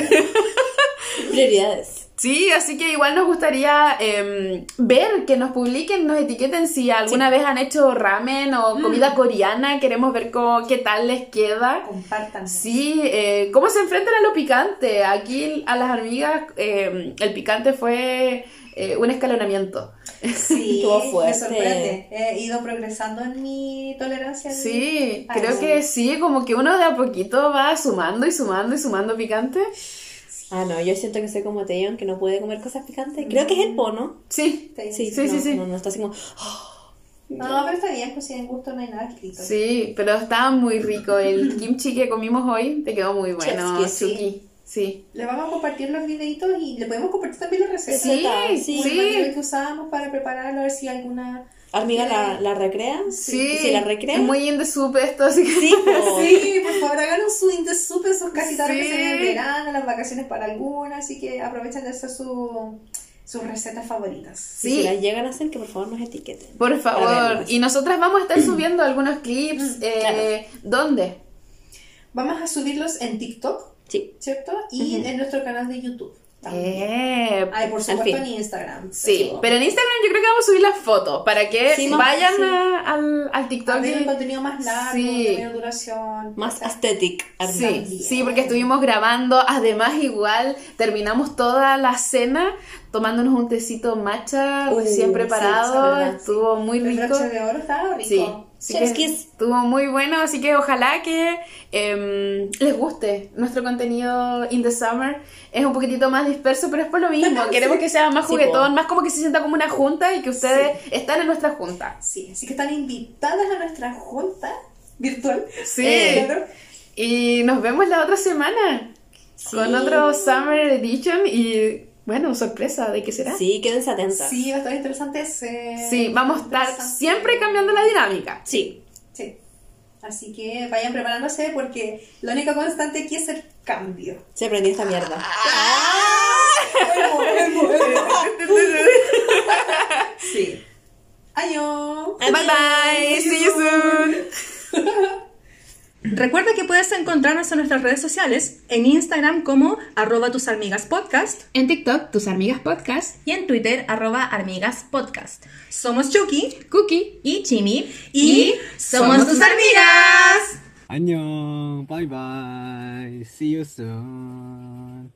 Speaker 4: Prioridades.
Speaker 5: Sí, así que igual nos gustaría em, ver que nos publiquen, nos etiqueten si alguna vez han hecho ramen o
Speaker 13: Mm.
Speaker 5: comida coreana. Queremos ver cómo, qué tal les queda.
Speaker 13: Compartan.
Speaker 5: Sí, eh, ¿cómo se enfrentan a lo picante? Aquí a las hormigas eh, el picante fue eh, un escalonamiento.
Speaker 13: Sí,
Speaker 4: Estuvo
Speaker 13: me
Speaker 4: fuerte.
Speaker 13: sorprende. He ido progresando en mi tolerancia. al-
Speaker 5: Sí,
Speaker 13: Ah,
Speaker 5: creo
Speaker 13: sí.
Speaker 5: que sí, como que uno de a poquito va sumando y sumando y sumando picante.
Speaker 4: Ah, no, yo siento que soy como Teyon, que no puede comer cosas picantes. Creo que es el pono.
Speaker 5: Mm. Sí, sí, sí,
Speaker 4: no,
Speaker 5: sí.
Speaker 4: No, no está así como.
Speaker 13: No, pero está bien, pues si en gusto no hay nada escrito.
Speaker 5: Sí, pero estaba muy rico. El kimchi que comimos hoy te quedó muy bueno,
Speaker 13: Chef's kiss, sí.
Speaker 5: Suki. Sí.
Speaker 13: Le vamos a compartir los videitos y le podemos compartir también las recetas.
Speaker 5: Sí, sí.
Speaker 13: Como el material que usábamos para prepararlo, a ver si alguna...
Speaker 4: Amiga, ¿la, la recrean?
Speaker 5: Sí,
Speaker 4: ¿Y si la recrean?
Speaker 5: muy in the soup esto, así que...
Speaker 4: Sí, po.
Speaker 13: Sí, por favor, hagan un swing de soup, esos casitas
Speaker 5: Sí.
Speaker 13: que se vienen en verano, las vacaciones para alguna, así que aprovechen de hacer su- sus recetas favoritas.
Speaker 4: Y Si
Speaker 5: Sí,
Speaker 4: las llegan a hacer, que por favor nos etiqueten.
Speaker 5: por
Speaker 4: Para
Speaker 5: favor.
Speaker 4: verlas.
Speaker 13: pues.
Speaker 5: Y nosotras vamos a estar subiendo algunos
Speaker 13: Mm,
Speaker 5: clips. eh, ¿Dónde?
Speaker 13: Vamos a subirlos en TikTok,
Speaker 4: Sí.
Speaker 13: ¿cierto? Y en nuestro canal de YouTube. También.
Speaker 5: Eh,
Speaker 13: Ay, por
Speaker 4: fin.
Speaker 13: supuesto en Instagram.
Speaker 5: Sí, pero en Instagram yo creo que vamos a subir las fotos para que
Speaker 4: Sí, vamos,
Speaker 5: vayan
Speaker 4: sí.
Speaker 5: a- al, al TikTok.
Speaker 13: También un
Speaker 5: y-
Speaker 13: contenido más largo,
Speaker 5: Sí.
Speaker 13: de menor duración.
Speaker 4: Más aesthetic.
Speaker 5: Sí,
Speaker 4: Armando.
Speaker 5: sí, porque estuvimos grabando, además igual terminamos toda la cena tomándonos un tecito matcha
Speaker 4: Uh,
Speaker 5: recién
Speaker 4: sí,
Speaker 5: preparado,
Speaker 4: esa verdad,
Speaker 5: estuvo muy
Speaker 13: El
Speaker 5: rico.
Speaker 13: broche de oro estaba rico.
Speaker 5: Sí, sí que
Speaker 4: Chef's kiss.
Speaker 5: estuvo muy bueno, así que ojalá que em, les guste nuestro contenido in the summer. Es un poquitito más disperso, pero es por lo mismo. Queremos que sea más
Speaker 4: Sí,
Speaker 5: juguetón,
Speaker 4: po.
Speaker 5: más como que se sienta como una junta y que ustedes están en nuestra junta.
Speaker 13: Sí, así que están invitadas a nuestra junta virtual.
Speaker 5: Sí.
Speaker 13: Eh,
Speaker 5: Y nos vemos la otra semana con otro Summer Edition y bueno, sorpresa de qué será. Sí,
Speaker 4: Sí, quédense atentas.
Speaker 13: Sí, va a estar interesante ese.
Speaker 5: vamos a estar
Speaker 13: interesante.
Speaker 5: siempre cambiando la dinámica.
Speaker 4: Sí.
Speaker 13: Sí. Así que vayan preparándose porque la única constante aquí es el cambio. Ah.
Speaker 4: Se aprendió esta mierda.
Speaker 13: Sí. Adiós.
Speaker 5: Bye bye, see you soon.
Speaker 15: Recuerda que puedes encontrarnos en nuestras redes sociales, en Instagram como arroba tus amigas podcast
Speaker 16: En TikTok, tus amigas podcast, y en Twitter, arroba armigas podcast.
Speaker 15: Somos Chucky
Speaker 16: Cookie y Chimi
Speaker 15: y,
Speaker 16: somos tus amigas.
Speaker 17: 안녕, bye bye, see you soon.